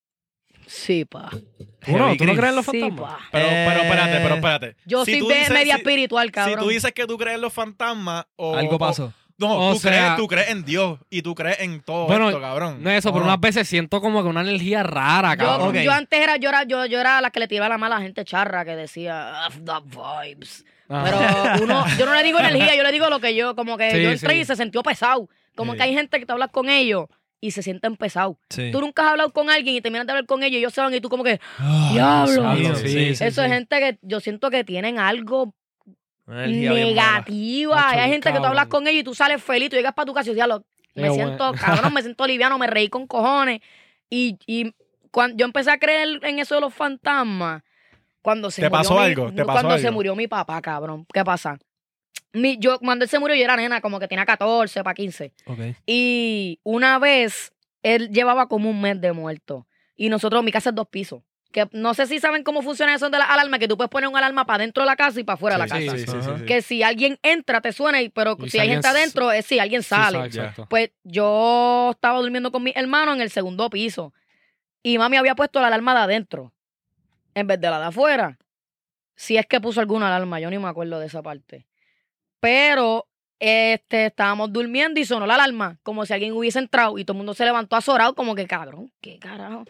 [SPEAKER 4] sí, pa.
[SPEAKER 3] ¿Tú no,
[SPEAKER 1] Heavy
[SPEAKER 3] ¿Tú no
[SPEAKER 1] Green.
[SPEAKER 3] crees en los
[SPEAKER 4] Sí,
[SPEAKER 3] fantasmas?
[SPEAKER 4] pa.
[SPEAKER 2] Pero, pero
[SPEAKER 1] Eh,
[SPEAKER 2] espérate, pero espérate.
[SPEAKER 4] Yo
[SPEAKER 2] Si
[SPEAKER 4] soy
[SPEAKER 2] tú
[SPEAKER 4] de-
[SPEAKER 2] dices-
[SPEAKER 4] media
[SPEAKER 2] si-
[SPEAKER 4] espiritual, cabrón.
[SPEAKER 2] Si tú dices que tú crees en los fantasmas o...
[SPEAKER 1] Algo
[SPEAKER 2] o-
[SPEAKER 1] pasó.
[SPEAKER 2] no,
[SPEAKER 3] O
[SPEAKER 2] tú,
[SPEAKER 3] sea-
[SPEAKER 2] crees, tú crees en Dios y tú crees en todo
[SPEAKER 3] Bueno,
[SPEAKER 2] esto, cabrón. Oh,
[SPEAKER 3] No es eso, pero
[SPEAKER 2] No,
[SPEAKER 3] unas veces siento como que una energía rara,
[SPEAKER 4] Yo,
[SPEAKER 3] cabrón.
[SPEAKER 1] Ok.
[SPEAKER 4] yo antes era yo, era, yo, yo era la que le tiraba la mala a gente charra que decía, "F the vibes.
[SPEAKER 3] Ah.
[SPEAKER 2] Ah.
[SPEAKER 4] Pero uno, yo no le digo energía, yo le digo lo que yo, como que
[SPEAKER 3] Sí,
[SPEAKER 4] yo entré
[SPEAKER 3] sí.
[SPEAKER 4] y se sintió pesado. Como
[SPEAKER 2] Sí.
[SPEAKER 4] que hay gente que te hablas con ellos y se sienten pesados.
[SPEAKER 1] Sí.
[SPEAKER 4] Tú nunca has hablado con alguien y terminas de hablar con ellos y ellos se van y tú como que,
[SPEAKER 1] Ah,
[SPEAKER 4] diablo.
[SPEAKER 1] mío.
[SPEAKER 3] Sí,
[SPEAKER 1] Sí,
[SPEAKER 3] sí,
[SPEAKER 1] sí,
[SPEAKER 4] Eso es gente que yo siento que tienen algo
[SPEAKER 1] Una energía bien mala.
[SPEAKER 4] negativa.
[SPEAKER 3] Macho,
[SPEAKER 4] Hay
[SPEAKER 3] bien
[SPEAKER 4] gente que tú hablas
[SPEAKER 3] cabrón.
[SPEAKER 4] con ellos y tú sales feliz, tú llegas para tu casa y dices, "Lo-
[SPEAKER 3] Qué
[SPEAKER 4] me
[SPEAKER 3] bueno".
[SPEAKER 4] siento cabrón, me siento liviano, me reí con cojones. Y, y cuando yo empecé a creer en eso de los fantasmas, Cuando se
[SPEAKER 2] ¿Te
[SPEAKER 4] murió
[SPEAKER 2] pasó
[SPEAKER 4] mi-
[SPEAKER 2] algo? ¿Te pasó
[SPEAKER 4] Cuando se
[SPEAKER 2] algo?
[SPEAKER 4] murió mi papá, cabrón. ¿Qué pasa? Mi, yo, cuando él se murió, yo era nena, como que tenía 14 para 15. Y una vez, él llevaba como un mes de muerto. Y nosotros, mi casa es dos pisos. Que no sé si saben cómo funciona eso de las alarmas, que tú puedes poner una alarma para dentro de la casa y para afuera de la
[SPEAKER 2] Sí,
[SPEAKER 4] casa.
[SPEAKER 2] sí, sí,
[SPEAKER 1] Ajá.
[SPEAKER 2] sí, sí.
[SPEAKER 4] Que si alguien entra, te suena, y- pero
[SPEAKER 3] Y
[SPEAKER 4] si hay
[SPEAKER 3] alguien
[SPEAKER 4] gente
[SPEAKER 3] s-
[SPEAKER 4] adentro, es si alguien sale.
[SPEAKER 3] exacto.
[SPEAKER 4] Pues yo estaba durmiendo con mi hermano en el segundo piso. Y mami había puesto la alarma de adentro. En vez de la de afuera. Si es que puso alguna alarma, yo ni me acuerdo de esa parte. Pero este, estábamos durmiendo y sonó la alarma, como si alguien hubiese entrado y todo el mundo se levantó azorado, como que cabrón, qué carajo.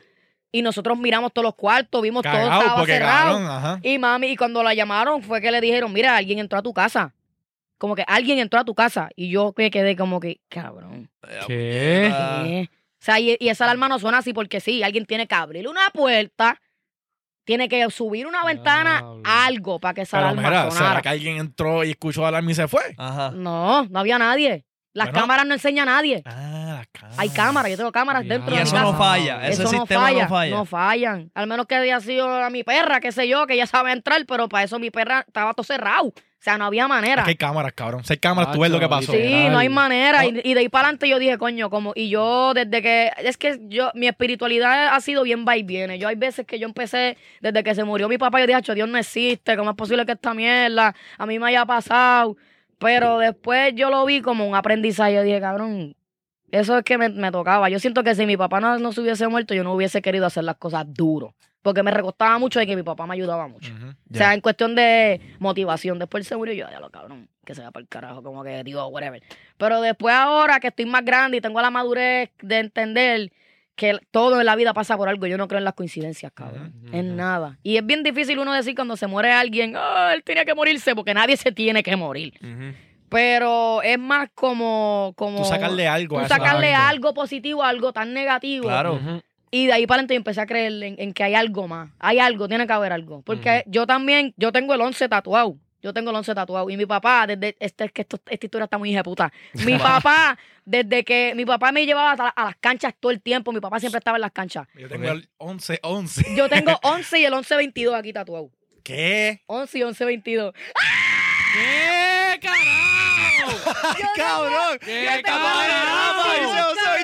[SPEAKER 4] Y nosotros miramos todos los cuartos, vimos todo
[SPEAKER 2] Cagao,
[SPEAKER 4] estaba
[SPEAKER 2] porque
[SPEAKER 4] cerrado.
[SPEAKER 2] cabrón, ajá.
[SPEAKER 4] Y mami, y cuando la llamaron fue que le dijeron, mira, alguien entró a tu casa. Como que alguien entró a tu casa. Y yo me quedé como que, cabrón.
[SPEAKER 3] ¿Qué?
[SPEAKER 1] Ah.
[SPEAKER 4] ¿qué? O sea, y, y esa alarma no suena así porque sí, alguien tiene que abrir una puerta, tiene que subir una ventana,
[SPEAKER 3] Diablo.
[SPEAKER 4] algo para que esa
[SPEAKER 2] Pero
[SPEAKER 4] alarma
[SPEAKER 2] mira,
[SPEAKER 4] sonara.
[SPEAKER 2] ¿será que alguien entró y escuchó la alarma y se fue?
[SPEAKER 1] Ajá.
[SPEAKER 4] No, no había nadie. Las
[SPEAKER 2] Bueno.
[SPEAKER 4] cámaras no enseña a nadie.
[SPEAKER 2] Ah, cabrón.
[SPEAKER 4] Hay cámaras, yo tengo cámaras dentro
[SPEAKER 1] Y
[SPEAKER 4] de mi
[SPEAKER 1] eso
[SPEAKER 4] casa.
[SPEAKER 1] no falla, ese
[SPEAKER 4] eso no
[SPEAKER 1] sistema
[SPEAKER 4] falla,
[SPEAKER 1] no falla.
[SPEAKER 4] No fallan. Al menos que haya sido a mi perra, qué sé yo, que ella sabe entrar, pero para eso mi perra estaba todo cerrado. O sea, no había manera.
[SPEAKER 2] Es que hay cámaras, cabrón. Si hay cámaras, tú ves lo que pasó.
[SPEAKER 3] Macho,
[SPEAKER 4] Sí, no hay
[SPEAKER 3] literal.
[SPEAKER 4] manera. Y, y de ahí para adelante yo dije, coño, como. Y yo, desde que. Es que yo mi espiritualidad ha sido bien va y viene. Yo hay veces que yo empecé, desde que se murió mi papá, yo dije, "Acho, Dios no existe, ¿cómo es posible que esta mierda a mí me haya pasado? Pero después yo lo vi como un aprendizaje. Yo dije, cabrón, eso es que me, me tocaba. Yo siento que si mi papá no, no se hubiese muerto, yo no hubiese querido hacer las cosas duro. Porque me recostaba mucho y que mi papá me ayudaba mucho.
[SPEAKER 2] Ujú.
[SPEAKER 4] O sea, en cuestión de motivación. Después el seguro, yo, ya lo cabrón, que se va para el carajo, como que digo, whatever. Pero después ahora que estoy más grande y tengo la madurez de entender que el- todo en la vida pasa por algo, yo no creo en las coincidencias, cabrón.
[SPEAKER 3] Ujú,
[SPEAKER 4] En
[SPEAKER 3] ujú.
[SPEAKER 4] nada. Y es bien difícil uno decir cuando se muere alguien, ah, él tenía que morirse, porque nadie se tiene que morir. Pero es más como. como
[SPEAKER 2] Tú sacarle algo
[SPEAKER 4] tú
[SPEAKER 2] a eso.
[SPEAKER 4] sacarle algo positivo a algo tan negativo.
[SPEAKER 1] Claro.
[SPEAKER 3] Ujú.
[SPEAKER 4] Y de ahí para adelante yo empecé a creer en, en que hay algo más. Hay algo, tiene que haber algo. Porque yo también, yo tengo el 11 tatuado. Yo tengo el 11 tatuado. Y mi papá, desde. Este, es que esto- esta historia está muy hija de puta. Mi papá, desde que. Mi papá me llevaba a, a las canchas todo el tiempo. Mi papá siempre estaba en las canchas.
[SPEAKER 2] Yo tengo el 11, 11.
[SPEAKER 4] Yo tengo 11 y el 11-22 aquí tatuado.
[SPEAKER 2] ¿Qué?
[SPEAKER 4] 11 y 11-22.
[SPEAKER 3] ¿Qué carajo?
[SPEAKER 1] ¡Cabrón!
[SPEAKER 3] ¡Qué
[SPEAKER 4] cabrón!
[SPEAKER 3] carajo!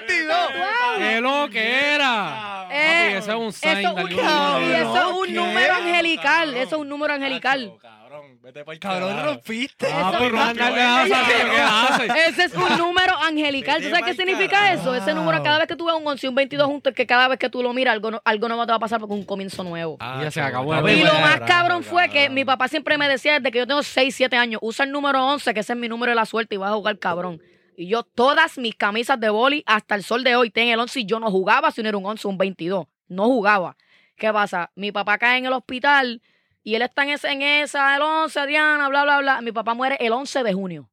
[SPEAKER 3] ¡Qué lo que era!
[SPEAKER 2] Ah,
[SPEAKER 4] Eh,
[SPEAKER 3] Papi, ese es un sign
[SPEAKER 4] Eso es
[SPEAKER 3] de
[SPEAKER 4] un,
[SPEAKER 3] algún
[SPEAKER 4] no, y
[SPEAKER 3] lugar.
[SPEAKER 4] eso es un
[SPEAKER 1] ¿Qué?
[SPEAKER 4] número angelical.
[SPEAKER 2] Cabrón.
[SPEAKER 4] Eso es un número angelical.
[SPEAKER 2] Cacho, Cabrón, vete pa'l
[SPEAKER 1] Cabrón,
[SPEAKER 2] carajo.
[SPEAKER 1] rompiste.
[SPEAKER 3] Ah,
[SPEAKER 4] Eso-
[SPEAKER 3] pues, no, no, no, no, ¿qué haces?
[SPEAKER 4] Ese es un número angelical. ¿Tú sabes qué significa eso? Ese número, cada vez que tú ves un 11 y un 22 juntos, es que cada vez que tú lo miras, algo, no- algo nuevo te va a pasar porque es un comienzo nuevo.
[SPEAKER 2] Ah,
[SPEAKER 3] Ya se
[SPEAKER 2] chaval,
[SPEAKER 3] acabó
[SPEAKER 2] está
[SPEAKER 3] el
[SPEAKER 2] bien
[SPEAKER 4] Y
[SPEAKER 3] bueno,
[SPEAKER 4] lo más
[SPEAKER 2] carajo,
[SPEAKER 4] cabrón fue que
[SPEAKER 2] cabrón.
[SPEAKER 4] mi papá siempre me decía desde que yo tengo 6, 7 años, usa el número 11, que ese es mi número de la suerte y vas a jugar cabrón. Y yo todas mis camisas de boli hasta el sol de hoy ten el 11 y yo no jugaba si no era un 11 un 22. No jugaba. ¿Qué pasa? Mi papá cae en el hospital y él está en, ese- en esa, el 11, Diana, bla, bla, bla. Mi papá muere el 11 de junio.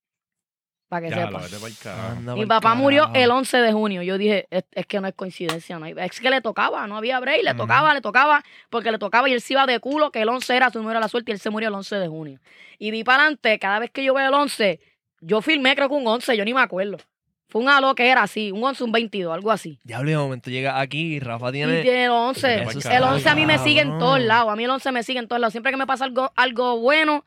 [SPEAKER 4] Para que Ah.
[SPEAKER 2] Ya,
[SPEAKER 4] sepas.
[SPEAKER 2] lo vete pa'l carajo.
[SPEAKER 4] Mi papá murió el 11 de junio. Yo dije, es, es que no es coincidencia. No hay- es que le tocaba, no había break. Le
[SPEAKER 2] Ujú.
[SPEAKER 4] tocaba, le tocaba, porque le tocaba y él se iba de culo, que el 11 era su número de la suerte y él se murió el 11 de junio. Y di para adelante, cada vez que yo veo el 11, yo filmé creo que un 11, yo ni me acuerdo. Fue un aló que era así, un 11, un 22, algo así.
[SPEAKER 1] Diablo, y de momento llega aquí y Rafa
[SPEAKER 4] Y
[SPEAKER 1] tiene.
[SPEAKER 4] tiene el 11.
[SPEAKER 1] Eso
[SPEAKER 4] El
[SPEAKER 1] está
[SPEAKER 4] 11 a mí me sigue en
[SPEAKER 1] cabrón.
[SPEAKER 4] todos lados. A mí el 11 me sigue en todos lados. Siempre que me pasa algo, algo bueno,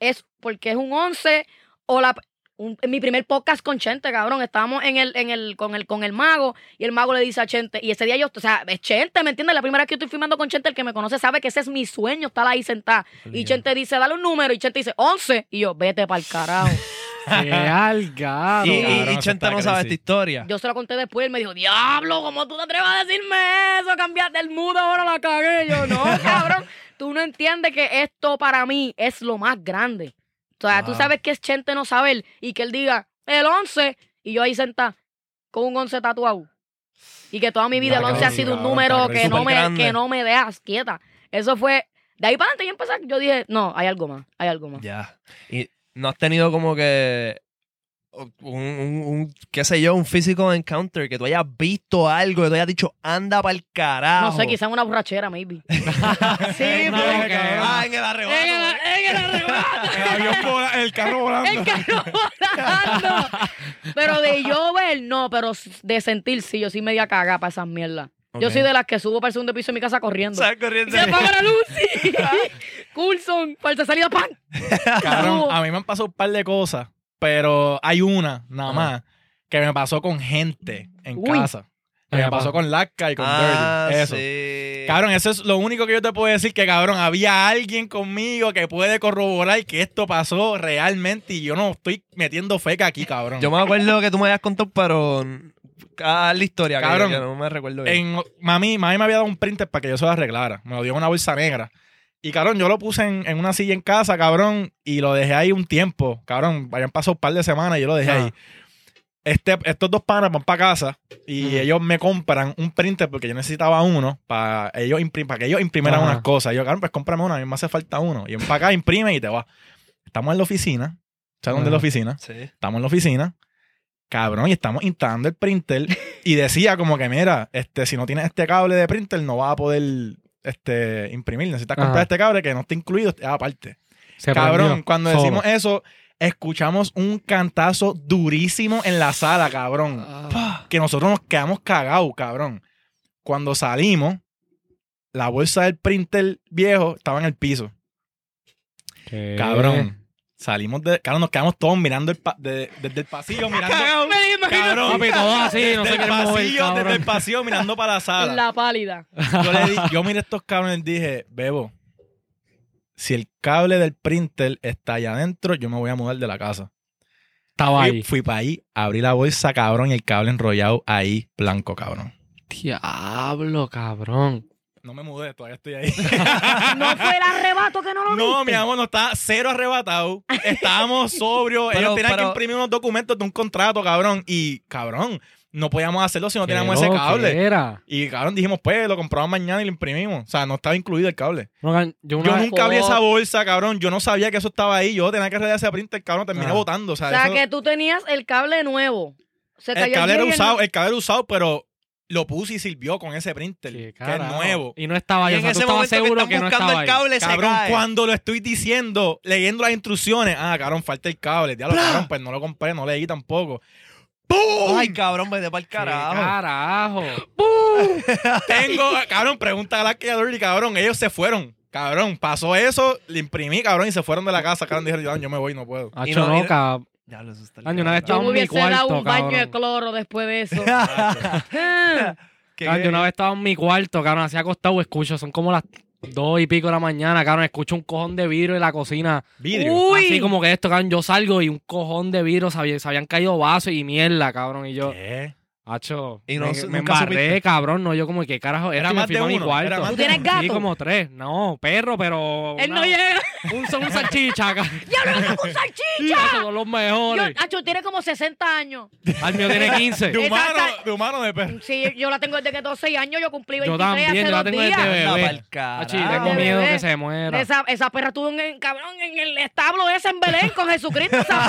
[SPEAKER 4] es porque es un 11 o la... un- en mi primer podcast con Chente, cabrón, estábamos en el, en el, con, el, con el mago y el mago le dice a Chente, y ese día yo, o sea, es Chente, ¿me entiendes? La primera vez que yo estoy filmando con Chente, el que me conoce sabe que ese es mi sueño, estar ahí sentada. Y Chente dice, dale un número, y Chente dice, 11, y yo, vete para el carajo.
[SPEAKER 3] ¡Qué algado!
[SPEAKER 1] Y, y-
[SPEAKER 2] Cabrón,
[SPEAKER 1] y
[SPEAKER 2] eso
[SPEAKER 1] Chente
[SPEAKER 2] está
[SPEAKER 1] no sabe
[SPEAKER 2] crazy.
[SPEAKER 1] esta historia.
[SPEAKER 4] Yo se lo conté después, él me dijo, diablo, ¿cómo tú te atreves a decirme eso? Cambiaste el mood, ahora la cagué. Yo, no, cabrón, tú no entiendes que esto para mí es lo más grande. O sea, tú
[SPEAKER 1] Wow.
[SPEAKER 4] sabes que es Chente no saber y que él diga, el 11, y yo ahí sentada con un 11 tatuado. Y que toda mi vida el
[SPEAKER 2] Cabrón,
[SPEAKER 4] 11 ha sido un
[SPEAKER 2] cabrón,
[SPEAKER 4] número
[SPEAKER 2] cabrón,
[SPEAKER 4] que no, me,
[SPEAKER 1] supergrande.
[SPEAKER 4] que no me dejas quieta. Eso fue, de ahí para adelante yo empecé, yo dije, no, hay algo más, hay algo más.
[SPEAKER 1] Ya. Y no has tenido como que. Un, un- un- qué sé yo, un físico encounter que tú hayas visto algo que tú hayas dicho, anda para el carajo.
[SPEAKER 4] No sé, quizá en una borrachera, maybe. sí,
[SPEAKER 3] No,
[SPEAKER 4] pero...
[SPEAKER 3] cabrón.
[SPEAKER 1] Ah, en el arrebato.
[SPEAKER 4] En el- en el arrebato.
[SPEAKER 2] El avión vola- el carro
[SPEAKER 4] El
[SPEAKER 2] volando.
[SPEAKER 4] carro volando. Pero de yo ver, no, pero de sentir sí, yo sí media cagada para esas mierdas. Yo
[SPEAKER 1] Ok.
[SPEAKER 4] soy de las que subo para el segundo piso de mi casa corriendo.
[SPEAKER 1] Sal corriendo.
[SPEAKER 4] Se apaga la luz. sí. Coulson, falta salida, pan.
[SPEAKER 2] Cabrón, a mí me han pasado un par de cosas, pero hay una nada
[SPEAKER 1] Ajá.
[SPEAKER 2] más que me pasó con gente en
[SPEAKER 4] Uy.
[SPEAKER 2] casa. Que me
[SPEAKER 3] Ajá.
[SPEAKER 2] pasó con Lacka y con
[SPEAKER 1] Ah,
[SPEAKER 2] Dirty. Eso.
[SPEAKER 1] sí.
[SPEAKER 2] Cabrón, eso es lo único que yo te puedo decir que cabrón, había alguien conmigo que puede corroborar que esto pasó realmente y yo no estoy metiendo feca aquí, cabrón.
[SPEAKER 1] Yo me acuerdo que tú me habías contado, pero ah, la historia, que-
[SPEAKER 2] Cabrón.
[SPEAKER 1] que no me recuerdo bien.
[SPEAKER 2] En- mami, mami me había dado un printer para que yo se lo arreglara. Me lo dio en una bolsa negra. Y cabrón, yo lo puse en, en una silla en casa, cabrón, y lo dejé ahí un tiempo. Cabrón, habían pasado un par de semanas y yo lo dejé
[SPEAKER 1] Ajá.
[SPEAKER 2] ahí. Este, estos dos panas van para casa y
[SPEAKER 1] Ujú.
[SPEAKER 2] ellos me compran un printer porque yo necesitaba uno para ellos imprim- para que ellos imprimieran
[SPEAKER 3] Ajá.
[SPEAKER 2] unas cosas. Y yo, cabrón, pues cómprame uno, a mí me hace falta uno. Y ven para acá, imprime y te va. Estamos en la oficina. ¿Sabes dónde es la
[SPEAKER 3] Ajá.
[SPEAKER 2] oficina?
[SPEAKER 1] Sí.
[SPEAKER 2] estamos en la oficina, cabrón, y estamos instalando el printer. Y decía como que, mira, este, si no tienes este cable de printer, no vas a poder este, imprimir. Necesitas comprar
[SPEAKER 3] Ajá.
[SPEAKER 2] este cable que no está incluido, es aparte.
[SPEAKER 3] Se
[SPEAKER 2] cabrón,
[SPEAKER 3] prendió
[SPEAKER 2] cuando
[SPEAKER 3] solo.
[SPEAKER 2] decimos eso, escuchamos un cantazo durísimo en la sala, cabrón.
[SPEAKER 3] Ah.
[SPEAKER 2] Que nosotros nos quedamos cagados, cabrón. Cuando salimos, la bolsa del printer viejo estaba en el piso.
[SPEAKER 3] ¿Qué?
[SPEAKER 2] Cabrón. Salimos de. Cabrón, nos quedamos todos mirando el pa- de- desde el pasillo, mirando.
[SPEAKER 4] Me imagino
[SPEAKER 2] Cabrón.
[SPEAKER 3] Papi, todo así, no
[SPEAKER 2] desde el
[SPEAKER 3] se quiere mover,
[SPEAKER 2] pasillo, desde el
[SPEAKER 3] cabrón.
[SPEAKER 2] pasillo mirando para la sala.
[SPEAKER 4] la pálida.
[SPEAKER 2] Yo, le di- yo miré estos cabrones y dije, Bebo, si el cable del printer está allá adentro, yo me voy a mudar de la casa.
[SPEAKER 3] Estaba
[SPEAKER 2] Fui,
[SPEAKER 3] Oh, ahí.
[SPEAKER 2] fui para ahí, abrí la bolsa, cabrón, y el cable enrollado ahí, blanco, cabrón.
[SPEAKER 3] Diablo, cabrón.
[SPEAKER 2] No me mudé, todavía estoy ahí.
[SPEAKER 5] No fue el arrebato que no lo viste.
[SPEAKER 2] No, mi amor, no estaba cero arrebatado. Estábamos sobrios.
[SPEAKER 1] Pero-
[SPEAKER 2] Ellos tenían que
[SPEAKER 1] pero-
[SPEAKER 2] imprimir unos documentos de un contrato, cabrón. Y, cabrón, no podíamos hacerlo si no teníamos
[SPEAKER 3] Qué
[SPEAKER 2] ese cable.
[SPEAKER 3] loquera.
[SPEAKER 2] Y cabrón, dijimos, pues, lo compramos mañana y lo imprimimos. O sea, no estaba incluido el cable.
[SPEAKER 3] No, gan- yo una
[SPEAKER 2] Yo
[SPEAKER 3] vez-
[SPEAKER 2] nunca abrí esa bolsa, cabrón. Yo no sabía que eso estaba ahí. Yo tenía que arreglar ese printer, cabrón. Terminé
[SPEAKER 3] Ah.
[SPEAKER 2] botando. O sea,
[SPEAKER 4] O sea,
[SPEAKER 2] eso-
[SPEAKER 4] que tú tenías el cable nuevo. Se
[SPEAKER 2] el
[SPEAKER 4] cayó
[SPEAKER 2] cable era
[SPEAKER 4] día y el-
[SPEAKER 2] usado, eh, el cable era usado, pero lo puse y sirvió con ese printer.
[SPEAKER 3] Qué
[SPEAKER 2] que es
[SPEAKER 3] carajo.
[SPEAKER 2] nuevo.
[SPEAKER 3] Y no estaba ahí.
[SPEAKER 1] Y
[SPEAKER 3] o sea, tú estabas seguro que, no estaba ahí.
[SPEAKER 1] cable,
[SPEAKER 2] Cabrón,
[SPEAKER 1] se cae.
[SPEAKER 2] cuando lo estoy diciendo, leyendo las instrucciones, ah, cabrón, falta el cable. Diablo, cabrón, pues no lo compré, no leí tampoco. ¡Pum!
[SPEAKER 1] Ay, cabrón, vete para el
[SPEAKER 3] Qué
[SPEAKER 1] carajo.
[SPEAKER 3] carajo.
[SPEAKER 2] Tengo, cabrón, pregunta a la que y cabrón, ellos se fueron. Cabrón, pasó eso, le imprimí, cabrón, y se fueron de la casa. Cabrón, dijeron, "Diablo, yo me voy, no puedo.
[SPEAKER 3] Hacho,
[SPEAKER 1] Y no,
[SPEAKER 3] no,
[SPEAKER 1] y-
[SPEAKER 3] cab-
[SPEAKER 1] Diablo, eso está el
[SPEAKER 3] Año, una vez
[SPEAKER 1] carajo.
[SPEAKER 3] Estaba
[SPEAKER 4] Yo me
[SPEAKER 3] en mi
[SPEAKER 4] hubiese dado
[SPEAKER 3] cuarto,
[SPEAKER 4] un baño de
[SPEAKER 3] cabrón.
[SPEAKER 4] cloro después de eso.
[SPEAKER 1] Qué-
[SPEAKER 3] cabrón, yo una vez estaba en mi cuarto, cabrón, así acostado, escucho, son como las dos y pico de la mañana, cabrón, escucho un cojón de vidrio en la cocina.
[SPEAKER 2] Vidrio.
[SPEAKER 4] Uy.
[SPEAKER 3] Así como que esto, cabrón, yo salgo y un cojón de vidrio, se, había- se habían caído vasos y mierda, cabrón, y yo,
[SPEAKER 2] ¿Qué?
[SPEAKER 3] hacho,
[SPEAKER 1] Y no
[SPEAKER 3] me,
[SPEAKER 1] su-
[SPEAKER 3] me
[SPEAKER 1] nunca
[SPEAKER 3] embarré,
[SPEAKER 1] supiste.
[SPEAKER 3] cabrón, no, yo como, ¿qué carajo? Era,
[SPEAKER 2] Era
[SPEAKER 3] me
[SPEAKER 2] más
[SPEAKER 3] fui
[SPEAKER 2] de
[SPEAKER 3] pa' mi
[SPEAKER 2] uno,
[SPEAKER 3] cuarto.
[SPEAKER 2] era más
[SPEAKER 4] ¿Tú tienes
[SPEAKER 3] Sí,
[SPEAKER 4] gato?
[SPEAKER 3] como tres, no, perro, pero...
[SPEAKER 4] Él no
[SPEAKER 3] una-
[SPEAKER 4] llega.
[SPEAKER 3] Un son un salchicha, cabrón.
[SPEAKER 4] ¡Diablo, no con salchicha!
[SPEAKER 3] Hacho, son los
[SPEAKER 4] Yo,
[SPEAKER 3] mejores.
[SPEAKER 4] Acho, tiene como 60 años.
[SPEAKER 3] Al mío tiene 15.
[SPEAKER 2] De humano,
[SPEAKER 4] Exacta-
[SPEAKER 2] de humano de perro.
[SPEAKER 4] Sí, yo la tengo desde que tengo 6 años, yo cumplí
[SPEAKER 3] Yo
[SPEAKER 4] 23
[SPEAKER 3] también,
[SPEAKER 4] hace
[SPEAKER 3] yo la
[SPEAKER 4] dos
[SPEAKER 3] tengo desde
[SPEAKER 4] días.
[SPEAKER 3] bebé.
[SPEAKER 1] Anda pa'l
[SPEAKER 3] Hacho,
[SPEAKER 1] carajo.
[SPEAKER 3] y Eh, tengo
[SPEAKER 4] Ah, de
[SPEAKER 3] miedo
[SPEAKER 4] bebé.
[SPEAKER 3] que se muera.
[SPEAKER 4] Esa, esa perra estuvo en, en- cabrón, en el establo ese en Belén con Jesucristo, esa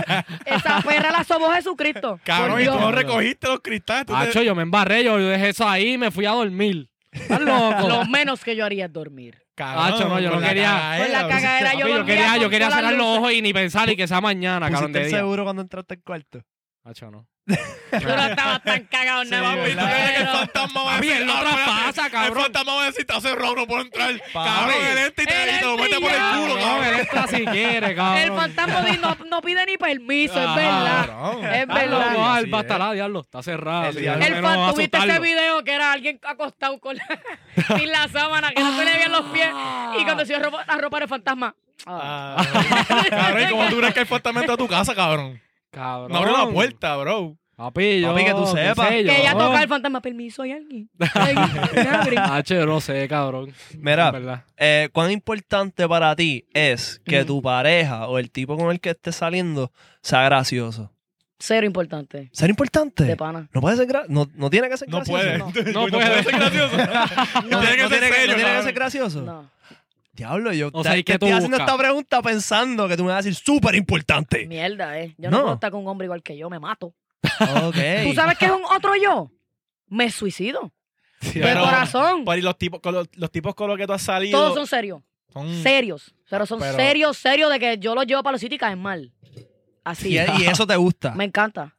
[SPEAKER 4] perra. esa perra la somos Jesucristo.
[SPEAKER 2] Cabrón,
[SPEAKER 4] Por
[SPEAKER 2] y tú
[SPEAKER 4] Dios.
[SPEAKER 2] no recogiste los cristales. tú te-
[SPEAKER 3] Hacho, yo me embarré, yo dejé eso ahí y me fui a dormir. Estás loco.
[SPEAKER 4] Lo menos que yo haría es dormir.
[SPEAKER 2] Cabrón,
[SPEAKER 3] Hacho, no, yo
[SPEAKER 2] con
[SPEAKER 3] no
[SPEAKER 2] la
[SPEAKER 3] quería-
[SPEAKER 2] cagadera,
[SPEAKER 4] Con la
[SPEAKER 2] bro.
[SPEAKER 4] cagadera.
[SPEAKER 3] Papi,
[SPEAKER 4] yo
[SPEAKER 3] yo,
[SPEAKER 4] dormía
[SPEAKER 3] quería,
[SPEAKER 4] con
[SPEAKER 3] yo quería
[SPEAKER 4] todas
[SPEAKER 3] cerrar los
[SPEAKER 4] las luces.
[SPEAKER 3] ojos y ni pensar y que sea mañana, cabrón,
[SPEAKER 1] ¿Pusiste
[SPEAKER 3] de
[SPEAKER 1] el
[SPEAKER 3] día.
[SPEAKER 1] seguro cuando entraste al cuarto?
[SPEAKER 3] Hacho, no.
[SPEAKER 4] Yo no estaba tan cagado en nada.
[SPEAKER 2] Papi, tú
[SPEAKER 4] pero-
[SPEAKER 2] crees que el fantasma va a
[SPEAKER 3] Papi,
[SPEAKER 2] decir,
[SPEAKER 3] él lo
[SPEAKER 2] "Ah, espérate,
[SPEAKER 3] traspasa, cabrón".
[SPEAKER 2] El fantasma va a decir, te hace rojo, no puedo entrar.
[SPEAKER 1] Papi.
[SPEAKER 2] Cabrón, el este y te,
[SPEAKER 4] Él
[SPEAKER 2] y te lo
[SPEAKER 4] es
[SPEAKER 2] mete por el
[SPEAKER 4] brillante.
[SPEAKER 2] culo,
[SPEAKER 3] No,
[SPEAKER 2] cabrón.
[SPEAKER 3] él está si quiere, cabrón.
[SPEAKER 4] El fantasma di- no, no pide ni permiso, es
[SPEAKER 3] Ajá,
[SPEAKER 4] verdad.
[SPEAKER 2] Cabrón.
[SPEAKER 4] Es
[SPEAKER 3] Ah, no,
[SPEAKER 4] verdad.
[SPEAKER 3] no,
[SPEAKER 2] Así
[SPEAKER 3] Alba, está
[SPEAKER 2] es.
[SPEAKER 3] la diablo, está cerrado.
[SPEAKER 1] El
[SPEAKER 3] así,
[SPEAKER 1] diablo.
[SPEAKER 3] al
[SPEAKER 4] El
[SPEAKER 3] menos
[SPEAKER 4] fan,
[SPEAKER 3] vamos a
[SPEAKER 4] ¿tuviste ese
[SPEAKER 3] asustarlo.
[SPEAKER 4] video que era alguien acostado con la, sin la sábana, que no se le veían los pies? Y cuando se dio ropa, la ropa era el fantasma.
[SPEAKER 2] Ah, Cabrón, ¿y cómo tú crees que el fantasma entra a tu casa, cabrón?
[SPEAKER 3] Cabrón.
[SPEAKER 2] No abrió la puerta, bro.
[SPEAKER 3] Papi, yo.
[SPEAKER 1] Papi, que tú
[SPEAKER 3] qué
[SPEAKER 1] sepas.
[SPEAKER 3] sé yo.
[SPEAKER 4] Que ella toca el fantasma. Permiso, hay alguien. ¿Hay alguien? ¿Me abren?
[SPEAKER 3] Hacho, yo no sé, cabrón.
[SPEAKER 1] Mira,
[SPEAKER 3] En verdad.
[SPEAKER 1] eh, ¿cuán importante para ti es que tu pareja o el tipo con el que estés saliendo sea gracioso?
[SPEAKER 4] Cero importante.
[SPEAKER 1] ¿Ser importante?
[SPEAKER 4] De pana.
[SPEAKER 1] No puede ser gra- no, no tiene que ser
[SPEAKER 2] No
[SPEAKER 1] gracioso.
[SPEAKER 2] puede.
[SPEAKER 1] No,
[SPEAKER 3] No puede.
[SPEAKER 2] ser gracioso.
[SPEAKER 1] No,
[SPEAKER 2] Tiene que
[SPEAKER 1] no tiene que-
[SPEAKER 2] ser
[SPEAKER 1] no
[SPEAKER 2] serio,
[SPEAKER 1] tiene que
[SPEAKER 2] cabrón.
[SPEAKER 1] ser gracioso.
[SPEAKER 4] No.
[SPEAKER 1] Diablo, yo
[SPEAKER 3] O
[SPEAKER 1] te-
[SPEAKER 3] sea, ¿y
[SPEAKER 1] te
[SPEAKER 3] qué tú
[SPEAKER 1] estoy haciendo
[SPEAKER 3] buscas?
[SPEAKER 1] esta pregunta pensando que tú me vas a decir súper importante.
[SPEAKER 4] Mierda, eh. Yo no,
[SPEAKER 1] No.
[SPEAKER 4] puedo estar con un hombre igual que yo, me mato.
[SPEAKER 1] Ok.
[SPEAKER 4] ¿Tú sabes qué es un otro yo? Me suicido.
[SPEAKER 3] Sí,
[SPEAKER 4] de
[SPEAKER 2] Pero-
[SPEAKER 4] corazón.
[SPEAKER 2] Pero, ¿y los tipos, con los, los tipos con los que tú has salido?
[SPEAKER 4] Todos son serios.
[SPEAKER 2] son-
[SPEAKER 4] Serios. Pero son
[SPEAKER 2] Mm. Pero-
[SPEAKER 4] serios, serios de que yo los llevo para los sitios y caen mal. Así.
[SPEAKER 1] y, y eso te gusta.
[SPEAKER 4] Me encanta.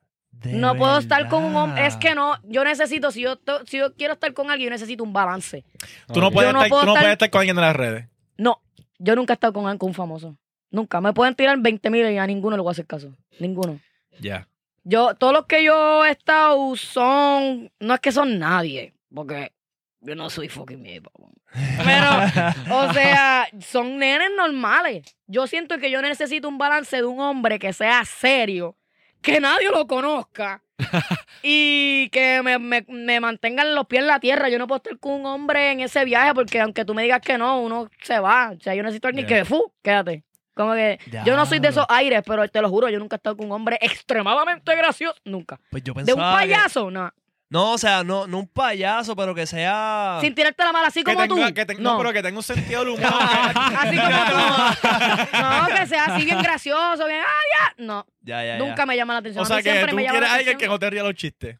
[SPEAKER 4] No puedo estar con un hombre. Es que no, yo necesito, si yo, to- si yo quiero estar con alguien, yo necesito un balance.
[SPEAKER 2] Tú no puedes,
[SPEAKER 4] Yo no
[SPEAKER 2] estar,
[SPEAKER 4] puedo
[SPEAKER 2] tú no
[SPEAKER 4] estar-
[SPEAKER 2] puedes estar con alguien en las redes.
[SPEAKER 4] No, yo nunca he estado con, con un famoso. Nunca. Me pueden tirar 20 mil y a ninguno le voy a hacer caso. Ninguno.
[SPEAKER 2] Ya.
[SPEAKER 4] Yo, todos los que yo he estado son. No es que son nadie, porque yo no soy fucking miedo. Pero, o sea, son nenes normales. Yo siento que yo necesito un balance de un hombre que sea serio, que nadie lo conozca y que me, me- me mantengan los pies en la tierra. Yo no puedo estar con un hombre en ese viaje porque aunque tú me digas que no, uno se va. O sea, yo necesito a alguien
[SPEAKER 2] Yeah.
[SPEAKER 4] que, fu, quédate. Como que yo no soy de esos aires, pero te lo juro, yo nunca he estado con un hombre extremadamente gracioso. Nunca.
[SPEAKER 1] Pues yo
[SPEAKER 4] De un
[SPEAKER 1] pensaba que-
[SPEAKER 4] payaso, no.
[SPEAKER 1] No, o sea, no, no un payaso, pero que sea.
[SPEAKER 4] Sin tirarte la mala así
[SPEAKER 2] Que
[SPEAKER 4] como
[SPEAKER 2] tenga-
[SPEAKER 4] tú. Ah,
[SPEAKER 2] que tenga- no. pero que tenga un sentido del humor.
[SPEAKER 4] Así como tú. No, que sea así bien gracioso, bien. ¡Ah, ya! No,
[SPEAKER 1] Ya, ya, ya.
[SPEAKER 4] nunca me llama la atención.
[SPEAKER 2] o
[SPEAKER 4] A
[SPEAKER 2] sea,
[SPEAKER 4] mí
[SPEAKER 2] que
[SPEAKER 4] siempre
[SPEAKER 2] tú
[SPEAKER 4] me llama
[SPEAKER 2] quieres
[SPEAKER 4] la
[SPEAKER 2] a alguien
[SPEAKER 4] atención.
[SPEAKER 2] que no te ría los chistes.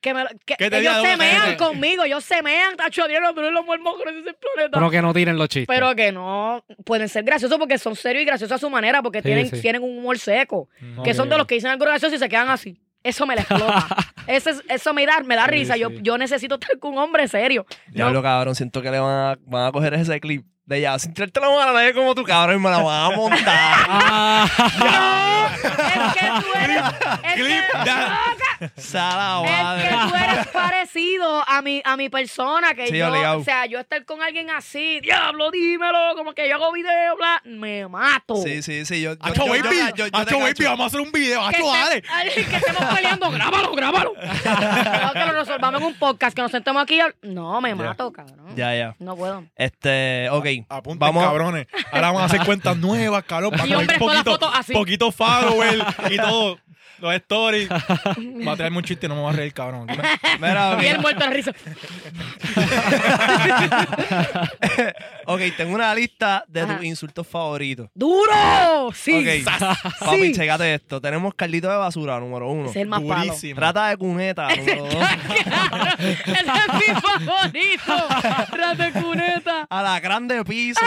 [SPEAKER 4] que me lo- que-
[SPEAKER 2] que te diga
[SPEAKER 4] ellos se
[SPEAKER 2] una
[SPEAKER 4] mean
[SPEAKER 2] gente.
[SPEAKER 4] conmigo, ellos se mean, tacho, Dios, pero es lo más hermoso que es el planeta.
[SPEAKER 3] Pero que no tiren los chistes.
[SPEAKER 4] Pero que no, pueden ser graciosos porque son serios y graciosos a su manera, porque
[SPEAKER 3] Sí,
[SPEAKER 4] tienen,
[SPEAKER 3] sí.
[SPEAKER 4] tienen un humor seco.
[SPEAKER 2] No,
[SPEAKER 4] Que son de
[SPEAKER 2] ok.
[SPEAKER 4] los que dicen algo gracioso y se quedan así. Eso me la explota. Ese es- eso me da, me da
[SPEAKER 3] Sí,
[SPEAKER 4] risa. Yo,
[SPEAKER 3] sí.
[SPEAKER 4] yo necesito estar con un hombre serio.
[SPEAKER 1] Diablo, cabrón, siento que le van a, van a coger ese clip de ya. Sin tirarte la mano a nadie como tú, cabrón, y me la van a montar.
[SPEAKER 3] Ah,
[SPEAKER 4] No, es que tú eres. es que-
[SPEAKER 2] Clip that.
[SPEAKER 1] Sala,
[SPEAKER 4] Es que tú
[SPEAKER 1] madre.
[SPEAKER 4] eres parecido a mi, a mi persona, que
[SPEAKER 1] Sí,
[SPEAKER 4] yo,
[SPEAKER 1] obligado.
[SPEAKER 4] o sea, yo estar con alguien así, diablo, dímelo, como que yo hago video, bla, me mato.
[SPEAKER 1] Sí, sí, sí. Yo, yo,
[SPEAKER 2] Acho,
[SPEAKER 1] yo- yo-
[SPEAKER 2] baby.
[SPEAKER 1] yo- yo te
[SPEAKER 2] Acho, baby,
[SPEAKER 1] cacho.
[SPEAKER 2] vamos a hacer un video.
[SPEAKER 4] Que,
[SPEAKER 2] Acho, dale.
[SPEAKER 4] estem- ay, que estemos peleando, grábalo, grábalo. Creo que lo resolvamos en un podcast, que nos sentemos aquí. y hab- No, me mato, cabrón.
[SPEAKER 1] Ya, ya.
[SPEAKER 4] No puedo.
[SPEAKER 1] Este, ok.
[SPEAKER 2] Apunten,
[SPEAKER 1] vamos.
[SPEAKER 2] cabrones. Ahora vamos a hacer cuentas nuevas, cabrón. Para
[SPEAKER 4] Y
[SPEAKER 2] coger
[SPEAKER 4] hombres con las
[SPEAKER 2] poquito,
[SPEAKER 4] fotos así.
[SPEAKER 2] poquito follower y todo. Los stories. Va a traerme un chiste y no me va a reír, cabrón.
[SPEAKER 1] Mira,
[SPEAKER 4] Y él
[SPEAKER 1] ok.
[SPEAKER 4] muerto de risa.
[SPEAKER 1] Ok, tengo una lista de tus
[SPEAKER 4] Ajá.
[SPEAKER 1] insultos favoritos.
[SPEAKER 4] ¡Duro! Sí.
[SPEAKER 1] Ok. Papi,
[SPEAKER 4] Sí.
[SPEAKER 1] checate esto. Tenemos Carlito de basura, número uno.
[SPEAKER 4] Ese es el más palo.
[SPEAKER 2] Durísimo.
[SPEAKER 1] Rata de cuneta, número dos.
[SPEAKER 4] Ese es mi favorito. Rata cuneta.
[SPEAKER 1] A la grande piso.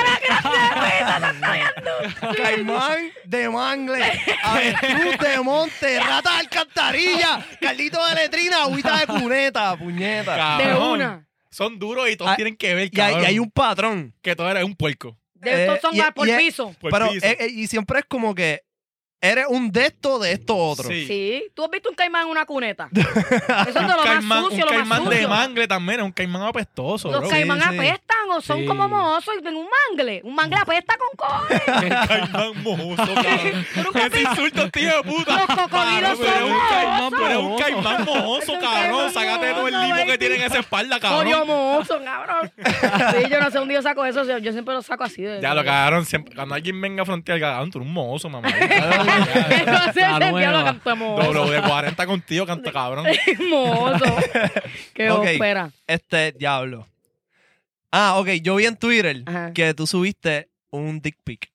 [SPEAKER 1] Caimán de mangle. Avestruz de monte. Rata de alcantarilla. Carlito de letrina. Agüita de cuneta, puñeta.
[SPEAKER 4] De
[SPEAKER 2] Cabrón.
[SPEAKER 4] una.
[SPEAKER 2] Son duros y todos
[SPEAKER 1] Ah,
[SPEAKER 2] tienen que ver,
[SPEAKER 1] Y hay,
[SPEAKER 2] cabrón.
[SPEAKER 1] y hay un patrón.
[SPEAKER 2] Que todo era un puerco.
[SPEAKER 4] De estos
[SPEAKER 1] Eh,
[SPEAKER 4] son
[SPEAKER 1] y-
[SPEAKER 4] más por
[SPEAKER 1] y es-
[SPEAKER 4] piso.
[SPEAKER 2] Por
[SPEAKER 1] pero,
[SPEAKER 2] piso.
[SPEAKER 1] eh, eh, y siempre es como que eres un de esto de esto otro.
[SPEAKER 2] Sí.
[SPEAKER 4] Sí, tú has visto un caimán en una cuneta. Eso es de
[SPEAKER 2] Un
[SPEAKER 4] lo más
[SPEAKER 2] caimán, un
[SPEAKER 4] sucio, lo más
[SPEAKER 2] caimán de
[SPEAKER 4] sucio.
[SPEAKER 2] mangle también, es un caimán apestoso.
[SPEAKER 4] Los
[SPEAKER 2] bro.
[SPEAKER 4] caimán
[SPEAKER 1] Sí, sí.
[SPEAKER 4] apestan o son
[SPEAKER 3] Sí.
[SPEAKER 4] como mohosos y ven un mangle. Un mangle apesta con cojones.
[SPEAKER 2] caimán mojoso, cabrón.
[SPEAKER 4] Tú nunca has
[SPEAKER 2] Ese
[SPEAKER 4] visto-
[SPEAKER 2] insulto, tío de puta.
[SPEAKER 4] Los
[SPEAKER 2] Cabrón,
[SPEAKER 4] cocodrilos
[SPEAKER 2] pero es
[SPEAKER 4] son
[SPEAKER 2] un caimán,
[SPEAKER 4] mohosos.
[SPEAKER 2] pero es un caimán mojoso,
[SPEAKER 4] un
[SPEAKER 2] cabrón.
[SPEAKER 4] caimán
[SPEAKER 2] Sácate todo el
[SPEAKER 4] mojoso,
[SPEAKER 2] limo que
[SPEAKER 4] baby.
[SPEAKER 2] tiene en esa espalda,
[SPEAKER 4] Coño
[SPEAKER 2] cabrón.
[SPEAKER 4] mohoso, cabrón. Sí, yo no sé, un día saco eso. Yo, yo siempre lo saco así. De,
[SPEAKER 2] Ya lo cagaron siempre. Cuando alguien venga a frontear, cabrón, tú eres un mojoso, mamá.
[SPEAKER 4] Entonces
[SPEAKER 3] La
[SPEAKER 4] el
[SPEAKER 3] nueva.
[SPEAKER 4] diablo cantó mohoso.
[SPEAKER 2] Doble de 40 contigo, canta cabrón.
[SPEAKER 4] mohoso. Qué
[SPEAKER 1] Ok.
[SPEAKER 4] ópera.
[SPEAKER 1] Este diablo. Ah, ok. Yo vi en Twitter
[SPEAKER 4] Ajá.
[SPEAKER 1] que tú subiste un dick pic.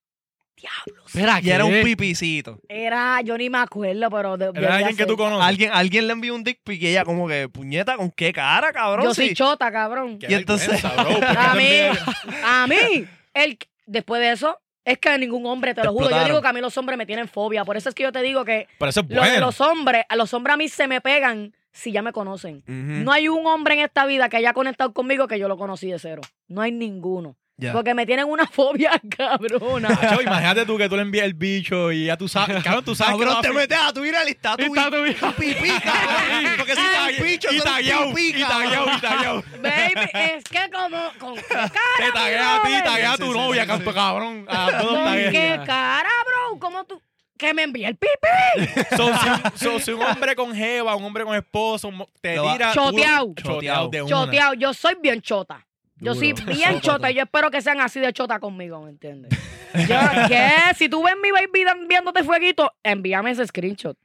[SPEAKER 3] espera,
[SPEAKER 1] Y era un
[SPEAKER 3] ¿qué?
[SPEAKER 1] pipicito.
[SPEAKER 4] Era, yo ni me acuerdo, pero... De,
[SPEAKER 2] Era
[SPEAKER 4] ya
[SPEAKER 2] alguien que
[SPEAKER 4] sé.
[SPEAKER 2] tú conoces.
[SPEAKER 1] Alguien, alguien le envió un dick pic y ella como que, puñeta, ¿con qué cara, cabrón?
[SPEAKER 4] Yo
[SPEAKER 1] Sí.
[SPEAKER 4] soy chota, cabrón.
[SPEAKER 2] Qué
[SPEAKER 1] Y entonces-
[SPEAKER 2] vergüenza, bro, ¿por qué
[SPEAKER 4] A
[SPEAKER 2] te
[SPEAKER 4] mí,
[SPEAKER 2] envías?
[SPEAKER 4] a mí, el, después de eso, es que ningún hombre, te lo juro, yo
[SPEAKER 1] Explotaron.
[SPEAKER 4] digo que a mí los hombres me tienen fobia. Por eso es que yo te digo que
[SPEAKER 2] Pero eso es
[SPEAKER 4] lo de
[SPEAKER 2] bueno.
[SPEAKER 4] los hombres, a los hombres a mí se me pegan si ya me conocen.
[SPEAKER 1] Ujú.
[SPEAKER 2] Mm.
[SPEAKER 4] No hay un hombre en esta vida que haya conectado conmigo que yo lo conocí de cero. No hay ninguno.
[SPEAKER 1] Ya.
[SPEAKER 4] Porque me tienen una fobia cabrona.
[SPEAKER 2] Nacho, imagínate tú que tú le envías el bicho y ya tú sabes, cabrón, tú sabes que
[SPEAKER 1] Cabrón,
[SPEAKER 2] lo
[SPEAKER 1] te
[SPEAKER 2] vas a-
[SPEAKER 1] metes a tu ir a lista tu
[SPEAKER 3] Está tu vida.
[SPEAKER 1] pipí,
[SPEAKER 2] Sí,
[SPEAKER 1] cabrón. Porque si
[SPEAKER 2] tague-
[SPEAKER 1] un bicho,
[SPEAKER 2] Ah, y
[SPEAKER 1] tú eres
[SPEAKER 2] tagueado,
[SPEAKER 1] un
[SPEAKER 2] y
[SPEAKER 1] pipí, cabrón.
[SPEAKER 2] tagueado, y tagueado.
[SPEAKER 4] Baby, es que como, ¿con qué cara?
[SPEAKER 2] Te taguea a ti,
[SPEAKER 4] brother?
[SPEAKER 2] taguea a
[SPEAKER 1] Sí,
[SPEAKER 2] tu
[SPEAKER 1] sí,
[SPEAKER 2] novia,
[SPEAKER 1] sí, sí.
[SPEAKER 2] canto cabrón. A todos
[SPEAKER 4] ¿Con
[SPEAKER 2] taguea.
[SPEAKER 4] qué cara, bro? ¿Cómo tú? Que me envía el pipi.
[SPEAKER 2] So, si, un- so, si un hombre con jeva, un hombre con esposo, un mo- te
[SPEAKER 1] Lo va-
[SPEAKER 2] tira.
[SPEAKER 4] Choteao.
[SPEAKER 2] duro, Choteao de una.
[SPEAKER 4] Choteado, yo soy bien chota. Yo soy
[SPEAKER 3] Duro.
[SPEAKER 4] bien chota y yo espero que sean así de chota conmigo, ¿me entiendes? Yo, ¿qué? Si tú ves mi baby dan- viéndote fueguito, envíame ese screenshot.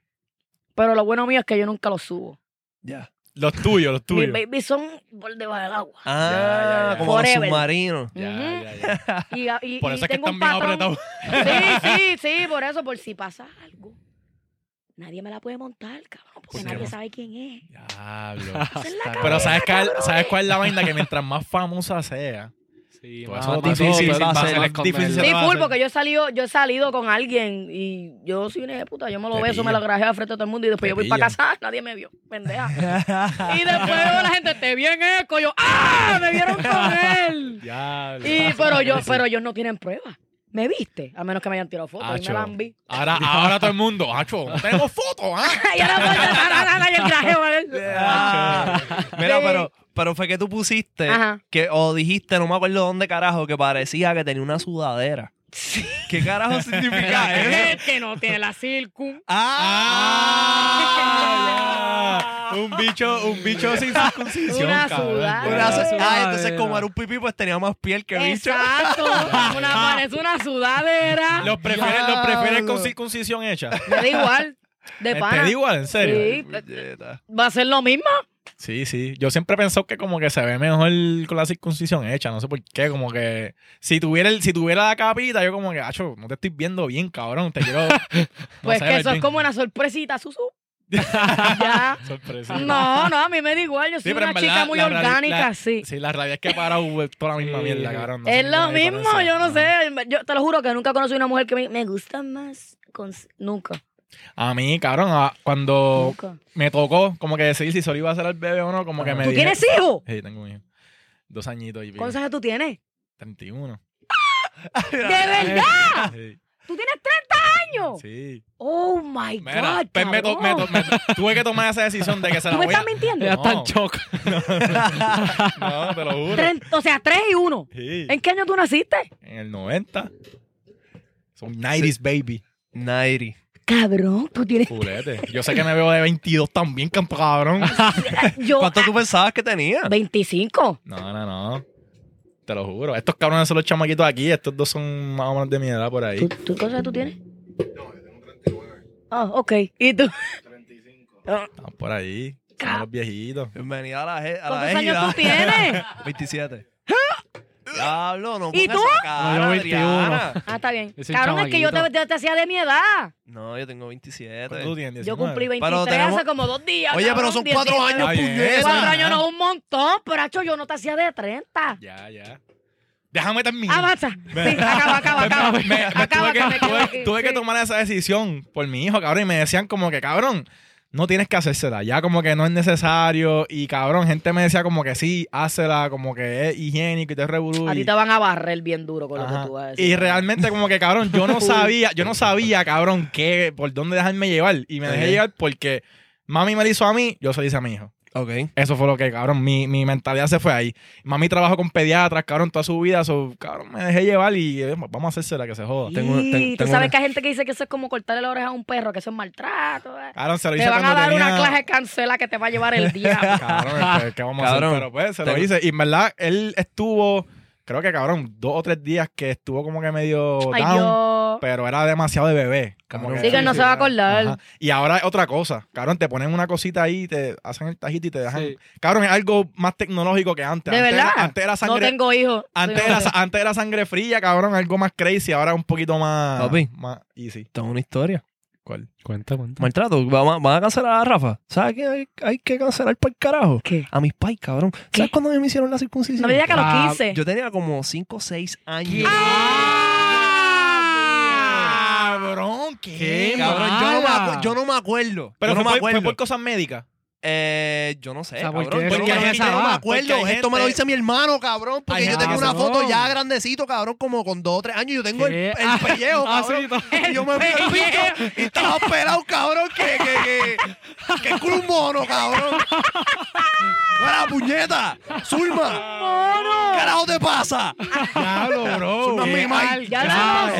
[SPEAKER 4] Pero lo bueno mío es que yo nunca lo subo.
[SPEAKER 1] Ya.
[SPEAKER 2] Los tuyos, los
[SPEAKER 4] Mis
[SPEAKER 2] tuyos.
[SPEAKER 4] baby son por debajo del agua.
[SPEAKER 1] Ah,
[SPEAKER 2] Ya, ya, ya.
[SPEAKER 1] como
[SPEAKER 4] Forever.
[SPEAKER 1] los submarinos.
[SPEAKER 2] Ya,
[SPEAKER 4] Ujú.
[SPEAKER 2] ya, ya.
[SPEAKER 4] Y, a- y-
[SPEAKER 2] Por
[SPEAKER 4] y
[SPEAKER 2] eso es que
[SPEAKER 4] tengo
[SPEAKER 2] están
[SPEAKER 4] un
[SPEAKER 2] bien
[SPEAKER 4] patrón.
[SPEAKER 2] apretados.
[SPEAKER 4] Sí, sí, sí, por eso, por si pasa algo. Nadie me la puede montar, cabrón, porque
[SPEAKER 2] Sí,
[SPEAKER 4] nadie
[SPEAKER 2] no.
[SPEAKER 4] sabe quién es.
[SPEAKER 2] Diablo.
[SPEAKER 4] Esa es la
[SPEAKER 2] Pero
[SPEAKER 4] cabeza,
[SPEAKER 2] ¿sabes cuál,
[SPEAKER 4] cabrones.
[SPEAKER 2] ¿sabes cuál es la vaina? Que mientras más famosa sea, Sí,
[SPEAKER 1] Todo
[SPEAKER 2] mano,
[SPEAKER 1] eso
[SPEAKER 2] todo
[SPEAKER 1] difícil,
[SPEAKER 2] todo
[SPEAKER 1] va a
[SPEAKER 2] va a
[SPEAKER 1] ser
[SPEAKER 2] ser difícil.
[SPEAKER 1] esconderlo.
[SPEAKER 2] se
[SPEAKER 4] Sí,
[SPEAKER 2] lo va a
[SPEAKER 4] full,
[SPEAKER 2] hacer.
[SPEAKER 4] porque yo he salido, yo he salido con alguien y yo soy una hija de puta, yo me lo
[SPEAKER 2] Te
[SPEAKER 4] beso, me lo
[SPEAKER 2] pillan.
[SPEAKER 4] grajeo al frente de todo el mundo y después
[SPEAKER 2] Te
[SPEAKER 4] yo voy para
[SPEAKER 2] pillan.
[SPEAKER 4] casa, nadie me vio, pendeja. y después veo a la gente, te vi en eco, yo, ¡ah! Me vieron con él.
[SPEAKER 2] Diablo.
[SPEAKER 4] Y, pero yo, pero ellos no tienen pruebas. ¿Me viste? A menos que me hayan tirado fotos y
[SPEAKER 2] Acho.
[SPEAKER 4] me la han visto.
[SPEAKER 2] Ahora, ahora todo el mundo, Acho, no tengo fotos, ¿ah?
[SPEAKER 4] y ahora voy a dar a la- y el grajeo a él.
[SPEAKER 1] Ah, Mira,
[SPEAKER 4] Sí.
[SPEAKER 1] pero, pero fue que tú pusiste
[SPEAKER 4] Ajá.
[SPEAKER 1] que, o dijiste, no me acuerdo dónde carajo, que parecía que tenía una sudadera. ¿Qué carajo significa eso?
[SPEAKER 2] eh.
[SPEAKER 4] Es que no tiene la circun.
[SPEAKER 2] Ah, ya. Un bicho, un bicho sin circuncisión.
[SPEAKER 4] Una
[SPEAKER 2] cabrón.
[SPEAKER 4] sudada.
[SPEAKER 1] Una su-
[SPEAKER 4] sudadera.
[SPEAKER 1] ah, entonces como era un pipí, pues tenía más piel que bicho.
[SPEAKER 4] Exacto. Una, parece una sudadera.
[SPEAKER 2] ¿Los prefieres, los prefieres
[SPEAKER 1] Diablo.
[SPEAKER 2] con circuncisión hecha?
[SPEAKER 4] Me da igual. De
[SPEAKER 2] Eh,
[SPEAKER 4] pana.
[SPEAKER 2] Te digo, igual, en serio.
[SPEAKER 4] Sí. pues, ¿Va a ser lo mismo?
[SPEAKER 2] Sí. sí, Yo siempre he pensado que como que se ve mejor con la circuncisión hecha, no sé por qué, como que si tuviera el, si tuviera la capita, yo como que, acho, no te estoy viendo bien, cabrón, te quiero no
[SPEAKER 4] Pues
[SPEAKER 2] sé,
[SPEAKER 4] que
[SPEAKER 2] ver
[SPEAKER 4] eso es
[SPEAKER 2] bien".
[SPEAKER 4] como una sorpresita, Susu. ya.
[SPEAKER 2] sorpresa.
[SPEAKER 4] No, no, a mí me da igual. Yo
[SPEAKER 2] Sí,
[SPEAKER 4] soy
[SPEAKER 2] pero
[SPEAKER 4] una
[SPEAKER 2] en
[SPEAKER 4] chica
[SPEAKER 2] verdad,
[SPEAKER 4] muy
[SPEAKER 2] la reali-
[SPEAKER 4] orgánica,
[SPEAKER 2] la-
[SPEAKER 4] sí.
[SPEAKER 2] Sí, la rabia es que para Uber toda la misma
[SPEAKER 3] Sí.
[SPEAKER 2] mierda, cabrón. no sé
[SPEAKER 4] es lo
[SPEAKER 2] ninguna
[SPEAKER 4] mismo,
[SPEAKER 2] diferencia.
[SPEAKER 4] yo no sé. Yo te lo juro que nunca conocí una mujer que me, me gusta más. con- Nunca,
[SPEAKER 2] A mí, cabrón, a- cuando
[SPEAKER 4] nunca.
[SPEAKER 2] Oh, me tocó como que decidir si solo iba a ser el bebé o no, como que me
[SPEAKER 4] ¿Tú
[SPEAKER 2] dije-
[SPEAKER 4] tienes hijos?
[SPEAKER 2] Sí, tengo un hijo. Dos añitos y pico.
[SPEAKER 4] ¿Cuántos años tú tienes?
[SPEAKER 2] 31.
[SPEAKER 4] ¡De verdad,
[SPEAKER 2] Sí.
[SPEAKER 4] año!
[SPEAKER 2] sí.
[SPEAKER 4] ¡Oh, my
[SPEAKER 2] Mira,
[SPEAKER 4] God,
[SPEAKER 2] pues me to- me to-
[SPEAKER 4] cabrón!
[SPEAKER 2] me- tuve que tomar esa decisión de que se la
[SPEAKER 4] ¿Tú me
[SPEAKER 2] voy a...
[SPEAKER 4] estás mintiendo?
[SPEAKER 3] Ella está en
[SPEAKER 2] No.
[SPEAKER 3] shock.
[SPEAKER 2] No, te lo juro.
[SPEAKER 4] Tres- o sea, tres y uno.
[SPEAKER 2] Sí.
[SPEAKER 4] ¿En qué año tú naciste?
[SPEAKER 2] En el 90. Son 90s, baby.
[SPEAKER 1] Nairi.
[SPEAKER 4] Cabrón, tú tienes...
[SPEAKER 2] Culete. Yo sé que me veo de 22 también, canto cabrón.
[SPEAKER 4] Yo,
[SPEAKER 1] ¿Cuánto tú pensabas que tenía?
[SPEAKER 4] 25.
[SPEAKER 2] No, no, no. Te lo juro. Estos cabrones son los chamaquitos aquí. Estos dos son más o menos de mi edad por ahí.
[SPEAKER 4] ¿Tú, tú, ¿Cuántos años tú tienes? No, yo tengo 39. Ah, ok. ¿Y tú?
[SPEAKER 2] Están por ahí.
[SPEAKER 4] Ca-
[SPEAKER 2] Son los viejitos.
[SPEAKER 1] Bienvenida a la, je- a la
[SPEAKER 4] ¿Cuántos años
[SPEAKER 1] égida.
[SPEAKER 4] tú tienes?
[SPEAKER 1] 27. Diablo, no
[SPEAKER 4] ¿Y
[SPEAKER 1] pongas
[SPEAKER 4] tú?
[SPEAKER 1] esa cara,
[SPEAKER 3] No, yo 21.
[SPEAKER 1] Adriana.
[SPEAKER 4] Ah, está bien.
[SPEAKER 3] Yo soy
[SPEAKER 4] Cabrón, es que yo te,
[SPEAKER 3] chamaquito.
[SPEAKER 4] te- te hacía de mi edad.
[SPEAKER 1] No, yo tengo 27.
[SPEAKER 2] ¿Cuánto tú tienes?
[SPEAKER 4] Yo
[SPEAKER 2] 19.
[SPEAKER 4] cumplí 23
[SPEAKER 1] Pero tenemos-
[SPEAKER 4] hace como dos días.
[SPEAKER 1] Oye, pero
[SPEAKER 4] cabrón,
[SPEAKER 1] son cuatro
[SPEAKER 4] 19.
[SPEAKER 1] años,
[SPEAKER 2] Ay,
[SPEAKER 1] puñeta.
[SPEAKER 2] es.
[SPEAKER 4] Cuatro años no es un montón, pero hecho, yo no te hacía de 30.
[SPEAKER 2] Ya, ya. Déjame terminar.
[SPEAKER 4] Avanza. Sí, acaba, acaba, acaba.
[SPEAKER 2] Me- me- me
[SPEAKER 4] Acaba,
[SPEAKER 2] tuve que-
[SPEAKER 4] que me quedo
[SPEAKER 2] tuve-
[SPEAKER 4] aquí,
[SPEAKER 2] Tuve que
[SPEAKER 4] sí.
[SPEAKER 2] tomar esa decisión por mi hijo, cabrón. Y me decían como que, cabrón, no tienes que hacérsela. Ya como que no es necesario. Y cabrón, gente me decía como que sí, hácela, como que es higiénico y te revolú.
[SPEAKER 4] A ti te van a barrer bien duro con lo
[SPEAKER 2] Ajá.
[SPEAKER 4] que tú vas a decir.
[SPEAKER 2] Y realmente como que cabrón, yo no
[SPEAKER 1] Uy.
[SPEAKER 2] sabía, yo no sabía, cabrón, qué, por dónde dejarme llevar. Y me dejé
[SPEAKER 1] Ok.
[SPEAKER 2] llevar porque mami me lo hizo a mí, yo se lo hice a mi hijo.
[SPEAKER 1] Ok.
[SPEAKER 2] Eso fue lo que, cabrón, mi, mi mentalidad se fue ahí. Mami trabajó con pediatras, cabrón, toda su vida. so, cabrón, me dejé llevar y eh, vamos a hacérsela que se joda.
[SPEAKER 1] Tengo-
[SPEAKER 4] Y
[SPEAKER 1] ten-
[SPEAKER 4] tú
[SPEAKER 1] tengo
[SPEAKER 4] sabes
[SPEAKER 1] una-
[SPEAKER 4] que hay gente que dice que eso es como cortarle la oreja a un perro, que eso es maltrato. eh.
[SPEAKER 2] Cabrón, se lo hice
[SPEAKER 4] Te van a
[SPEAKER 2] cuando
[SPEAKER 4] dar una
[SPEAKER 2] tenía-
[SPEAKER 4] clase cancela que te va a llevar el diablo.
[SPEAKER 2] Cabrón, pues, ¿qué vamos
[SPEAKER 1] Cabrón,
[SPEAKER 2] a hacer? Pero pues, se lo
[SPEAKER 1] tengo-
[SPEAKER 2] hice. Y en verdad, él estuvo, creo que, cabrón, dos o tres días que estuvo como que medio
[SPEAKER 4] Ay,
[SPEAKER 2] down.
[SPEAKER 4] yo.
[SPEAKER 2] Pero era demasiado de bebé. Como
[SPEAKER 1] Cabrón.
[SPEAKER 4] Sí, que no se va a acordar.
[SPEAKER 2] Ajá. Y ahora es otra cosa. Cabrón, te ponen una cosita ahí, te hacen el tajito y te dejan.
[SPEAKER 3] Sí.
[SPEAKER 2] Cabrón, es algo más tecnológico que antes.
[SPEAKER 4] ¿De
[SPEAKER 2] antes
[SPEAKER 4] verdad?
[SPEAKER 2] Era, antes era
[SPEAKER 4] No
[SPEAKER 2] sangre.
[SPEAKER 4] tengo hijos.
[SPEAKER 2] Antes
[SPEAKER 4] Sí,
[SPEAKER 2] era,
[SPEAKER 4] no sé.
[SPEAKER 2] antes era sangre fría, cabrón, algo más crazy, ahora es un poquito más,
[SPEAKER 1] Papi.
[SPEAKER 2] más easy.
[SPEAKER 1] Tengo una historia.
[SPEAKER 2] ¿Cuál?
[SPEAKER 3] Cuenta, cuenta.
[SPEAKER 1] Maltrato, ¿van a- van a cancelar a Rafa. ¿Sabes qué hay, hay que cancelar para el carajo?
[SPEAKER 4] ¿Qué?
[SPEAKER 1] A mis pais, cabrón. ¿Sabes cuándo a mí me hicieron la circuncisión?
[SPEAKER 4] No me digas que a
[SPEAKER 3] Ah,
[SPEAKER 4] los 15.
[SPEAKER 1] Yo tenía como 5 o 6 años.
[SPEAKER 2] Cabrón,
[SPEAKER 3] ¿Qué,
[SPEAKER 1] Cabrón, yo no, me
[SPEAKER 3] mala!
[SPEAKER 1] acu- yo no me acuerdo.
[SPEAKER 2] Pero
[SPEAKER 1] yo no me
[SPEAKER 2] fue, por-
[SPEAKER 1] acuerdo.
[SPEAKER 2] fue por cosas médicas.
[SPEAKER 1] Eh, yo no sé,
[SPEAKER 3] O sea,
[SPEAKER 1] cabrón.
[SPEAKER 3] ¿por qué?
[SPEAKER 1] Yo no,
[SPEAKER 2] Porque hay
[SPEAKER 1] yo
[SPEAKER 2] gente-
[SPEAKER 1] no me
[SPEAKER 2] porque hay
[SPEAKER 1] acuerdo. Ah, Esto
[SPEAKER 2] gente-
[SPEAKER 1] me lo dice mi hermano, cabrón. Porque
[SPEAKER 3] Hay
[SPEAKER 1] yo
[SPEAKER 3] gente-
[SPEAKER 1] tengo una
[SPEAKER 3] cabrón.
[SPEAKER 1] foto ya grandecito, cabrón, como con dos o tres años. Yo tengo el,
[SPEAKER 3] ¿Qué?
[SPEAKER 1] el pellejo,
[SPEAKER 3] Ah, sí,
[SPEAKER 1] cabrón.
[SPEAKER 3] todo.
[SPEAKER 1] Y yo me fui al bicho y estaba pelado, cabrón, que, que, que, que es culo un mono, cabrón. ¡Para, puñeta! ¡Zulma!
[SPEAKER 4] ¡Mono!
[SPEAKER 1] ¿Qué carajo te pasa?
[SPEAKER 2] Diablo, bro.
[SPEAKER 1] Son
[SPEAKER 2] Qué-
[SPEAKER 1] mami-
[SPEAKER 4] Ya
[SPEAKER 2] Claro,
[SPEAKER 4] lo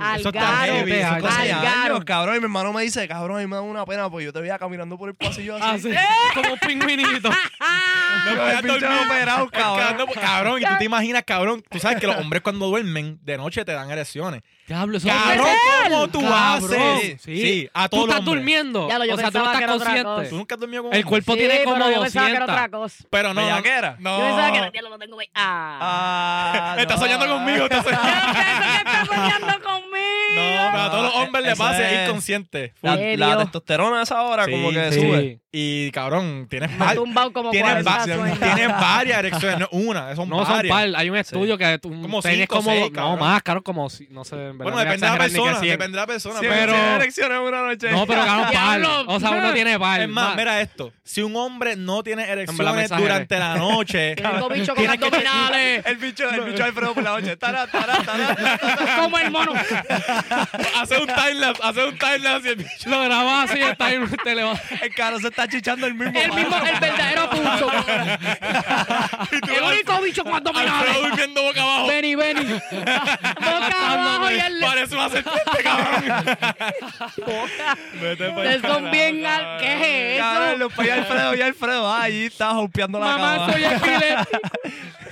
[SPEAKER 2] eh,
[SPEAKER 4] sé.
[SPEAKER 2] Eso está
[SPEAKER 4] Algaro.
[SPEAKER 2] heavy, eso
[SPEAKER 3] Algaro.
[SPEAKER 2] está heavy.
[SPEAKER 4] Algaro.
[SPEAKER 1] Años, cabrón, y mi hermano me dice, cabrón, a mí me da una pena porque yo te veía caminando por el pasillo así.
[SPEAKER 3] Ah, sí. Como un pingüinito.
[SPEAKER 2] No
[SPEAKER 1] Yo
[SPEAKER 2] podía
[SPEAKER 1] el bicho
[SPEAKER 2] dormir.
[SPEAKER 1] operado, cabrón.
[SPEAKER 2] Cabrón, Cabrón, y tú te imaginas, cabrón. Tú sabes que los hombres cuando duermen de noche te dan erecciones.
[SPEAKER 3] Diablo, eso
[SPEAKER 2] Cabrón, ¿cómo tú
[SPEAKER 3] Cabrón,
[SPEAKER 2] haces?
[SPEAKER 3] sí.
[SPEAKER 2] a
[SPEAKER 3] Tú
[SPEAKER 2] todos los
[SPEAKER 3] estás
[SPEAKER 2] hombres.
[SPEAKER 3] durmiendo.
[SPEAKER 4] Ya lo, yo
[SPEAKER 3] o sea, tú no
[SPEAKER 4] pensaba
[SPEAKER 3] estás
[SPEAKER 4] que era otra
[SPEAKER 3] consciente.
[SPEAKER 2] Tú nunca has dormido con
[SPEAKER 3] El
[SPEAKER 2] un
[SPEAKER 3] cuerpo
[SPEAKER 4] Sí,
[SPEAKER 3] tiene
[SPEAKER 4] pero
[SPEAKER 3] como
[SPEAKER 4] yo pensaba que era
[SPEAKER 3] 200.
[SPEAKER 4] otra cosa.
[SPEAKER 2] hombre? Pero no. no,
[SPEAKER 1] ¿Bellaquera?
[SPEAKER 2] No.
[SPEAKER 4] Yo pensaba que era, ya lo tengo. ahí.
[SPEAKER 1] Ah,
[SPEAKER 4] Ah.
[SPEAKER 2] Estás
[SPEAKER 1] no.
[SPEAKER 2] soñando conmigo. estás soñando-
[SPEAKER 4] Yo pensé que estás soñando conmigo.
[SPEAKER 2] No, pero a todos los hombre le
[SPEAKER 1] Eso
[SPEAKER 2] pasa es
[SPEAKER 1] es-
[SPEAKER 2] inconsciente.
[SPEAKER 1] La,
[SPEAKER 4] Eh,
[SPEAKER 1] la
[SPEAKER 4] Dios.
[SPEAKER 1] testosterona a esa hora
[SPEAKER 2] Sí,
[SPEAKER 1] como que
[SPEAKER 2] sí.
[SPEAKER 1] sube.
[SPEAKER 2] Y cabrón, tienes,
[SPEAKER 4] Me ha
[SPEAKER 2] val-
[SPEAKER 4] tumbado como
[SPEAKER 2] tienes, va-
[SPEAKER 4] 40 sueños.
[SPEAKER 2] tienes varias erecciones, no una, son
[SPEAKER 3] No son
[SPEAKER 2] varias.
[SPEAKER 3] par. Hay un estudio que tú
[SPEAKER 2] Como
[SPEAKER 3] tenés
[SPEAKER 2] cinco,
[SPEAKER 3] como.
[SPEAKER 2] seis,
[SPEAKER 3] no,
[SPEAKER 2] cabrón.
[SPEAKER 3] más, caro, como. si- No sé. en verdad
[SPEAKER 2] bueno,
[SPEAKER 3] no voy a
[SPEAKER 2] depende de la
[SPEAKER 3] exagerar ni que
[SPEAKER 2] persona,
[SPEAKER 3] cien.
[SPEAKER 2] depende de la persona.
[SPEAKER 1] Sí,
[SPEAKER 2] pero-
[SPEAKER 1] tiene erecciones una noche.
[SPEAKER 3] No, pero cabrón, par.
[SPEAKER 4] Diablo.
[SPEAKER 3] O sea, uno tiene par.
[SPEAKER 2] Es más,
[SPEAKER 3] más.
[SPEAKER 2] mira esto. Si un hombre no tiene erecciones
[SPEAKER 3] mensaje
[SPEAKER 2] durante la noche,
[SPEAKER 4] Tengo bicho con abdominales.
[SPEAKER 1] El bicho, el bicho Alfredo por la noche. Tará, tará, tará, tará.
[SPEAKER 4] como el mono.
[SPEAKER 2] hace un timelapse, hace un timelapse y el bicho-
[SPEAKER 3] Lo grabas así está ahí en el teléfono.
[SPEAKER 1] El caro se está chichando el mismo.
[SPEAKER 4] El mismo, el verdadero pulso. el único bicho con
[SPEAKER 2] Alfredo
[SPEAKER 4] abdominales.
[SPEAKER 2] durmiendo boca abajo.
[SPEAKER 4] Benny, Benny. Boca abajo y el...
[SPEAKER 2] Parece una serpiente, cabrón.
[SPEAKER 4] Ustedes son bien... al- ¿Qué es
[SPEAKER 1] Cabrón,
[SPEAKER 4] eso?
[SPEAKER 1] los payas pues, Alfredo y Alfredo. ah, Ahí está jompeando la
[SPEAKER 4] Mamá,
[SPEAKER 1] cama.
[SPEAKER 4] soy epilepsia.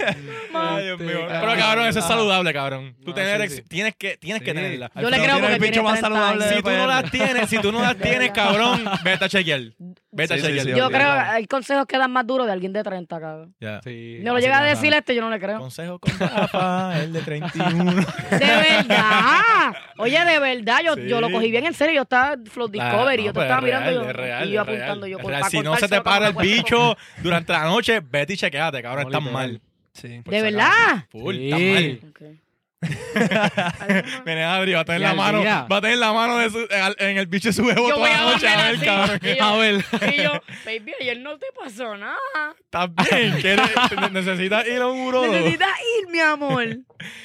[SPEAKER 2] Ay,
[SPEAKER 3] Este,
[SPEAKER 2] Dios mío. Pero cabrón, eso es saludable, cabrón. Tú
[SPEAKER 3] No,
[SPEAKER 2] tener
[SPEAKER 3] sí,
[SPEAKER 2] erección-
[SPEAKER 3] sí.
[SPEAKER 2] tienes que tienes que
[SPEAKER 1] Sí.
[SPEAKER 2] tenerla.
[SPEAKER 4] Yo le
[SPEAKER 1] Alfredo
[SPEAKER 4] creo
[SPEAKER 1] tiene
[SPEAKER 4] porque
[SPEAKER 1] el bicho
[SPEAKER 4] tiene
[SPEAKER 1] más
[SPEAKER 4] 30
[SPEAKER 1] saludable.
[SPEAKER 4] años.
[SPEAKER 1] de
[SPEAKER 2] Si tú no
[SPEAKER 1] payas.
[SPEAKER 2] las tienes, si tú no las tienes, cabrón, vete a chequear. Vete
[SPEAKER 1] Sí,
[SPEAKER 2] a
[SPEAKER 1] sí,
[SPEAKER 2] chequear.
[SPEAKER 1] sí,
[SPEAKER 4] Yo
[SPEAKER 1] sí,
[SPEAKER 4] creo que hay consejos que dan más duro de alguien de 30, cabrón.
[SPEAKER 2] Ya.
[SPEAKER 3] Sí.
[SPEAKER 4] Me lo
[SPEAKER 2] así
[SPEAKER 4] llega a
[SPEAKER 2] que, ajá.
[SPEAKER 4] decir este, yo no le creo.
[SPEAKER 2] Consejo con Rafa, el de 31.
[SPEAKER 4] De verdad. Oye, de verdad, yo,
[SPEAKER 2] Sí.
[SPEAKER 4] yo lo cogí bien en serio. Yo estaba Flow Discovery,
[SPEAKER 2] Ah,
[SPEAKER 4] yo te
[SPEAKER 2] no, pero
[SPEAKER 4] estaba
[SPEAKER 2] es
[SPEAKER 4] mirando y yo-
[SPEAKER 2] real, es real,
[SPEAKER 4] y yo
[SPEAKER 2] es real.
[SPEAKER 4] apuntando. Yo,
[SPEAKER 2] Es
[SPEAKER 4] con-
[SPEAKER 2] real.
[SPEAKER 4] para
[SPEAKER 2] Si no se te
[SPEAKER 4] cortárselo como
[SPEAKER 2] para el
[SPEAKER 4] me cuesta.
[SPEAKER 2] bicho durante la noche, vete y chequeate, cabrón,
[SPEAKER 3] No,
[SPEAKER 2] estás
[SPEAKER 3] literal.
[SPEAKER 2] mal.
[SPEAKER 1] Sí.
[SPEAKER 2] Por
[SPEAKER 4] ¿De
[SPEAKER 2] si acaso.
[SPEAKER 4] verdad?
[SPEAKER 2] Full,
[SPEAKER 3] Sí.
[SPEAKER 2] estás mal.
[SPEAKER 4] Ok.
[SPEAKER 2] Viene Adri, va a tener
[SPEAKER 3] Y
[SPEAKER 2] la
[SPEAKER 3] al
[SPEAKER 2] mano,
[SPEAKER 3] día.
[SPEAKER 2] va a tener la mano de su- al- en el bicho de su huevo
[SPEAKER 4] Yo
[SPEAKER 2] toda
[SPEAKER 4] voy a
[SPEAKER 2] la noche. A
[SPEAKER 4] dormir
[SPEAKER 2] ver, cabrón.
[SPEAKER 4] así. Y yo-
[SPEAKER 3] A ver.
[SPEAKER 4] Y yo, baby, ayer no te pasó nada.
[SPEAKER 2] ¿Estás bien? ¿Quieres- te- ¿Necesitas ir a un urólogo?
[SPEAKER 4] Necesitas ir, mi amor.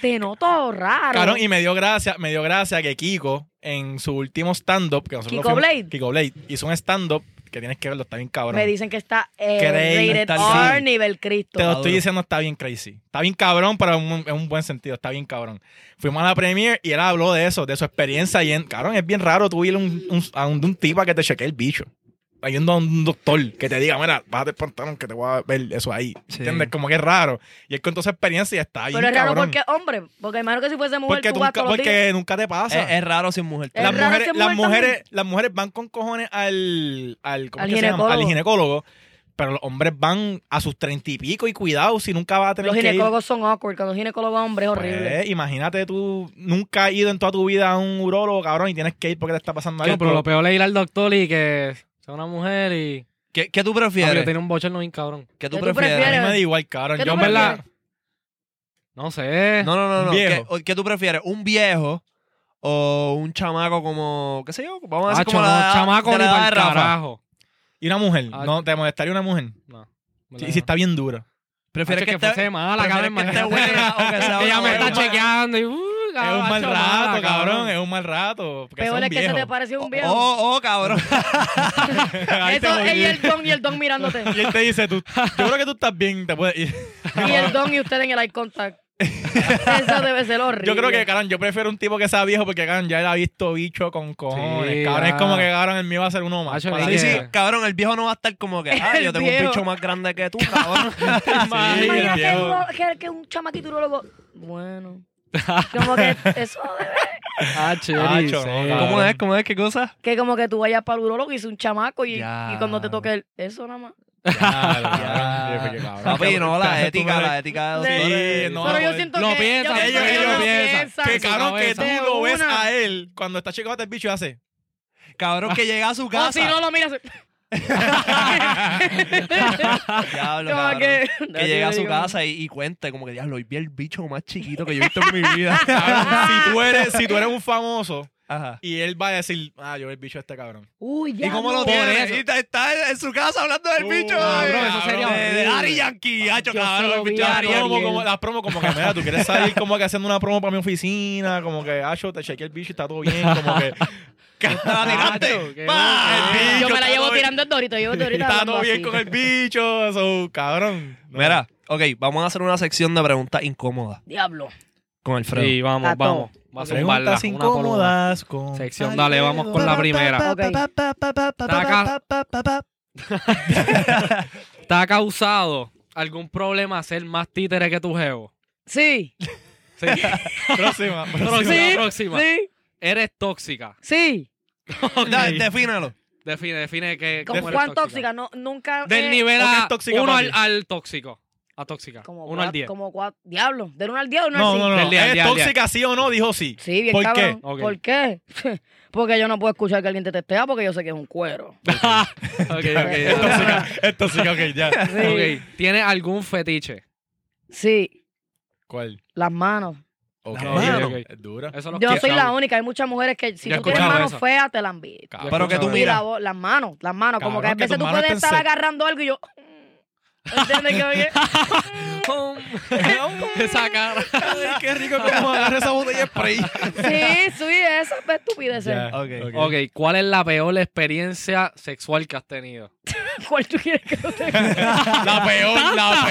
[SPEAKER 4] Te noto raro.
[SPEAKER 2] Cabrón, y me dio gracia, me dio gracia que Kiko, en su último stand-up, que nosotros
[SPEAKER 4] Kiko
[SPEAKER 2] lo fuimos-
[SPEAKER 4] Blade.
[SPEAKER 2] Kiko Blade, hizo un stand-up que tienes que verlo, está bien cabrón.
[SPEAKER 4] me dicen que está eh,
[SPEAKER 2] Creen
[SPEAKER 4] rated
[SPEAKER 1] estar-
[SPEAKER 4] R
[SPEAKER 1] sí.
[SPEAKER 4] nivel Cristo.
[SPEAKER 2] Te lo
[SPEAKER 1] Está
[SPEAKER 2] estoy
[SPEAKER 1] duro.
[SPEAKER 2] diciendo, está bien crazy. Está bien cabrón, pero en un, en un buen sentido, está bien cabrón. Fuimos a la premiere y él habló de eso, de su experiencia. Y en, cabrón, es bien raro tú ir a un, un- a un, de un tipo a que te chequee el bicho. A yendo a un doctor que te diga, mira, bájate el pantalón que te voy a ver eso ahí.
[SPEAKER 1] Sí.
[SPEAKER 2] ¿Entiendes? Como que es raro. Y él contó su experiencia y está bien
[SPEAKER 4] Pero es raro
[SPEAKER 2] cabrón.
[SPEAKER 4] porque, hombre, porque imagino que si fuese mujer,
[SPEAKER 2] porque,
[SPEAKER 4] tú vas
[SPEAKER 2] nunca,
[SPEAKER 4] todos los días.
[SPEAKER 2] porque nunca te pasa.
[SPEAKER 1] Es, es raro sin mujer.
[SPEAKER 4] Es
[SPEAKER 2] las
[SPEAKER 4] raro
[SPEAKER 2] mujeres,
[SPEAKER 4] ser
[SPEAKER 2] las
[SPEAKER 4] mujer
[SPEAKER 2] mujeres,
[SPEAKER 4] también.
[SPEAKER 2] las mujeres van con cojones al, al, ¿cómo
[SPEAKER 4] Al
[SPEAKER 2] es que se llama?
[SPEAKER 4] ginecólogo.
[SPEAKER 2] Al ginecólogo, pero los hombres van a sus treinta y pico y cuidado si nunca vas a tener
[SPEAKER 4] Los
[SPEAKER 2] que ir.
[SPEAKER 4] ginecólogos son awkward, cuando los ginecólogos hombres es
[SPEAKER 2] Pues,
[SPEAKER 4] horrible.
[SPEAKER 2] imagínate tú nunca has ido en toda tu vida a un urólogo, cabrón, y tienes que ir porque te está pasando algo.
[SPEAKER 3] No, pero lo peor es ir al doctor y que sea una mujer y.
[SPEAKER 1] ¿Qué, qué tú
[SPEAKER 3] Ah, pero
[SPEAKER 1] prefieres?
[SPEAKER 3] tiene un bochorno bien cabrón.
[SPEAKER 1] ¿Qué tú
[SPEAKER 4] ¿Qué tú
[SPEAKER 2] a mí
[SPEAKER 1] prefieres?
[SPEAKER 4] prefieres?
[SPEAKER 2] me da igual, cabrón.
[SPEAKER 4] ¿Qué
[SPEAKER 2] Yo
[SPEAKER 4] tú
[SPEAKER 2] en verdad,
[SPEAKER 4] prefieres?
[SPEAKER 3] No sé.
[SPEAKER 1] No, no, no.
[SPEAKER 2] Un
[SPEAKER 1] no.
[SPEAKER 2] viejo.
[SPEAKER 1] ¿Qué, o- qué tú prefieres? ¿Un viejo o un chamaco como, qué sé yo? Vamos a decir
[SPEAKER 3] Hacho,
[SPEAKER 1] como
[SPEAKER 3] no,
[SPEAKER 1] la edad-
[SPEAKER 3] chamaco
[SPEAKER 1] de
[SPEAKER 3] ni
[SPEAKER 1] la edad
[SPEAKER 3] para
[SPEAKER 1] de
[SPEAKER 3] el
[SPEAKER 1] Rafa.
[SPEAKER 3] carajo.
[SPEAKER 2] y una mujer,
[SPEAKER 3] Ah.
[SPEAKER 2] no te molestaría una mujer.
[SPEAKER 3] No.
[SPEAKER 2] Sí, si está bien dura.
[SPEAKER 1] ¿Prefieres
[SPEAKER 3] Hacho,
[SPEAKER 1] que,
[SPEAKER 3] que,
[SPEAKER 1] esté-
[SPEAKER 3] fuese mala,
[SPEAKER 1] prefieres
[SPEAKER 3] cabrón.
[SPEAKER 1] que esté
[SPEAKER 3] imagínate.
[SPEAKER 1] buena o que sea
[SPEAKER 3] Ella
[SPEAKER 1] una
[SPEAKER 3] me está
[SPEAKER 1] buena?
[SPEAKER 3] chequeando y. Uh,
[SPEAKER 2] es un mal
[SPEAKER 3] macho,
[SPEAKER 2] rato,
[SPEAKER 3] mala,
[SPEAKER 2] cabrón. Es un mal rato. porque
[SPEAKER 4] Peor
[SPEAKER 2] son
[SPEAKER 4] es que se te
[SPEAKER 2] viejos.
[SPEAKER 4] pareció un viejo.
[SPEAKER 1] Oh, oh, cabrón.
[SPEAKER 2] Ahí te
[SPEAKER 4] Eso
[SPEAKER 2] jodí.
[SPEAKER 4] es y el don y el don mirándote.
[SPEAKER 2] Y él te dice, tú, yo creo que tú estás bien, te puedes ir.
[SPEAKER 4] y el don y usted en el eye contact. Eso debe ser horrible.
[SPEAKER 2] Yo creo que, cabrón, yo prefiero un tipo que sea viejo porque, cabrón, ya él ha visto bicho con cojones.
[SPEAKER 3] Sí,
[SPEAKER 2] cabrón, es
[SPEAKER 3] ya.
[SPEAKER 2] como que, cabrón, el mío va a ser uno más.
[SPEAKER 3] Macho,
[SPEAKER 2] Para
[SPEAKER 3] ni
[SPEAKER 1] Sí,
[SPEAKER 2] mí,
[SPEAKER 1] sí,
[SPEAKER 3] que-
[SPEAKER 1] cabrón, el viejo no va a estar como que, ah, yo tengo
[SPEAKER 4] viejo.
[SPEAKER 1] un bicho más grande que tú, cabrón.
[SPEAKER 2] Sí, el
[SPEAKER 4] Imagínate
[SPEAKER 2] viejo.
[SPEAKER 4] uno- que, que un chamaquito urologo. Bueno. Como que eso debe-
[SPEAKER 3] Ah,
[SPEAKER 2] Hacho,
[SPEAKER 3] chévere.
[SPEAKER 2] no,
[SPEAKER 3] sí.
[SPEAKER 2] cabrón.
[SPEAKER 1] ¿Cómo es? ¿Cómo es? ¿Qué cosa?
[SPEAKER 4] Que como que tú vayas para el urologo y es un chamaco y,
[SPEAKER 1] Ya.
[SPEAKER 4] y cuando te toque el. Eso nada más.
[SPEAKER 2] Claro,
[SPEAKER 1] Ya.
[SPEAKER 2] cabrón, porque, cabrón,
[SPEAKER 1] Papi, no, eh,
[SPEAKER 2] cabrón,
[SPEAKER 1] la
[SPEAKER 2] tú
[SPEAKER 1] ética,
[SPEAKER 2] ves-
[SPEAKER 1] la ética de
[SPEAKER 4] Sí,
[SPEAKER 1] doctores.
[SPEAKER 2] no,
[SPEAKER 4] Pero
[SPEAKER 2] no,
[SPEAKER 4] yo
[SPEAKER 2] no.
[SPEAKER 4] siento
[SPEAKER 3] Lo
[SPEAKER 4] que.
[SPEAKER 3] piensa,
[SPEAKER 4] yo siento
[SPEAKER 2] ellos-
[SPEAKER 4] que ellos
[SPEAKER 2] ellos
[SPEAKER 4] lo
[SPEAKER 3] piensan.
[SPEAKER 4] piensan.
[SPEAKER 2] Que
[SPEAKER 3] en su
[SPEAKER 2] cabrón, que tú
[SPEAKER 3] cabeza.
[SPEAKER 2] lo ves
[SPEAKER 4] Una.
[SPEAKER 2] a él cuando está checando el bicho y hace.
[SPEAKER 1] Cabrón que llega a su
[SPEAKER 4] O si no
[SPEAKER 1] casa.
[SPEAKER 4] lo miras.
[SPEAKER 1] Diablo,
[SPEAKER 4] Como
[SPEAKER 1] cabrón.
[SPEAKER 4] que-
[SPEAKER 1] Que llega a su casa y, y cuente, como que diablo, hoy vi el bicho más chiquito que yo he visto en mi vida.
[SPEAKER 2] cabrón, si, tú eres, si tú eres un famoso
[SPEAKER 1] Ajá.
[SPEAKER 2] y él va a decir, ah, yo vi el bicho de este cabrón.
[SPEAKER 4] Uy, ya.
[SPEAKER 1] ¿Y cómo
[SPEAKER 4] no.
[SPEAKER 1] lo
[SPEAKER 3] Por
[SPEAKER 1] tiene?
[SPEAKER 3] eso.
[SPEAKER 1] Y está, está en su casa hablando del
[SPEAKER 2] Uh,
[SPEAKER 1] bicho.
[SPEAKER 2] cabrón,
[SPEAKER 1] eh,
[SPEAKER 3] eso sería
[SPEAKER 1] de- De
[SPEAKER 3] horrible.
[SPEAKER 1] Ari Yankee, hacho,
[SPEAKER 4] Yo
[SPEAKER 1] cabrón.
[SPEAKER 4] se lo
[SPEAKER 1] el
[SPEAKER 4] vi
[SPEAKER 1] bicho
[SPEAKER 4] a
[SPEAKER 1] de
[SPEAKER 2] Las
[SPEAKER 1] Ari
[SPEAKER 4] Ariel.
[SPEAKER 2] promos
[SPEAKER 1] Yankee.
[SPEAKER 2] como, las promos como que, mira, tú quieres salir como que haciendo una promo para mi oficina, como que, acho, te chequeé el bicho y está todo bien, como que.
[SPEAKER 1] Para
[SPEAKER 3] Hacho,
[SPEAKER 1] tirarte.
[SPEAKER 3] qué
[SPEAKER 1] pa, el
[SPEAKER 2] bueno.
[SPEAKER 4] Ah, Yo
[SPEAKER 1] bicho,
[SPEAKER 4] me la llevo
[SPEAKER 1] cabrón.
[SPEAKER 4] tirando el dorito. Llevo el dorito.
[SPEAKER 2] Está
[SPEAKER 4] hablando
[SPEAKER 2] todo bien
[SPEAKER 4] así.
[SPEAKER 2] con el bicho, so, cabrón. No.
[SPEAKER 1] Mira, ok, vamos a hacer una sección de preguntas incómodas
[SPEAKER 4] Diablo.
[SPEAKER 1] con Alfredo.
[SPEAKER 3] Sí, vamos,
[SPEAKER 4] Tato.
[SPEAKER 3] vamos. Va a zumbarla,
[SPEAKER 2] Preguntas
[SPEAKER 3] una por una.
[SPEAKER 2] incómodas con.
[SPEAKER 3] Sección, dale, vamos con la primera.
[SPEAKER 4] Ok.
[SPEAKER 3] Taca. ¿Te ha causado algún problema ser más títere que tu jevo?
[SPEAKER 4] Sí.
[SPEAKER 3] Sí.
[SPEAKER 2] Próxima, próxima.
[SPEAKER 3] próxima,
[SPEAKER 4] Sí,
[SPEAKER 3] próxima.
[SPEAKER 4] Sí.
[SPEAKER 3] Eres tóxica.
[SPEAKER 4] Sí.
[SPEAKER 3] Ok.
[SPEAKER 1] Da- Defínalo.
[SPEAKER 3] Define, define que.
[SPEAKER 4] ¿Con
[SPEAKER 3] cómo eres
[SPEAKER 4] cuán tóxica? No, nunca.
[SPEAKER 3] Del
[SPEAKER 4] eh,
[SPEAKER 3] nivel
[SPEAKER 2] ¿o qué
[SPEAKER 3] a
[SPEAKER 2] es tóxica
[SPEAKER 3] uno
[SPEAKER 2] para
[SPEAKER 3] al,
[SPEAKER 2] ti?
[SPEAKER 3] al tóxico. a tóxica.
[SPEAKER 4] Como
[SPEAKER 3] Uno al
[SPEAKER 4] cuat-
[SPEAKER 3] diez.
[SPEAKER 4] Como cuatro. Diablo, del 1 al 10 o 1 al
[SPEAKER 2] No,
[SPEAKER 4] 5.
[SPEAKER 2] no, no.
[SPEAKER 3] Del día,
[SPEAKER 2] ¿Es
[SPEAKER 3] día,
[SPEAKER 2] tóxica sí o no? Dijo sí.
[SPEAKER 4] Sí, bien
[SPEAKER 2] ¿Por qué?
[SPEAKER 4] cabrón.
[SPEAKER 3] Ok.
[SPEAKER 4] ¿Por qué? Porque yo no puedo escuchar que alguien te testea porque yo sé que es un cuero.
[SPEAKER 3] ok, ok.
[SPEAKER 2] Es
[SPEAKER 3] ya.
[SPEAKER 2] tóxica, es tóxica, ok, ya.
[SPEAKER 4] Sí.
[SPEAKER 3] Ok, ¿Tiene algún fetiche?
[SPEAKER 4] Sí,
[SPEAKER 2] ¿Cuál?
[SPEAKER 4] las manos.
[SPEAKER 2] Ok,
[SPEAKER 1] La mano.
[SPEAKER 2] ok. Es dura.
[SPEAKER 3] Eso lo
[SPEAKER 4] Yo
[SPEAKER 3] que-
[SPEAKER 4] soy la única. Hay muchas mujeres que si
[SPEAKER 3] Yo he
[SPEAKER 4] tú tienes
[SPEAKER 3] escuchado
[SPEAKER 4] manos
[SPEAKER 3] eso.
[SPEAKER 4] feas, te las envío.
[SPEAKER 2] Cabrón,
[SPEAKER 1] Pero que tú
[SPEAKER 2] cabrón.
[SPEAKER 1] mira.
[SPEAKER 4] Mira, vos, las manos, las manos. como que a
[SPEAKER 2] Cabrón, que
[SPEAKER 4] veces
[SPEAKER 2] tus
[SPEAKER 4] tú
[SPEAKER 2] manos
[SPEAKER 4] puedes
[SPEAKER 2] estén
[SPEAKER 4] estar
[SPEAKER 2] sec-
[SPEAKER 4] agarrando algo y yo... mm, ¿Entiendes qué oye?
[SPEAKER 3] Esa cara.
[SPEAKER 2] Ay, qué rico como agarra esa botella de spray.
[SPEAKER 4] Sí, sí, esas estupideces.
[SPEAKER 2] Ya,
[SPEAKER 1] Ok.
[SPEAKER 3] Ok, ¿cuál es la peor experiencia sexual que has tenido?
[SPEAKER 4] ¿Cuál tú quieres que yo te diga?
[SPEAKER 2] La peor, la
[SPEAKER 4] La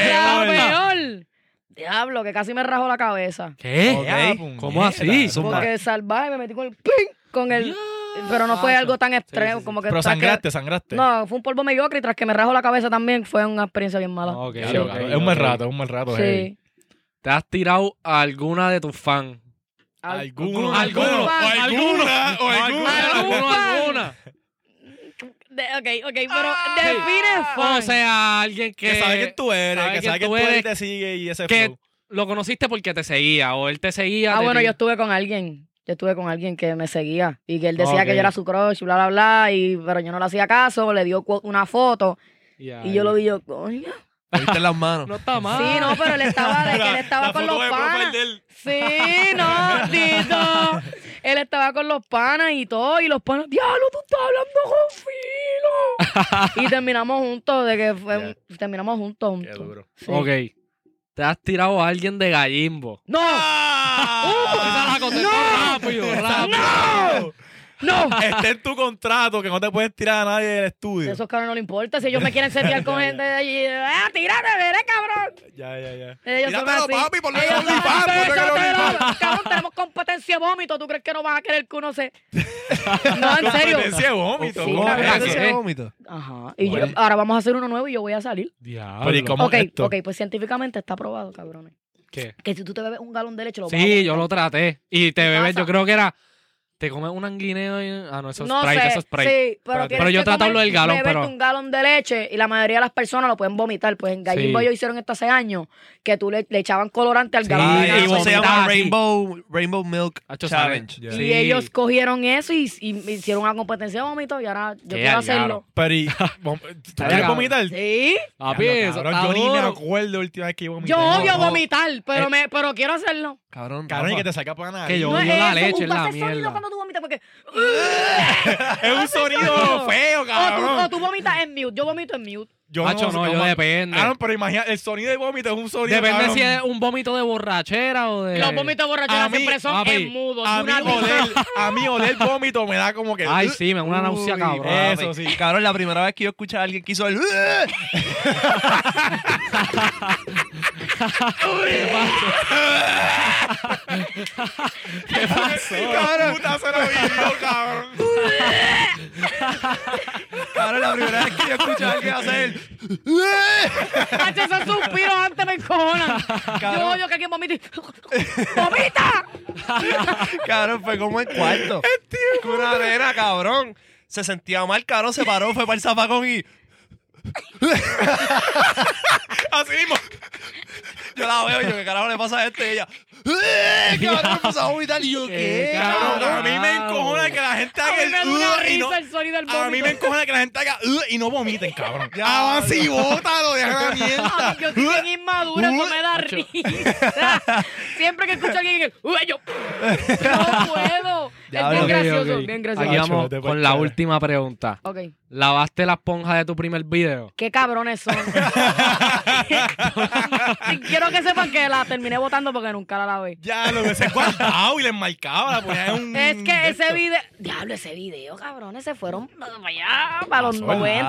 [SPEAKER 2] peor.
[SPEAKER 4] peor. Diablo, que casi me rajó la cabeza.
[SPEAKER 3] ¿Qué?
[SPEAKER 2] Ok.
[SPEAKER 3] ¿Cómo así? Zumba.
[SPEAKER 4] Porque salvaje me metí con el ping, con el... Pero no fue
[SPEAKER 3] Tacho.
[SPEAKER 4] algo tan extremo
[SPEAKER 3] sí, sí.
[SPEAKER 4] como que...
[SPEAKER 2] Pero
[SPEAKER 4] tras que-
[SPEAKER 2] sangraste, sangraste.
[SPEAKER 4] No, fue un polvo mediocre y tras que me rajó la cabeza también fue una experiencia bien mala.
[SPEAKER 3] Ok,
[SPEAKER 2] Ya, lo-
[SPEAKER 3] ok,
[SPEAKER 2] es un buen
[SPEAKER 3] ok.
[SPEAKER 2] rato, es un buen rato. hey.
[SPEAKER 4] sí.
[SPEAKER 3] ¿Te has tirado a alguna de tus fans?
[SPEAKER 4] Al-
[SPEAKER 2] Alguno,
[SPEAKER 3] Alguno,
[SPEAKER 2] alguno, o
[SPEAKER 3] alguno.
[SPEAKER 2] alguna, Ah, o alguna.
[SPEAKER 3] ¿Alguno,
[SPEAKER 4] fan.
[SPEAKER 3] alguna?
[SPEAKER 4] De- ok, ok, pero
[SPEAKER 2] Ah.
[SPEAKER 4] define fan.
[SPEAKER 3] Ah, O sea, alguien que...
[SPEAKER 2] Que sabe quién tú eres,
[SPEAKER 3] sabe
[SPEAKER 2] que
[SPEAKER 3] quién
[SPEAKER 2] sabe quién tú
[SPEAKER 3] tú
[SPEAKER 2] eres y
[SPEAKER 3] eres,
[SPEAKER 2] te sigue y ese
[SPEAKER 3] que
[SPEAKER 2] flow.
[SPEAKER 3] lo conociste porque te seguía o él te seguía.
[SPEAKER 4] ah,
[SPEAKER 3] de
[SPEAKER 4] bueno,
[SPEAKER 3] ti.
[SPEAKER 4] yo estuve con alguien. Yo estuve con alguien que me seguía y que él decía
[SPEAKER 3] Ok.
[SPEAKER 4] que yo era su crush, bla, bla, bla, y, pero yo no le hacía caso, le dio cu- una foto y yo lo vi yo, coño.
[SPEAKER 1] Viste las manos.
[SPEAKER 3] No está mal.
[SPEAKER 4] Sí, no, pero él estaba, de que él
[SPEAKER 2] La-
[SPEAKER 4] estaba
[SPEAKER 2] la
[SPEAKER 4] con
[SPEAKER 2] foto
[SPEAKER 4] los
[SPEAKER 2] de
[SPEAKER 4] panas.
[SPEAKER 2] profile de él.
[SPEAKER 4] Sí, no, Tito. Él estaba con los panas y todo, y los panas, diablo, tú estás hablando con filo. y terminamos juntos, de que fue, un- terminamos juntos.
[SPEAKER 2] Qué
[SPEAKER 4] juntos.
[SPEAKER 2] duro.
[SPEAKER 4] Sí.
[SPEAKER 3] Ok. Te has tirado a alguien de gallimbo.
[SPEAKER 4] ¡No!
[SPEAKER 2] ¡Ah!
[SPEAKER 3] Esa la contestó rápido, rápido.
[SPEAKER 4] ¡No!
[SPEAKER 2] Está en tu contrato que no te puedes tirar a nadie del estudio.
[SPEAKER 4] Esos cabrones no le importa. Si ellos me quieren setear con gente de allí, ¡ah, tírate, veré, cabrón!
[SPEAKER 2] Ya, ya, ya.
[SPEAKER 4] Ellos son
[SPEAKER 2] Tíratelo,
[SPEAKER 4] así.
[SPEAKER 2] papi, ponle
[SPEAKER 4] Ellos
[SPEAKER 2] el
[SPEAKER 4] son
[SPEAKER 2] OnlyFans,
[SPEAKER 4] así,
[SPEAKER 2] ponle el
[SPEAKER 4] "Suéltalo".
[SPEAKER 2] OnlyFans.
[SPEAKER 4] Cabrón, tenemos competencia de vómito. ¿Tú crees que no vas a querer que uno se...? No, en serio.
[SPEAKER 2] Competencia de vómito.
[SPEAKER 4] Sí,
[SPEAKER 2] ¿cómo
[SPEAKER 4] claro,
[SPEAKER 2] es
[SPEAKER 3] claro,
[SPEAKER 2] eso?
[SPEAKER 3] sí.
[SPEAKER 1] Ese vómito.
[SPEAKER 4] Ajá. Y
[SPEAKER 2] Bueno.
[SPEAKER 4] yo, ahora vamos a hacer uno nuevo y yo voy a salir.
[SPEAKER 3] Diablo.
[SPEAKER 2] Pero ¿y cómo
[SPEAKER 4] Ok,
[SPEAKER 2] es esto?
[SPEAKER 4] ok, pues científicamente está probado, cabrones.
[SPEAKER 3] ¿Qué?
[SPEAKER 4] Que si tú te bebes un galón de leche, lo vas a
[SPEAKER 3] Sí, yo lo traté. Y te bebes,
[SPEAKER 4] pasa?
[SPEAKER 3] yo creo que era. Te comes un anguineo y. Ah, no, eso es
[SPEAKER 4] no
[SPEAKER 3] Sprite,
[SPEAKER 4] sé,
[SPEAKER 3] eso es Sprite.
[SPEAKER 4] sí, pero,
[SPEAKER 2] Espérate.
[SPEAKER 4] tienes
[SPEAKER 3] Pero yo
[SPEAKER 4] que
[SPEAKER 3] trato
[SPEAKER 4] comer-
[SPEAKER 3] hablo del galón,
[SPEAKER 4] beberte
[SPEAKER 3] pero-
[SPEAKER 4] un galón de leche y la mayoría de las personas lo pueden vomitar. Pues en Gallimbo
[SPEAKER 3] Sí.
[SPEAKER 4] ellos hicieron esto hace años, que tú le, le echaban colorante al
[SPEAKER 3] Sí,
[SPEAKER 4] galón. de
[SPEAKER 1] Ah,
[SPEAKER 3] Ah,
[SPEAKER 1] y
[SPEAKER 4] leche.
[SPEAKER 1] vos se llama
[SPEAKER 3] vomitar, sí.
[SPEAKER 1] Rainbow, Rainbow Milk
[SPEAKER 3] Hacho,
[SPEAKER 1] Challenge.
[SPEAKER 2] Ya.
[SPEAKER 4] Y
[SPEAKER 3] Sí.
[SPEAKER 4] ellos cogieron eso y, y hicieron una competencia de vómito y ahora yo
[SPEAKER 3] Qué
[SPEAKER 4] quiero hacerlo.
[SPEAKER 2] Pero y- vom- ¿Tú quieres
[SPEAKER 3] cabrón.
[SPEAKER 2] vomitar?
[SPEAKER 4] Sí,
[SPEAKER 3] Papi,
[SPEAKER 2] Diablo,
[SPEAKER 3] eso
[SPEAKER 2] cabrón,
[SPEAKER 3] está
[SPEAKER 2] Yo ni me
[SPEAKER 3] duro.
[SPEAKER 2] acuerdo la última vez que vomité.
[SPEAKER 4] yo
[SPEAKER 2] No,
[SPEAKER 4] odio
[SPEAKER 2] no.
[SPEAKER 4] vomitar, pero,
[SPEAKER 2] Eh.
[SPEAKER 4] me, pero quiero hacerlo.
[SPEAKER 1] Cabrón,
[SPEAKER 2] Cabrón, y
[SPEAKER 1] Rafa.
[SPEAKER 2] que te saca para nada.
[SPEAKER 3] Que yo-
[SPEAKER 4] no
[SPEAKER 3] odio la
[SPEAKER 4] eso,
[SPEAKER 3] leche, es
[SPEAKER 4] un
[SPEAKER 3] la
[SPEAKER 4] pase
[SPEAKER 3] mierda.
[SPEAKER 4] sólido cuando tú vomitas porque...
[SPEAKER 2] Es un sonido
[SPEAKER 4] sonido.
[SPEAKER 2] feo,
[SPEAKER 4] O tú, o
[SPEAKER 2] cabrón.
[SPEAKER 4] tú vomitas en mute, yo vomito en mute.
[SPEAKER 2] Yo
[SPEAKER 3] Macho, no, yo
[SPEAKER 2] ma-
[SPEAKER 3] depende.
[SPEAKER 2] Cabrón, pero imagina, el sonido de vómito es un sonido.
[SPEAKER 3] Depende
[SPEAKER 2] cabrón.
[SPEAKER 3] si es un vómito de borrachera o de.
[SPEAKER 4] Los
[SPEAKER 2] Eh.
[SPEAKER 4] vómitos
[SPEAKER 2] a
[SPEAKER 4] borracheras
[SPEAKER 2] mí-
[SPEAKER 4] siempre son
[SPEAKER 3] papi,
[SPEAKER 4] en mudo.
[SPEAKER 2] A
[SPEAKER 4] tú
[SPEAKER 2] mí,
[SPEAKER 4] una risa.
[SPEAKER 2] oler, a mí oler vómito me da como que.
[SPEAKER 3] Ay, sí, me da una náusea
[SPEAKER 1] Uy,
[SPEAKER 3] cabrón.
[SPEAKER 1] papi.
[SPEAKER 2] eso sí.
[SPEAKER 1] Ah, Cabrón, la primera vez que yo escuché a alguien que hizo el.
[SPEAKER 2] Cabrón, puta, se lo vivió, cabrón.
[SPEAKER 1] Cabrón, la primera vez que yo escuché a alguien hacer el.
[SPEAKER 4] Hacho, esos suspiros antes me encojonan. Yo
[SPEAKER 1] Cabrón.
[SPEAKER 4] odio que alguien vomite. ¡Vomita!
[SPEAKER 1] Cabrón, fue como en cuarto. Con una nena, cabrón. Se sentía mal, cabrón, se paró, fue para el zapacón y.
[SPEAKER 2] Así mismo.
[SPEAKER 1] Yo la veo y yo, ¿qué carajo le pasa a este? Y ella. "Eh, Cabrón, empezó a vomitar y yo,
[SPEAKER 3] Qué
[SPEAKER 1] ¿qué?
[SPEAKER 2] Eh, Cabrón,
[SPEAKER 1] Cabrón,
[SPEAKER 2] a mí me encojona que la gente
[SPEAKER 4] A
[SPEAKER 2] haga
[SPEAKER 4] mí
[SPEAKER 2] el.
[SPEAKER 4] me da una
[SPEAKER 2] y no-
[SPEAKER 4] risa el sonido del vómito.
[SPEAKER 2] A mí me encojona que la gente haga "Ugh", y no vomiten, cabrón. Ah,
[SPEAKER 1] Ya,
[SPEAKER 2] Avanza y bótalo, deja la
[SPEAKER 4] Ah,
[SPEAKER 2] mierda.
[SPEAKER 4] Yo soy bien inmadura, eso me da
[SPEAKER 3] Hacho.
[SPEAKER 4] risa. Siempre que escucho a alguien, el, "Uy", yo no puedo.
[SPEAKER 1] Ya,
[SPEAKER 4] es bien
[SPEAKER 1] ok,
[SPEAKER 4] gracioso,
[SPEAKER 3] ok.
[SPEAKER 4] bien
[SPEAKER 3] Aquí
[SPEAKER 4] gracioso.
[SPEAKER 2] Macho,
[SPEAKER 3] vamos
[SPEAKER 2] te
[SPEAKER 3] con
[SPEAKER 2] puedes
[SPEAKER 3] la
[SPEAKER 2] quedar.
[SPEAKER 3] última pregunta.
[SPEAKER 4] Ok,
[SPEAKER 3] ¿Lavaste la esponja de tu primer video?
[SPEAKER 4] qué cabrones son. Y Quiero que sepan que la terminé votando porque nunca la lavé.
[SPEAKER 2] Ya, lo que se guardado y les marcaba, la ponía en un.
[SPEAKER 4] Es que ese
[SPEAKER 2] esto.
[SPEAKER 4] video, diablo, ese video, cabrones, se fueron para allá, para los
[SPEAKER 2] Pasó el
[SPEAKER 4] 90.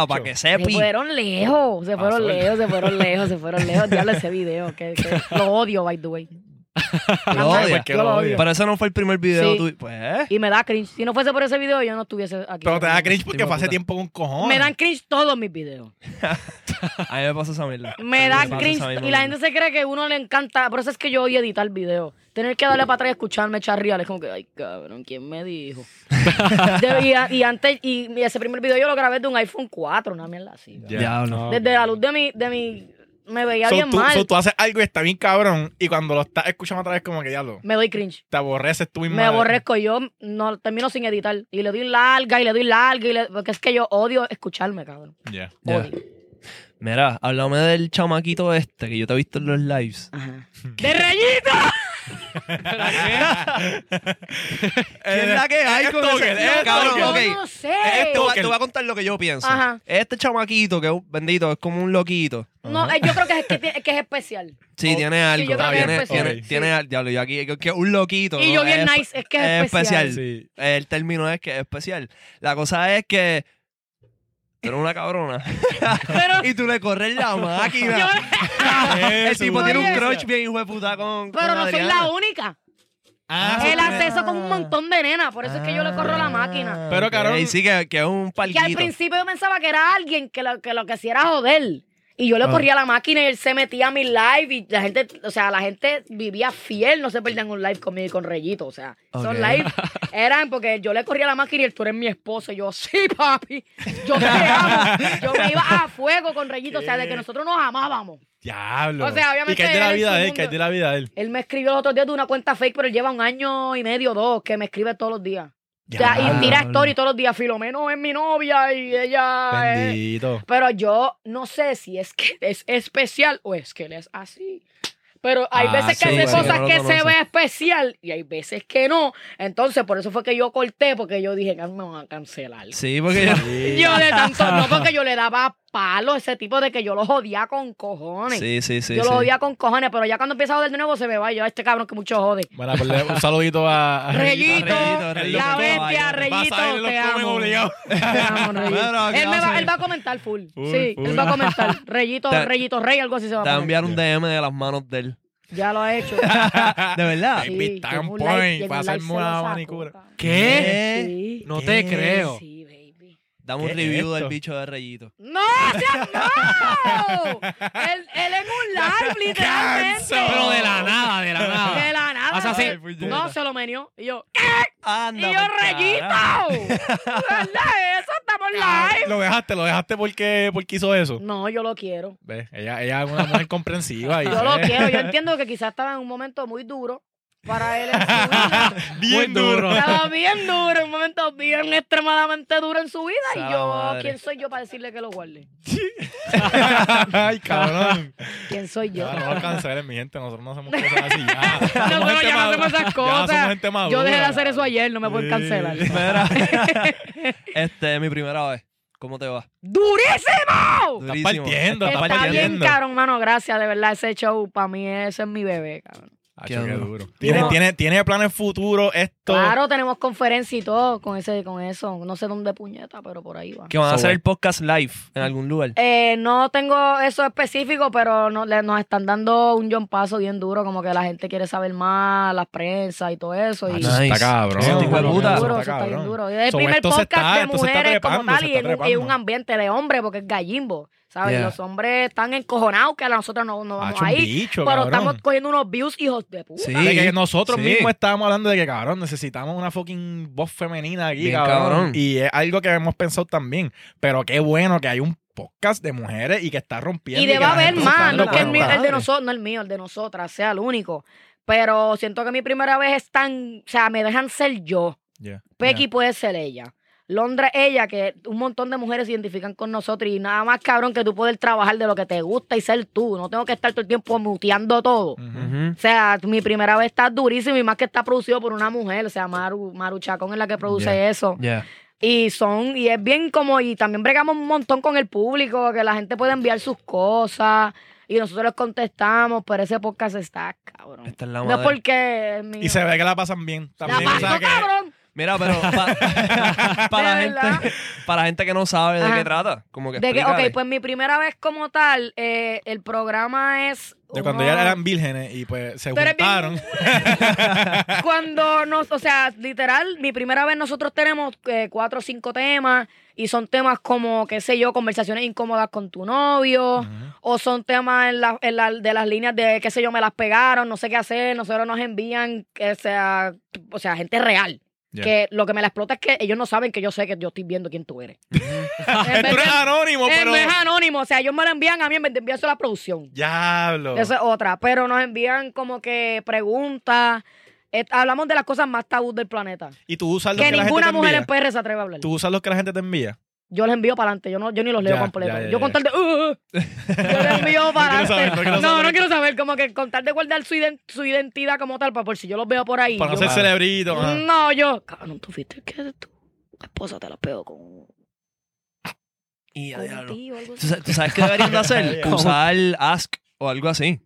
[SPEAKER 1] Ah, para que
[SPEAKER 4] Se
[SPEAKER 1] sepi.
[SPEAKER 4] fueron lejos, se fueron
[SPEAKER 2] Pasó el-
[SPEAKER 4] lejos, se fueron lejos, se fueron lejos. Diablo, ese video. Que, que- Lo odio, by the way.
[SPEAKER 1] Lo odia.
[SPEAKER 4] Yo lo odio.
[SPEAKER 1] Pero eso no fue el primer video
[SPEAKER 4] Sí.
[SPEAKER 1] tuyo. Pues.
[SPEAKER 4] Y me da cringe. Si no fuese por ese video, yo no estuviese aquí.
[SPEAKER 2] Pero te da cringe porque
[SPEAKER 1] Hijo de
[SPEAKER 2] fue hace
[SPEAKER 1] puta.
[SPEAKER 2] tiempo con cojones.
[SPEAKER 4] Me dan cringe todos mis videos.
[SPEAKER 1] A mí me pasó esa mierda.
[SPEAKER 4] Me da
[SPEAKER 1] Sí,
[SPEAKER 4] cringe.
[SPEAKER 1] esa misma
[SPEAKER 4] Y
[SPEAKER 1] mierda.
[SPEAKER 4] la gente se cree que uno le encanta. Por eso es que yo odio editar videos. Tener que darle para atrás y escucharme echar real. Es como que, ay, cabrón, ¿quién me dijo? De- y, a- y antes, y, y ese primer video yo lo grabé de un iPhone 4, una mierda así.
[SPEAKER 2] Ya.
[SPEAKER 1] Diablo.
[SPEAKER 4] Desde la luz de mi, de mi me veía
[SPEAKER 2] So,
[SPEAKER 4] bien
[SPEAKER 2] tú,
[SPEAKER 4] mal.
[SPEAKER 2] so, tú haces algo y está bien cabrón. Y cuando lo estás escuchando otra vez, como que ya lo.
[SPEAKER 4] me doy cringe.
[SPEAKER 2] Te aborreces tú mismo.
[SPEAKER 4] Me
[SPEAKER 2] de-
[SPEAKER 4] aborrezco yo, no termino sin editar. Y le doy larga y le doy larga. Y le- porque es que yo odio escucharme, cabrón.
[SPEAKER 2] Yeah.
[SPEAKER 1] Ya.
[SPEAKER 4] Odio.
[SPEAKER 1] Mira, háblame del chamaquito este que yo te he visto en los lives.
[SPEAKER 4] Ajá. ¡De rayito!
[SPEAKER 1] ¿Quién es la que hay
[SPEAKER 2] es
[SPEAKER 1] con ese-
[SPEAKER 2] Toggle, es
[SPEAKER 1] Cabrón,
[SPEAKER 2] Toggle.
[SPEAKER 1] ok. Este
[SPEAKER 4] Yo no sé.
[SPEAKER 2] Es
[SPEAKER 1] Te
[SPEAKER 2] esto-
[SPEAKER 1] voy, a- te voy a contar lo que yo pienso.
[SPEAKER 4] Ajá.
[SPEAKER 1] Este chamaquito, que es un- bendito, es como un loquito.
[SPEAKER 4] No, eh, yo creo que es, que, tiene- que es especial.
[SPEAKER 1] Sí, tiene algo.
[SPEAKER 4] Oh. yo creo que
[SPEAKER 1] tiene,
[SPEAKER 4] es
[SPEAKER 1] tiene,
[SPEAKER 2] especial.
[SPEAKER 1] tiene al- diablo, yo aquí, que- que un loquito.
[SPEAKER 4] Y
[SPEAKER 1] ¿no?
[SPEAKER 4] yo bien
[SPEAKER 1] Es-
[SPEAKER 4] nice, eh. es que es especial.
[SPEAKER 2] Sí.
[SPEAKER 1] El término es que es especial. La cosa es que. Tú eres una cabrona.
[SPEAKER 4] Pero,
[SPEAKER 1] y tú le corres la máquina. el tipo
[SPEAKER 4] Jesús.
[SPEAKER 1] tiene un
[SPEAKER 4] Oye,
[SPEAKER 1] crush bien hijo de puta con.
[SPEAKER 4] pero
[SPEAKER 1] con
[SPEAKER 4] no soy
[SPEAKER 1] Adriana.
[SPEAKER 4] la única.
[SPEAKER 2] Ah,
[SPEAKER 4] Él
[SPEAKER 2] sí.
[SPEAKER 4] hace eso con un montón de nenas, por eso es que yo le corro la máquina.
[SPEAKER 2] Pero,
[SPEAKER 1] Ah, Ok,
[SPEAKER 2] cabrón-
[SPEAKER 1] Sí, que, que es un
[SPEAKER 4] Que al
[SPEAKER 1] palquito.
[SPEAKER 4] principio yo pensaba que era alguien que lo que, lo que hacía era joder. Y yo le
[SPEAKER 1] Ah.
[SPEAKER 4] corría la máquina y él se metía a mi live y la gente, o sea, la gente vivía fiel, no se perdían un live conmigo y con Reyito, o sea,
[SPEAKER 1] Ok.
[SPEAKER 4] son live eran porque yo le corría la máquina y él, tú eres mi esposo, y yo, sí, papi, yo te amo, yo me iba a fuego con Reyito, o sea, de que nosotros nos amábamos.
[SPEAKER 2] Diablo.
[SPEAKER 4] O sea, obviamente
[SPEAKER 2] Y que es de la
[SPEAKER 4] él en
[SPEAKER 2] vida
[SPEAKER 4] su
[SPEAKER 2] de él, que es
[SPEAKER 4] mundo.
[SPEAKER 2] de la vida de él.
[SPEAKER 4] Él me escribió los otros días de una cuenta fake, pero él lleva un año y medio, dos, que me escribe todos los días. O sea, y tira story todos los días. Filomeno es mi novia y ella. es-
[SPEAKER 2] Bendito.
[SPEAKER 4] Pero yo no sé si es que es especial o es que él es así. Pero hay
[SPEAKER 2] Ah,
[SPEAKER 4] veces que
[SPEAKER 1] sí,
[SPEAKER 4] hace
[SPEAKER 1] bueno,
[SPEAKER 4] cosas
[SPEAKER 1] no lo
[SPEAKER 4] que
[SPEAKER 1] conoce.
[SPEAKER 4] se ve especial y hay veces que no. Entonces, por eso fue que yo corté, porque yo dije, "Ah, me van a cancelar.
[SPEAKER 1] Sí, porque yo.
[SPEAKER 4] Yo de tanto, no, porque yo le daba palo a ese tipo de que yo lo jodía con cojones.
[SPEAKER 1] Sí, sí, sí.
[SPEAKER 4] yo
[SPEAKER 1] sí.
[SPEAKER 4] lo jodía con cojones, pero ya cuando empieza a joder de nuevo se me va. Yo, este cabrón que mucho jode.
[SPEAKER 2] Bueno, pues le- un saludito a. a
[SPEAKER 4] Reyito,
[SPEAKER 1] Reyito, Reyito,
[SPEAKER 4] la
[SPEAKER 1] todo
[SPEAKER 4] bestia,
[SPEAKER 1] vaya.
[SPEAKER 4] Reyito,
[SPEAKER 2] Vas a ver, los
[SPEAKER 4] te
[SPEAKER 2] comen
[SPEAKER 4] amo.
[SPEAKER 2] obligado.
[SPEAKER 4] Te amo, Reyito.
[SPEAKER 1] Bueno, ¿qué
[SPEAKER 4] él, me
[SPEAKER 1] vas a
[SPEAKER 4] va,
[SPEAKER 1] hacer?
[SPEAKER 4] él va a comentar full.
[SPEAKER 2] Full,
[SPEAKER 4] sí,
[SPEAKER 2] full.
[SPEAKER 4] él va a comentar. Reyito,
[SPEAKER 1] Te-
[SPEAKER 4] Reyito Rey, algo así se va a
[SPEAKER 1] Te va a
[SPEAKER 4] poner.
[SPEAKER 1] enviar un DM de las manos de él.
[SPEAKER 4] Ya lo ha hecho.
[SPEAKER 1] Ah, ¿De verdad?
[SPEAKER 2] Ahí está un point, para hacerme una manicura.
[SPEAKER 3] ¿Qué?
[SPEAKER 1] Eh,
[SPEAKER 4] Sí.
[SPEAKER 3] No te
[SPEAKER 2] ¿Qué?
[SPEAKER 3] creo.
[SPEAKER 4] Sí, baby.
[SPEAKER 1] Dame un
[SPEAKER 2] ¿Qué es
[SPEAKER 1] review del
[SPEAKER 2] esto?
[SPEAKER 1] bicho de Reyito.
[SPEAKER 4] ¡No! seas- ¡No! él, él en un live, literalmente.
[SPEAKER 2] Cancel.
[SPEAKER 3] Pero de la nada, de la
[SPEAKER 4] De
[SPEAKER 3] nada.
[SPEAKER 4] la nada.
[SPEAKER 3] O sea, sí.
[SPEAKER 2] Ay, puñeta.
[SPEAKER 4] No, se lo menió. Y yo, ¡y
[SPEAKER 1] Anda.
[SPEAKER 4] yo,
[SPEAKER 1] pa'l carajo.
[SPEAKER 4] Reyito! ¿Verdad eso? Estamos live.
[SPEAKER 2] Lo dejaste, lo dejaste porque, porque hizo eso.
[SPEAKER 4] No, yo lo quiero.
[SPEAKER 2] ¿Ves? Ella, ella es una mujer comprensiva. Y, pues,
[SPEAKER 4] Yo lo
[SPEAKER 2] ¿ves?
[SPEAKER 4] quiero. Yo entiendo que quizás estaba en un momento muy duro para él. en su vida.
[SPEAKER 2] Bien
[SPEAKER 3] Muy duro.
[SPEAKER 2] duro.
[SPEAKER 4] Estaba bien duro, un momento bien extremadamente duro en su vida.
[SPEAKER 1] Saba
[SPEAKER 4] Y yo,
[SPEAKER 1] madre.
[SPEAKER 4] ¿quién soy yo para decirle que lo guarde?
[SPEAKER 2] Ay, cabrón.
[SPEAKER 4] ¿Quién soy yo?
[SPEAKER 2] Ya, no lo cancelen, mi gente. Nosotros no hacemos cosas así. Ya. Somos
[SPEAKER 4] Nosotros
[SPEAKER 2] gente
[SPEAKER 4] ya no
[SPEAKER 2] madura.
[SPEAKER 4] hacemos esas
[SPEAKER 2] Ya somos
[SPEAKER 4] cosas.
[SPEAKER 2] gente madura.
[SPEAKER 4] Yo dejé de hacer eso ayer, no me pueden cancelar.
[SPEAKER 1] Mira, este, mi primera vez. ¿Cómo te va?
[SPEAKER 4] ¡Durísimo!
[SPEAKER 2] Está
[SPEAKER 1] Durísimo.
[SPEAKER 2] partiendo, está
[SPEAKER 4] Está bien,
[SPEAKER 2] partiendo.
[SPEAKER 4] cabrón, mano. Gracias, de verdad. Ese show, para mí, ese es mi bebé, cabrón.
[SPEAKER 2] Hacho,
[SPEAKER 1] Qué
[SPEAKER 2] qué
[SPEAKER 1] duro.
[SPEAKER 2] duro. ¿Tiene,
[SPEAKER 4] No.
[SPEAKER 2] tiene, tiene planes futuros esto.
[SPEAKER 4] Claro, tenemos conferencia y todo con ese, con eso. No sé dónde puñeta, pero por ahí va.
[SPEAKER 1] Que van a
[SPEAKER 2] So
[SPEAKER 1] hacer
[SPEAKER 2] what?
[SPEAKER 1] el podcast live en algún lugar.
[SPEAKER 4] Eh, no tengo eso específico, pero no- le- nos están dando un John Paso bien duro, como que la gente quiere saber más, las prensas y todo
[SPEAKER 3] Ah,
[SPEAKER 4] eso. Y
[SPEAKER 1] Nice.
[SPEAKER 2] Eso Está cabrón.
[SPEAKER 1] Ese tipo Ah, de
[SPEAKER 2] cabrón,
[SPEAKER 1] puta.
[SPEAKER 2] eso
[SPEAKER 4] duro, eso está bien
[SPEAKER 2] cabrón.
[SPEAKER 4] duro. Es el
[SPEAKER 2] So,
[SPEAKER 4] primer
[SPEAKER 2] esto se
[SPEAKER 4] podcast
[SPEAKER 2] está-
[SPEAKER 4] de
[SPEAKER 2] esto se está
[SPEAKER 4] mujeres como
[SPEAKER 2] trepando,
[SPEAKER 4] tal
[SPEAKER 2] se
[SPEAKER 4] y
[SPEAKER 2] está
[SPEAKER 4] en, un- y
[SPEAKER 2] trepando.
[SPEAKER 4] un ambiente de hombre, porque es gallimbo, ¿sabes?
[SPEAKER 1] Yeah.
[SPEAKER 4] Los hombres están encojonados que nosotros no, no vamos
[SPEAKER 2] Hacho, un
[SPEAKER 4] ahí,
[SPEAKER 2] bicho,
[SPEAKER 4] pero
[SPEAKER 2] cabrón.
[SPEAKER 4] estamos cogiendo unos views hijos de puta.
[SPEAKER 1] Sí.
[SPEAKER 2] De que nosotros
[SPEAKER 1] Sí.
[SPEAKER 2] mismos estábamos hablando de que, cabrón, necesitamos una fucking voz femenina aquí,
[SPEAKER 1] Bien,
[SPEAKER 2] cabrón.
[SPEAKER 1] cabrón.
[SPEAKER 2] Y es algo que hemos pensado también. Pero qué bueno que hay un podcast de mujeres y que está rompiendo.
[SPEAKER 4] Y
[SPEAKER 2] que
[SPEAKER 4] debe
[SPEAKER 2] la
[SPEAKER 4] haber
[SPEAKER 2] gente se está
[SPEAKER 4] más,
[SPEAKER 2] dando
[SPEAKER 4] no es que el,
[SPEAKER 2] cuenta.
[SPEAKER 4] mío- el de nosotros, no el mío, el de nosotras, sea el único. Pero siento que mi primera vez es tan, o sea, me dejan ser yo.
[SPEAKER 2] Yeah,
[SPEAKER 4] Pecky puede ser ella. Londra es ella, que un montón de mujeres se identifican con nosotros y nada más cabrón que tú poder trabajar de lo que te gusta y ser tú. No tengo que estar todo el tiempo muteando todo.
[SPEAKER 2] yeah. Ujú.
[SPEAKER 1] Ujú.
[SPEAKER 4] O sea, mi primera vez está durísimo y más que está producido por una mujer. O sea, Maru, Maru Chacón es la que produce
[SPEAKER 2] Yeah.
[SPEAKER 4] eso.
[SPEAKER 1] Ya.
[SPEAKER 4] Y son, y es bien como, y también bregamos un montón con el público, que la gente puede enviar sus cosas y nosotros les contestamos, pero ese podcast está cabrón.
[SPEAKER 1] Esta es la
[SPEAKER 4] no es
[SPEAKER 1] madre.
[SPEAKER 4] porque es
[SPEAKER 2] Y
[SPEAKER 4] mío.
[SPEAKER 2] se ve que la pasan bien.
[SPEAKER 4] la
[SPEAKER 2] También, o
[SPEAKER 4] paso,
[SPEAKER 2] sea, que-
[SPEAKER 4] cabrón.
[SPEAKER 1] Mira, pero pa- para, la
[SPEAKER 4] De verdad.
[SPEAKER 1] gente, para la gente que no sabe de
[SPEAKER 4] Ajá.
[SPEAKER 1] qué trata, como que
[SPEAKER 4] De que,
[SPEAKER 1] explícale.
[SPEAKER 4] ok, pues mi primera vez como tal, eh, el programa es.
[SPEAKER 2] de cuando
[SPEAKER 4] uno-
[SPEAKER 2] ya eran vírgenes y pues se
[SPEAKER 4] Tú eres bien-
[SPEAKER 2] juntaron.
[SPEAKER 4] Cuando nos. O sea, literal, mi primera vez nosotros tenemos eh, cuatro o cinco temas y son temas como, qué sé yo, conversaciones incómodas con tu novio.
[SPEAKER 2] Ujú.
[SPEAKER 4] O son temas en la- en la- de las líneas de, qué sé yo, me las pegaron, no sé qué hacer, nosotros nos envían, que sea, o sea, gente real.
[SPEAKER 2] Ya.
[SPEAKER 4] Que lo que me la explota es que ellos no saben que yo sé que yo estoy viendo quién tú eres.
[SPEAKER 2] Tú
[SPEAKER 4] En vez de-
[SPEAKER 2] eres anónimo,
[SPEAKER 4] eh,
[SPEAKER 2] pero.
[SPEAKER 4] No es anónimo, o sea, ellos me lo envían a mí en vez de enviarse a la producción.
[SPEAKER 2] Diablo.
[SPEAKER 4] Esa es otra, pero nos envían como que preguntas. Eh, hablamos de las cosas más tabú del planeta.
[SPEAKER 2] Y tú usas lo
[SPEAKER 4] Que
[SPEAKER 2] que la gente te
[SPEAKER 4] ninguna mujer en
[SPEAKER 2] envía.
[SPEAKER 4] PR se atreve a hablar.
[SPEAKER 2] Tú usas los que la gente te envía.
[SPEAKER 4] Yo les envío para adelante, yo, no, yo ni los leo
[SPEAKER 2] Ya,
[SPEAKER 4] completo.
[SPEAKER 2] ya, ya, ya.
[SPEAKER 4] yo con tal de... "Uh, uh", yo les envío para
[SPEAKER 2] quiero
[SPEAKER 4] adelante.
[SPEAKER 2] saber, no quiero
[SPEAKER 4] no,
[SPEAKER 2] saber.
[SPEAKER 4] no quiero saber, como que con tal de guardar su, iden- su identidad como tal, para por si yo los veo por ahí.
[SPEAKER 2] Para no
[SPEAKER 4] yo-
[SPEAKER 2] ser celebrito. ajá.
[SPEAKER 4] No, yo. Cabrón, tú viste que tu esposa te la pego con,
[SPEAKER 1] Y a
[SPEAKER 4] con un
[SPEAKER 1] diablo.
[SPEAKER 4] tío o
[SPEAKER 1] ¿Tú,
[SPEAKER 4] algo así.
[SPEAKER 1] sa- tú sabes qué deberían de hacer?
[SPEAKER 2] ¿Cómo?
[SPEAKER 1] Usar Ask o algo así.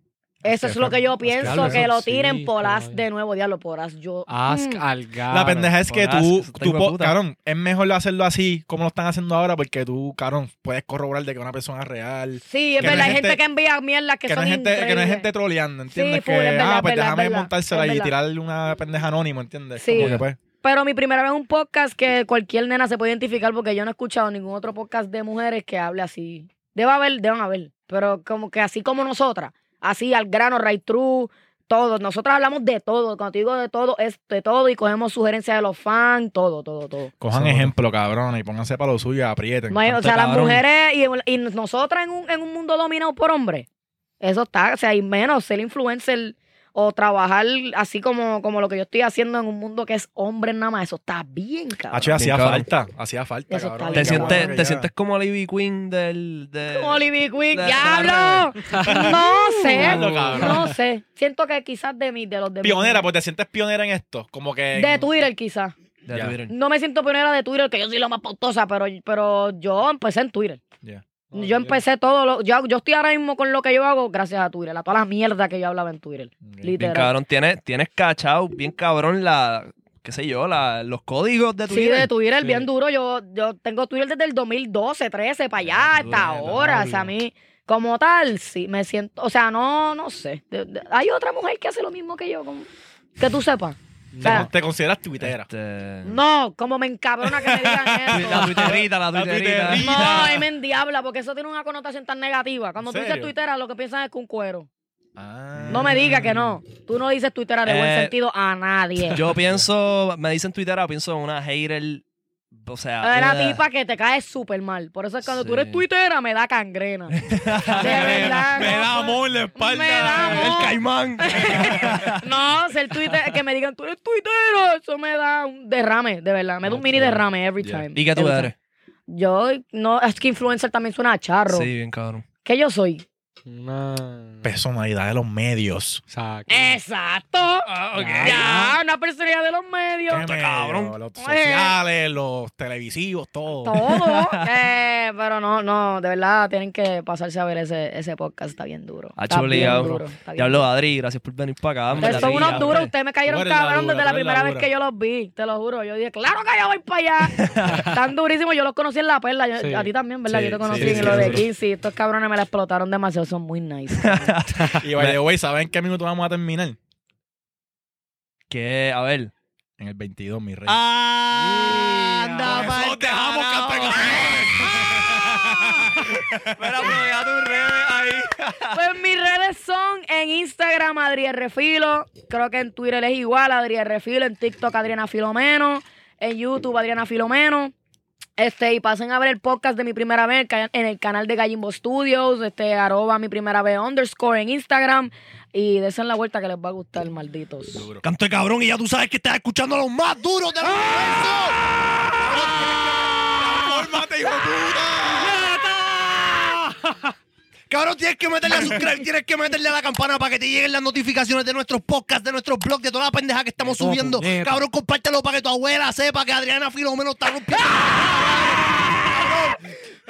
[SPEAKER 4] Eso es lo que yo pienso,
[SPEAKER 3] claro,
[SPEAKER 4] que
[SPEAKER 3] eso
[SPEAKER 4] lo
[SPEAKER 3] sí,
[SPEAKER 4] tiren por
[SPEAKER 3] pero-
[SPEAKER 4] as de nuevo, diablo, por as. Yo.
[SPEAKER 3] Ask
[SPEAKER 4] Mm.
[SPEAKER 3] al gato.
[SPEAKER 2] La pendeja es que
[SPEAKER 1] por
[SPEAKER 2] tú,
[SPEAKER 1] asco, está
[SPEAKER 2] tú
[SPEAKER 1] hijo de
[SPEAKER 2] po-
[SPEAKER 1] puta.
[SPEAKER 2] cabrón, es mejor hacerlo así como lo están haciendo ahora porque tú, cabrón, puedes corroborar de que una persona es real.
[SPEAKER 4] Sí, es
[SPEAKER 2] Que no
[SPEAKER 4] verdad,
[SPEAKER 2] hay
[SPEAKER 4] hay gente
[SPEAKER 2] gente-
[SPEAKER 4] que envía mierdas que,
[SPEAKER 2] Que, no
[SPEAKER 4] son
[SPEAKER 2] es gente, que no es
[SPEAKER 4] increíbles.
[SPEAKER 2] gente troleando, ¿entiendes?
[SPEAKER 4] Sí,
[SPEAKER 2] que,
[SPEAKER 4] full, es verdad,
[SPEAKER 2] ah,
[SPEAKER 4] es
[SPEAKER 2] pues
[SPEAKER 4] verdad,
[SPEAKER 2] déjame
[SPEAKER 4] es verdad,
[SPEAKER 2] montársela
[SPEAKER 4] es
[SPEAKER 2] y
[SPEAKER 4] verdad.
[SPEAKER 2] tirarle una pendeja anónimo, ¿entiendes?
[SPEAKER 4] Sí.
[SPEAKER 2] Como que, pues,
[SPEAKER 4] Pero mi primera vez en un podcast que cualquier nena se puede identificar porque yo no he escuchado ningún otro podcast de mujeres que hable así. Debe haber, deben haber. Pero como que así como nosotras, así al grano, right true, todos. Nosotras hablamos de todo. Cuando te digo de todo, es de todo y cogemos sugerencias de los fans, todo, todo, todo.
[SPEAKER 2] cojan
[SPEAKER 1] Seguro.
[SPEAKER 2] ejemplo, cabrón, y pónganse para lo suyo, aprieten.
[SPEAKER 4] No hay- o sea, las
[SPEAKER 1] cabrón.
[SPEAKER 4] mujeres y, y nosotras en un, en un mundo dominado por hombres, eso está, o sea, y menos ser influencer o trabajar así como, como lo que yo estoy haciendo en un mundo que es hombre nada más, eso está bien, cabrón.
[SPEAKER 2] Hacho, hacía
[SPEAKER 1] cabrón.
[SPEAKER 2] falta, hacía falta,
[SPEAKER 4] Eso está
[SPEAKER 2] cabrón.
[SPEAKER 1] ¿Te
[SPEAKER 4] Ay,
[SPEAKER 2] Cabrón,
[SPEAKER 1] sientes,
[SPEAKER 2] que
[SPEAKER 1] te
[SPEAKER 2] ya-
[SPEAKER 1] sientes como la Ivy Queen del... de- Uh,
[SPEAKER 4] Olivi Quick,
[SPEAKER 1] de-
[SPEAKER 4] diablo. No sé,
[SPEAKER 2] Diablo, cabrón.
[SPEAKER 4] no sé. Siento que quizás de mí, de los de mí.
[SPEAKER 2] Pionera, pues te sientes pionera en esto, como que...
[SPEAKER 4] De Twitter quizás.
[SPEAKER 1] de
[SPEAKER 2] Ya.
[SPEAKER 1] Twitter.
[SPEAKER 4] No me siento pionera de Twitter, que yo soy la más pautosa, pero, pero yo empecé en Twitter.
[SPEAKER 2] Ya.
[SPEAKER 4] Yo empecé todo lo, yo, yo estoy ahora mismo con lo que yo hago gracias a Twitter, a toda la mierda que yo hablaba en Twitter.
[SPEAKER 2] Ok.
[SPEAKER 1] Bien
[SPEAKER 4] Literal.
[SPEAKER 1] cabrón, tienes, tienes cachado, bien cabrón la, qué sé yo, la, los códigos de
[SPEAKER 4] Sí,
[SPEAKER 1] Twitter.
[SPEAKER 4] de Twitter
[SPEAKER 2] Sí.
[SPEAKER 4] bien duro. Yo, yo tengo Twitter desde el 2012, 13, para allá,
[SPEAKER 1] Ya,
[SPEAKER 4] hasta
[SPEAKER 1] duro,
[SPEAKER 4] ahora. O sea, a mí, como tal, sí, me siento. O sea, no, no sé. De- de- hay otra mujer que hace lo mismo que yo, como- que tú sepas. O
[SPEAKER 2] Te,
[SPEAKER 4] sea,
[SPEAKER 2] te consideras tuitera.
[SPEAKER 1] Este-
[SPEAKER 4] no, como me encabrona que me digan
[SPEAKER 1] La
[SPEAKER 4] eso.
[SPEAKER 1] Twitterita, la
[SPEAKER 2] La
[SPEAKER 1] Twitterita.
[SPEAKER 2] Twitterita.
[SPEAKER 4] No, ahí me endiabla, porque eso tiene una connotación tan negativa. Cuando
[SPEAKER 2] ¿En
[SPEAKER 4] tú dices
[SPEAKER 2] serio?
[SPEAKER 4] tuitera, lo que piensan es que un cuero.
[SPEAKER 2] Ah.
[SPEAKER 4] No me digas que no. Tú no dices tuitera de buen
[SPEAKER 1] Eh,
[SPEAKER 4] sentido a nadie.
[SPEAKER 1] Yo pienso, me dicen Twitter, pienso en una hater, o sea...
[SPEAKER 4] Era
[SPEAKER 1] ugh.
[SPEAKER 4] tipa que te cae súper mal. Por eso es cuando tú eres
[SPEAKER 1] Eh. Sí.
[SPEAKER 4] tuitera, me da cangrena.
[SPEAKER 2] Me
[SPEAKER 4] De verdad.
[SPEAKER 2] da- me
[SPEAKER 4] no
[SPEAKER 2] da
[SPEAKER 4] puedo.
[SPEAKER 2] amor en la espalda.
[SPEAKER 4] Me da amor.
[SPEAKER 2] El caimán.
[SPEAKER 4] No, ser tuitera, que me digan tú eres tuitero, eso me da un derrame, de verdad. Me da un mini derrame every
[SPEAKER 2] Yeah.
[SPEAKER 4] time.
[SPEAKER 1] ¿Y qué tú
[SPEAKER 4] Every
[SPEAKER 1] eres?
[SPEAKER 4] time. Yo, no, es que influencer también suena a charro.
[SPEAKER 1] Sí, bien cabrón.
[SPEAKER 4] ¿Qué yo soy?
[SPEAKER 3] Una.
[SPEAKER 2] Personalidad de los medios.
[SPEAKER 3] Saca.
[SPEAKER 4] Exacto.
[SPEAKER 3] Mm. ok.
[SPEAKER 4] Ya, una personalidad de los medios.
[SPEAKER 2] Qué
[SPEAKER 1] cabrón.
[SPEAKER 2] medio, Los sociales, los televisivos, todo.
[SPEAKER 4] Todo. Eh, pero no, no, de verdad tienen que pasarse a ver ese, ese podcast, está bien duro.
[SPEAKER 1] Ha
[SPEAKER 4] Está
[SPEAKER 1] hecho
[SPEAKER 4] bien
[SPEAKER 1] obligado,
[SPEAKER 4] duro,
[SPEAKER 1] bro.
[SPEAKER 4] está bien
[SPEAKER 1] Ah, Ya hablo, Adri, gracias por venir para acá. me
[SPEAKER 4] Ustedes
[SPEAKER 1] la
[SPEAKER 4] Pues son
[SPEAKER 1] trilla,
[SPEAKER 4] unos duros, ustedes me cayeron
[SPEAKER 2] Tú eres la
[SPEAKER 4] cabrón
[SPEAKER 2] dura,
[SPEAKER 4] desde la
[SPEAKER 2] tú eres la
[SPEAKER 4] primera vez
[SPEAKER 2] dura.
[SPEAKER 4] que yo los vi, te lo juro. Yo dije, claro que yo voy para allá. Tan durísimo, yo los conocí en la perla. yo-
[SPEAKER 3] Sí.
[SPEAKER 4] A ti también, ¿verdad?
[SPEAKER 2] Sí,
[SPEAKER 4] yo te conocí
[SPEAKER 2] sí,
[SPEAKER 4] en
[SPEAKER 2] sí,
[SPEAKER 4] lo de
[SPEAKER 2] sí.
[SPEAKER 4] 15. y Estos cabrones me la explotaron demasiado, son muy nice.
[SPEAKER 2] Y by the way, ¿saben qué minuto vamos a terminar?
[SPEAKER 1] Que, a ver.
[SPEAKER 2] En el 22, mi rey.
[SPEAKER 1] ¡Anda,
[SPEAKER 4] Ah,
[SPEAKER 2] Con eso
[SPEAKER 1] pa'l
[SPEAKER 2] os dejamos
[SPEAKER 1] carajo.
[SPEAKER 2] cantar
[SPEAKER 1] Espera, aprovecha tus redes ahí.
[SPEAKER 4] pues mis redes son en Instagram, Adriel Refilo. Creo que en Twitter es igual, Adriel Refilo. En TikTok, Adriana Filomeno. En YouTube, Adriana Filomeno. Este, y pasen a ver el podcast de mi primera vez ca- en el canal de Gallimbo Studios, este, arroba mi primera vez underscore en Instagram. Y desen la vuelta que les va a gustar, malditos.
[SPEAKER 1] Canto de cabrón y ya tú sabes que estás escuchando a los más duros de los
[SPEAKER 2] ¡Fórmate, hijo de puta!
[SPEAKER 1] Cabrón, tienes que meterle a subscribe, tienes que meterle a la campana para que te lleguen las notificaciones de nuestros podcasts, de nuestros blogs, de toda la pendeja que estamos
[SPEAKER 3] todo,
[SPEAKER 1] subiendo.
[SPEAKER 3] puñeta.
[SPEAKER 1] Cabrón, compártelo para que tu abuela sepa que Adriana Filomeno está rompiendo. Cabrón,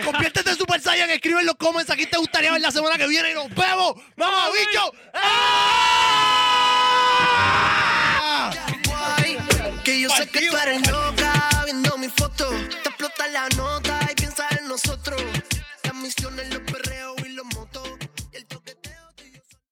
[SPEAKER 1] Conviértete en Super Saiyan, escribe en los comments aquí te gustaría ver la semana que viene y nos vemos. ¡Mamá, bicho! ¡Ah!
[SPEAKER 6] guay, Que yo sé que tú eres loca.